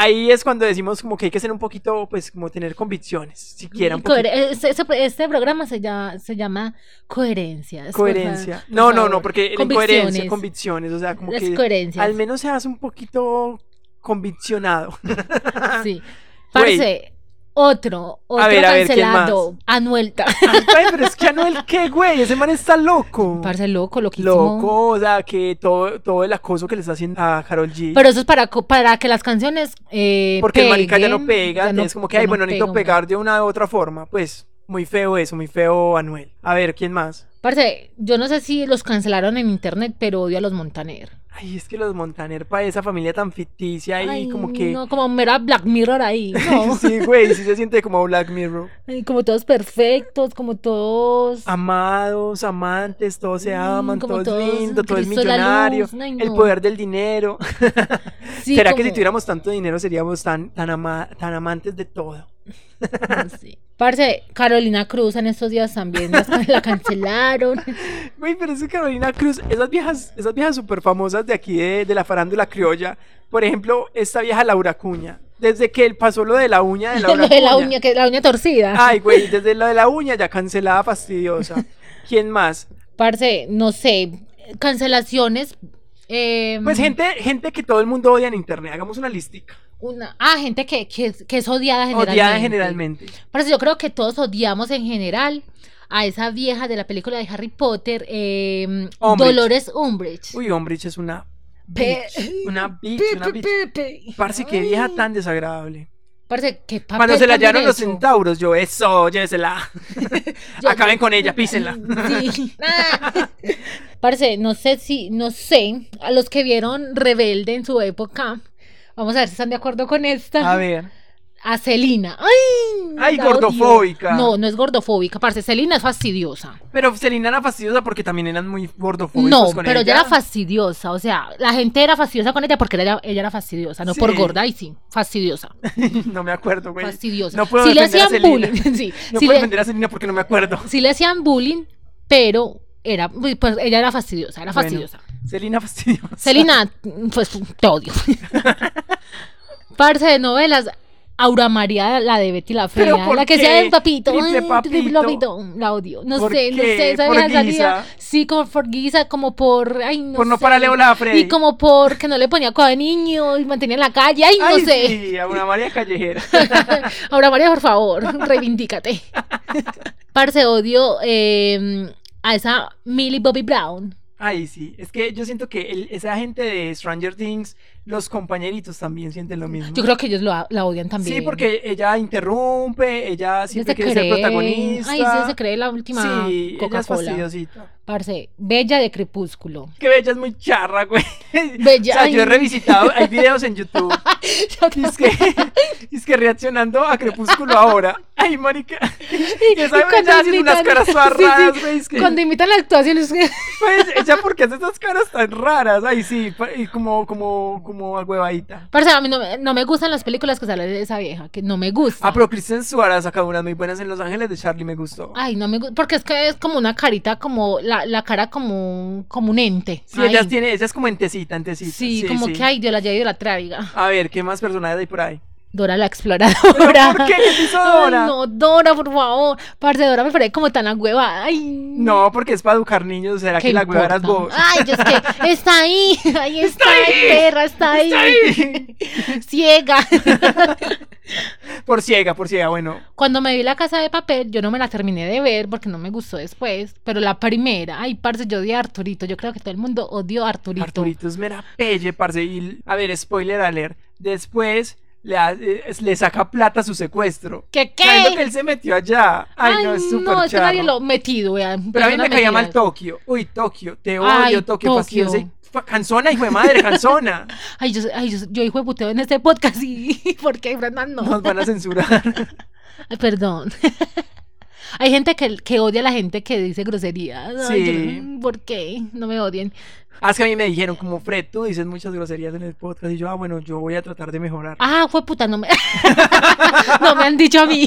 Speaker 1: Ahí es cuando decimos como que hay que ser un poquito, pues, como tener convicciones, siquiera un poquito.
Speaker 2: Coher- ese- ese- este programa se llama, se llama Coherencias. por
Speaker 1: Coherencia.
Speaker 2: fa- por
Speaker 1: No, no,
Speaker 2: favor.
Speaker 1: no, porque la incoherencia, convicciones, o sea, como
Speaker 2: Es
Speaker 1: que
Speaker 2: coherencias.
Speaker 1: [LAUGHS] al menos seas un poquito conviccionado. [LAUGHS]
Speaker 2: Ah. Sí.
Speaker 1: Güey.
Speaker 2: Parce, otro, otro
Speaker 1: ver, a ver, ¿quién
Speaker 2: cancelado.
Speaker 1: [LAUGHS]
Speaker 2: Anuelta.
Speaker 1: Ay, pero es que Anuel, ¿qué, güey? Ese man está loco.
Speaker 2: Parce, loco, loquísimo.
Speaker 1: Loco, o sea, que todo, todo el acoso que le está haciendo a Carol G.
Speaker 2: Pero eso es para, co- para que las canciones. eh,
Speaker 1: porque el marica ya no
Speaker 2: peguen,
Speaker 1: pega,
Speaker 2: ya no-
Speaker 1: es como que,
Speaker 2: ya
Speaker 1: ay,
Speaker 2: no
Speaker 1: bueno, necesito
Speaker 2: pegan.
Speaker 1: pegar de una u otra forma. Pues, muy feo eso, muy feo Anuel. A ver, ¿quién más?
Speaker 2: Parce, yo no sé si los cancelaron en internet, pero odio a los Montaner.
Speaker 1: Ay, es que los Montaner, para esa familia tan ficticia y
Speaker 2: Ay,
Speaker 1: como que...
Speaker 2: No, como mera Black Mirror ahí. No.
Speaker 1: [LAUGHS] sí, güey, sí se siente como Black Mirror.
Speaker 2: Ay, como todos perfectos, como todos.
Speaker 1: amados, amantes, todos se
Speaker 2: Mm,
Speaker 1: aman,
Speaker 2: como
Speaker 1: todo
Speaker 2: todos,
Speaker 1: es lindo, todo es
Speaker 2: Cristo la
Speaker 1: millonario,
Speaker 2: luz, ay,
Speaker 1: el
Speaker 2: no.
Speaker 1: poder del dinero. [LAUGHS]
Speaker 2: Sí,
Speaker 1: ¿Será que
Speaker 2: como-
Speaker 1: si tuviéramos tanto dinero seríamos tan, tan, ama- tan amantes de todo?
Speaker 2: no sé. Parce, Carolina Cruz en estos días también las- la
Speaker 1: [LAUGHS]
Speaker 2: cancelaron.
Speaker 1: Güey, pero es que Carolina Cruz, esas viejas, esas viejas súper famosas de aquí de, de la farándula criolla, por ejemplo, esta vieja Laura Cuña, desde que él pasó lo de la uña
Speaker 2: [LAUGHS]
Speaker 1: de Laura Ah.
Speaker 2: Lo de la
Speaker 1: Cuña.
Speaker 2: uña, que la uña torcida.
Speaker 1: Ay, güey, desde lo de la uña ya cancelada
Speaker 2: [LAUGHS]
Speaker 1: fastidiosa. ¿Quién más?
Speaker 2: Parce, no sé, cancelaciones. eh,
Speaker 1: Pues gente, gente que todo el mundo odia en internet, hagamos una listica.
Speaker 2: una- ah, gente que, que es, que es odiada generalmente.
Speaker 1: Odiada generalmente.
Speaker 2: Parce, yo creo que todos odiamos en general a esa vieja de la película de Harry Potter, eh,
Speaker 1: Umbridge.
Speaker 2: Dolores Umbridge.
Speaker 1: Uy, hombre, es una
Speaker 2: Pe-
Speaker 1: bitch, una bitch,
Speaker 2: pe-
Speaker 1: una
Speaker 2: pe-
Speaker 1: bitch.
Speaker 2: pe- pe.
Speaker 1: Parce, qué
Speaker 2: Ay. Ah,
Speaker 1: vieja tan desagradable.
Speaker 2: Parce, qué papel
Speaker 1: Cuando se la
Speaker 2: tan
Speaker 1: llevaron los
Speaker 2: grueso.
Speaker 1: centauros, yo, eso,
Speaker 2: [LAUGHS]
Speaker 1: llévesela.
Speaker 2: Yo-
Speaker 1: Acaben con ella,
Speaker 2: [LAUGHS]
Speaker 1: písenla. [LAUGHS]
Speaker 2: Sí. Parce, no sé si, no sé, a los que vieron Rebelde en su época, vamos a ver si están de acuerdo con esta.
Speaker 1: A ver.
Speaker 2: A Celina. ¡Ay!
Speaker 1: Ay,
Speaker 2: la odio.
Speaker 1: gordofóbica.
Speaker 2: No, no es gordofóbica, parce, Celina es fastidiosa.
Speaker 1: Pero Selena era fastidiosa porque también eran muy gordofóbicos
Speaker 2: No,
Speaker 1: con ella.
Speaker 2: pero ella era fastidiosa, o sea, la gente era fastidiosa con ella porque ella, ella era fastidiosa, no por
Speaker 1: Sí.
Speaker 2: gorda y sí, fastidiosa,
Speaker 1: [LAUGHS] No me acuerdo, güey.
Speaker 2: fastidiosa.
Speaker 1: No puedo
Speaker 2: si le
Speaker 1: defender a
Speaker 2: hacían
Speaker 1: Selena.
Speaker 2: bullying, [LAUGHS] sí,
Speaker 1: [LAUGHS] No
Speaker 2: si
Speaker 1: puedo
Speaker 2: le-
Speaker 1: defender a Selena porque no me acuerdo.
Speaker 2: sí le hacían bullying, pero era, pues, ella era fastidiosa, era
Speaker 1: Bueno.
Speaker 2: fastidiosa.
Speaker 1: Selena fastidiosa.
Speaker 2: Celina, pues
Speaker 1: [LAUGHS]
Speaker 2: te odio. Parce de novelas, Aura María, la de Betty la
Speaker 1: ¿Pero
Speaker 2: Fea,
Speaker 1: por
Speaker 2: la que
Speaker 1: qué?
Speaker 2: sea en papito,
Speaker 1: Triple
Speaker 2: ay, triple
Speaker 1: papito.
Speaker 2: papito, la odio. No
Speaker 1: ¿Por
Speaker 2: sé, no
Speaker 1: qué?
Speaker 2: sé, esa
Speaker 1: ¿Por guisa?
Speaker 2: vieja salía, sí, como por guisa, como por, ay, no
Speaker 1: Por no
Speaker 2: sé.
Speaker 1: pararle bola a Freddy.
Speaker 2: Y como por que no le ponía cuadro de niño y mantenía en la calle, ay,
Speaker 1: Ay,
Speaker 2: no sé.
Speaker 1: sí, a una María
Speaker 2: [LAUGHS]
Speaker 1: Callejera.
Speaker 2: Aura María, por favor, [LAUGHS]
Speaker 1: [LAUGHS]
Speaker 2: reivindícate. Parce, odio eh, a esa Millie Bobby Brown.
Speaker 1: Ay, sí. Es que yo siento que el- esa gente de Stranger Things, los compañeritos también sienten lo mismo.
Speaker 2: Yo creo que ellos lo- la odian también.
Speaker 1: Sí, porque ella interrumpe, ella
Speaker 2: Ella
Speaker 1: siempre
Speaker 2: se
Speaker 1: quiere
Speaker 2: cree-
Speaker 1: ser protagonista.
Speaker 2: Ay, sí, se cree la última
Speaker 1: Sí, ella es
Speaker 2: Coca-Cola.
Speaker 1: fastidiosita.
Speaker 2: Parce, Bella
Speaker 1: [LAUGHS]
Speaker 2: de Crepúsculo.
Speaker 1: Que Bella es muy charra, güey.
Speaker 2: Bella,
Speaker 1: o sea, yo he
Speaker 2: ay.
Speaker 1: revisitado,
Speaker 2: [LAUGHS]
Speaker 1: hay videos en YouTube.
Speaker 2: Yo
Speaker 1: y es que, y es que reaccionando a Crepúsculo ahora. Ay, marica. Y esa ya haciendo unas caras todas
Speaker 2: [LAUGHS] sí, sí,
Speaker 1: raras, güey, es que-
Speaker 2: Cuando imitan la actuación es que- [LAUGHS]
Speaker 1: Pues, ella porque hace esas caras tan raras. Ay, sí, pa- y como, como, como huevadita.
Speaker 2: Parce, a mí no, me- no me gustan las películas que salen de esa vieja, que no me gusta.
Speaker 1: Ah, pero Kristen Suárez ha sacado unas muy buenas en Los Ángeles de Charlie, me gustó.
Speaker 2: Ay, no me gusta, porque es que es como una carita, como la, la cara como un, como un ente.
Speaker 1: Sí,
Speaker 2: ahí.
Speaker 1: ellas tiene, ellas como entecita, entecita.
Speaker 2: Sí, como que ay, Dios la lleve y la traiga. [LAUGHS]
Speaker 1: A ver, ¿qué más personajes hay por ahí?
Speaker 2: Dora la
Speaker 1: ¿Pero
Speaker 2: exploradora.
Speaker 1: ¿Por qué? ¿Qué te hizo
Speaker 2: Ay,
Speaker 1: Dora? no.
Speaker 2: no, Dora, por favor. Parce, Dora me parece como tan a hueva. Ay.
Speaker 1: porque es para educar niños. ¿Será
Speaker 2: ¿qué
Speaker 1: que la
Speaker 2: importa?
Speaker 1: huevaras vos?
Speaker 2: Ay, yo
Speaker 1: [LAUGHS]
Speaker 2: es que está ahí, ahí está,
Speaker 1: ahí,
Speaker 2: perra, está ahí, ciega.
Speaker 1: [LAUGHS]
Speaker 2: [LAUGHS]
Speaker 1: por ciega, por ciega, bueno.
Speaker 2: Cuando me vi La Casa de Papel, yo no me la terminé de ver porque no me gustó después, pero la primera, ay, parce, yo odié a Arturito, yo creo que todo el mundo odió a Arturito.
Speaker 1: Arturito es mera pelle, parce. Y, a ver, spoiler alert. Después le, ha- eh, le saca plata a su secuestro.
Speaker 2: ¿Qué
Speaker 1: Sabiendo que
Speaker 2: qué?
Speaker 1: él se metió allá. Ay, no, es súper
Speaker 2: no, es que nadie
Speaker 1: charro.
Speaker 2: lo metido, vean.
Speaker 1: Pero a mí me
Speaker 2: personas
Speaker 1: caía mal
Speaker 2: metidas.
Speaker 1: Tokio. Uy, Tokio, te odio,
Speaker 2: Ay,
Speaker 1: Tokio,
Speaker 2: Tokio.
Speaker 1: fastidiosa y- fa- Canzona, hijo de madre, canzona.
Speaker 2: Ay, yo, ay, yo, yo hijo de puteo en este podcast y [LAUGHS] ¿por qué, Fernán?
Speaker 1: [LAUGHS]
Speaker 2: No.
Speaker 1: Nos van a censurar.
Speaker 2: Ay, perdón. [LAUGHS] Hay gente que, que odia a la gente que dice groserías. Ay, yo no-
Speaker 1: Sí.
Speaker 2: mm, ¿Por qué? No me odien.
Speaker 1: Ah, es que a mí me dijeron, como Fred, tú dices muchas groserías en el podcast. Y yo, ah, bueno, yo voy a tratar de mejorar.
Speaker 2: Ah, fue puta, no me, [LAUGHS] no me han dicho a mí.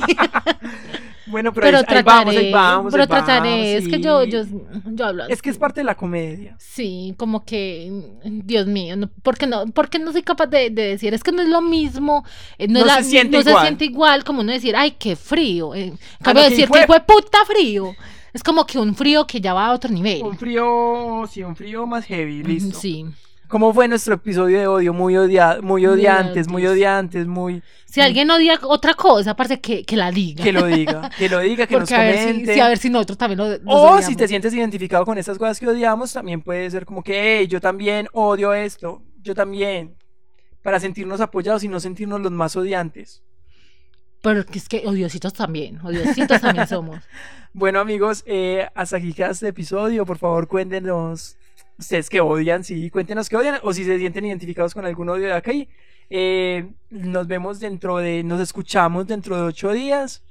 Speaker 1: bueno, [LAUGHS] pero,
Speaker 2: Pero
Speaker 1: ahí, ahí
Speaker 2: trataré.
Speaker 1: vamos, ahí vamos.
Speaker 2: pero
Speaker 1: ahí vamos,
Speaker 2: trataré. Es que
Speaker 1: sí.
Speaker 2: yo, yo, yo hablo.
Speaker 1: Es que es parte de la comedia.
Speaker 2: Sí, como que, mm, Dios mío, no, ¿por qué no, por qué no soy capaz de, de decir? Es que no es lo mismo, eh, no,
Speaker 1: No
Speaker 2: es la-
Speaker 1: se siente
Speaker 2: no
Speaker 1: igual. Ah,
Speaker 2: siente igual como uno decir, ay, qué frío, eh, en cambio
Speaker 1: no,
Speaker 2: de
Speaker 1: que
Speaker 2: decir
Speaker 1: fue-
Speaker 2: que fue puta frío, es como que un frío que ya va a otro nivel.
Speaker 1: Un frío, sí, un frío más heavy, listo.
Speaker 2: Sí.
Speaker 1: ¿Cómo fue nuestro episodio de odio? Muy, odia muy odiantes, muy odiantes,
Speaker 2: odiantes.
Speaker 1: muy...
Speaker 2: Si alguien odia otra cosa, parece que, que la diga.
Speaker 1: Mm. Que lo diga, que lo diga, que
Speaker 2: Porque
Speaker 1: nos
Speaker 2: a ver, si,
Speaker 1: comente.
Speaker 2: si- a ver si nosotros también lo, nos
Speaker 1: O si
Speaker 2: odiamos.
Speaker 1: te sientes identificado con estas cosas que odiamos, también puede ser como que, "Ey, yo también odio esto, yo también. Para sentirnos apoyados y no sentirnos los más odiantes.
Speaker 2: Porque es que odiositos también, odiositos
Speaker 1: [LAUGHS]
Speaker 2: también somos.
Speaker 1: Bueno, amigos, eh, hasta aquí queda este episodio. Por favor, cuéntenos ustedes que odian, sí, cuéntenos que odian o si se sienten identificados con algún odio de acá. y, eh, nos vemos dentro de, nos escuchamos dentro de ocho días.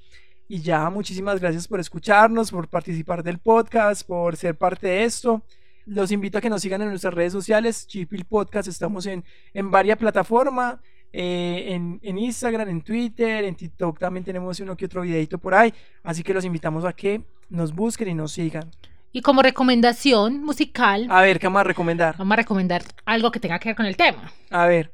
Speaker 1: Y ya, muchísimas gracias por escucharnos, por participar del podcast, por ser parte de esto. Los invito a que nos sigan en nuestras redes sociales, Chipil Podcast. Estamos en, en varias plataformas, eh, en, en Instagram, en Twitter, en TikTok también tenemos uno que otro videito por ahí. Así que los invitamos a que nos busquen y nos sigan.
Speaker 2: Y como recomendación musical,
Speaker 1: A ver, ¿qué vamos a recomendar?
Speaker 2: vamos a recomendar algo que tenga que ver con el tema.
Speaker 1: A ver,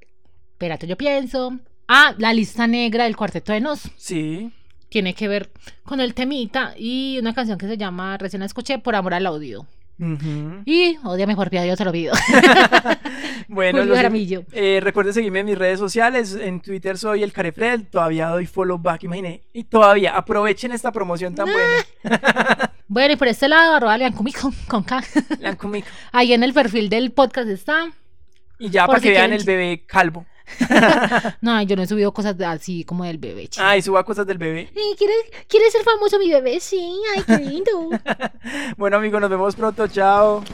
Speaker 2: Espérate, yo pienso. Ah, la lista negra del cuarteto de Nos
Speaker 1: sí.
Speaker 2: tiene que ver con el temita y una canción que se llama Recién la escuché por amor al odio.
Speaker 1: Ujú.
Speaker 2: Y odia mejor vida, yo te lo pido. [LAUGHS]
Speaker 1: Bueno,
Speaker 2: Julio
Speaker 1: los,
Speaker 2: Jaramillo.
Speaker 1: Eh, recuerden seguirme en mis redes sociales. En Twitter soy el Carefred. Todavía doy follow back, imaginé. Y todavía aprovechen esta promoción tan
Speaker 2: [LAUGHS]
Speaker 1: buena.
Speaker 2: Bueno, y por este lado, arroba Lean Kumico, con K. [LAUGHS]
Speaker 1: La han comido.
Speaker 2: Ahí en el perfil del podcast está.
Speaker 1: Y ya
Speaker 2: Por
Speaker 1: para
Speaker 2: si
Speaker 1: que vean
Speaker 2: quieren-
Speaker 1: el bebé calvo.
Speaker 2: No, yo no he subido cosas de- así como del bebé. chico.
Speaker 1: Ay, suba cosas del bebé.
Speaker 2: Ay, Eh, ¿Quieres, quieres ser famoso mi bebé? Sí, ay, qué lindo.
Speaker 1: Bueno, amigos, nos vemos pronto. Chao.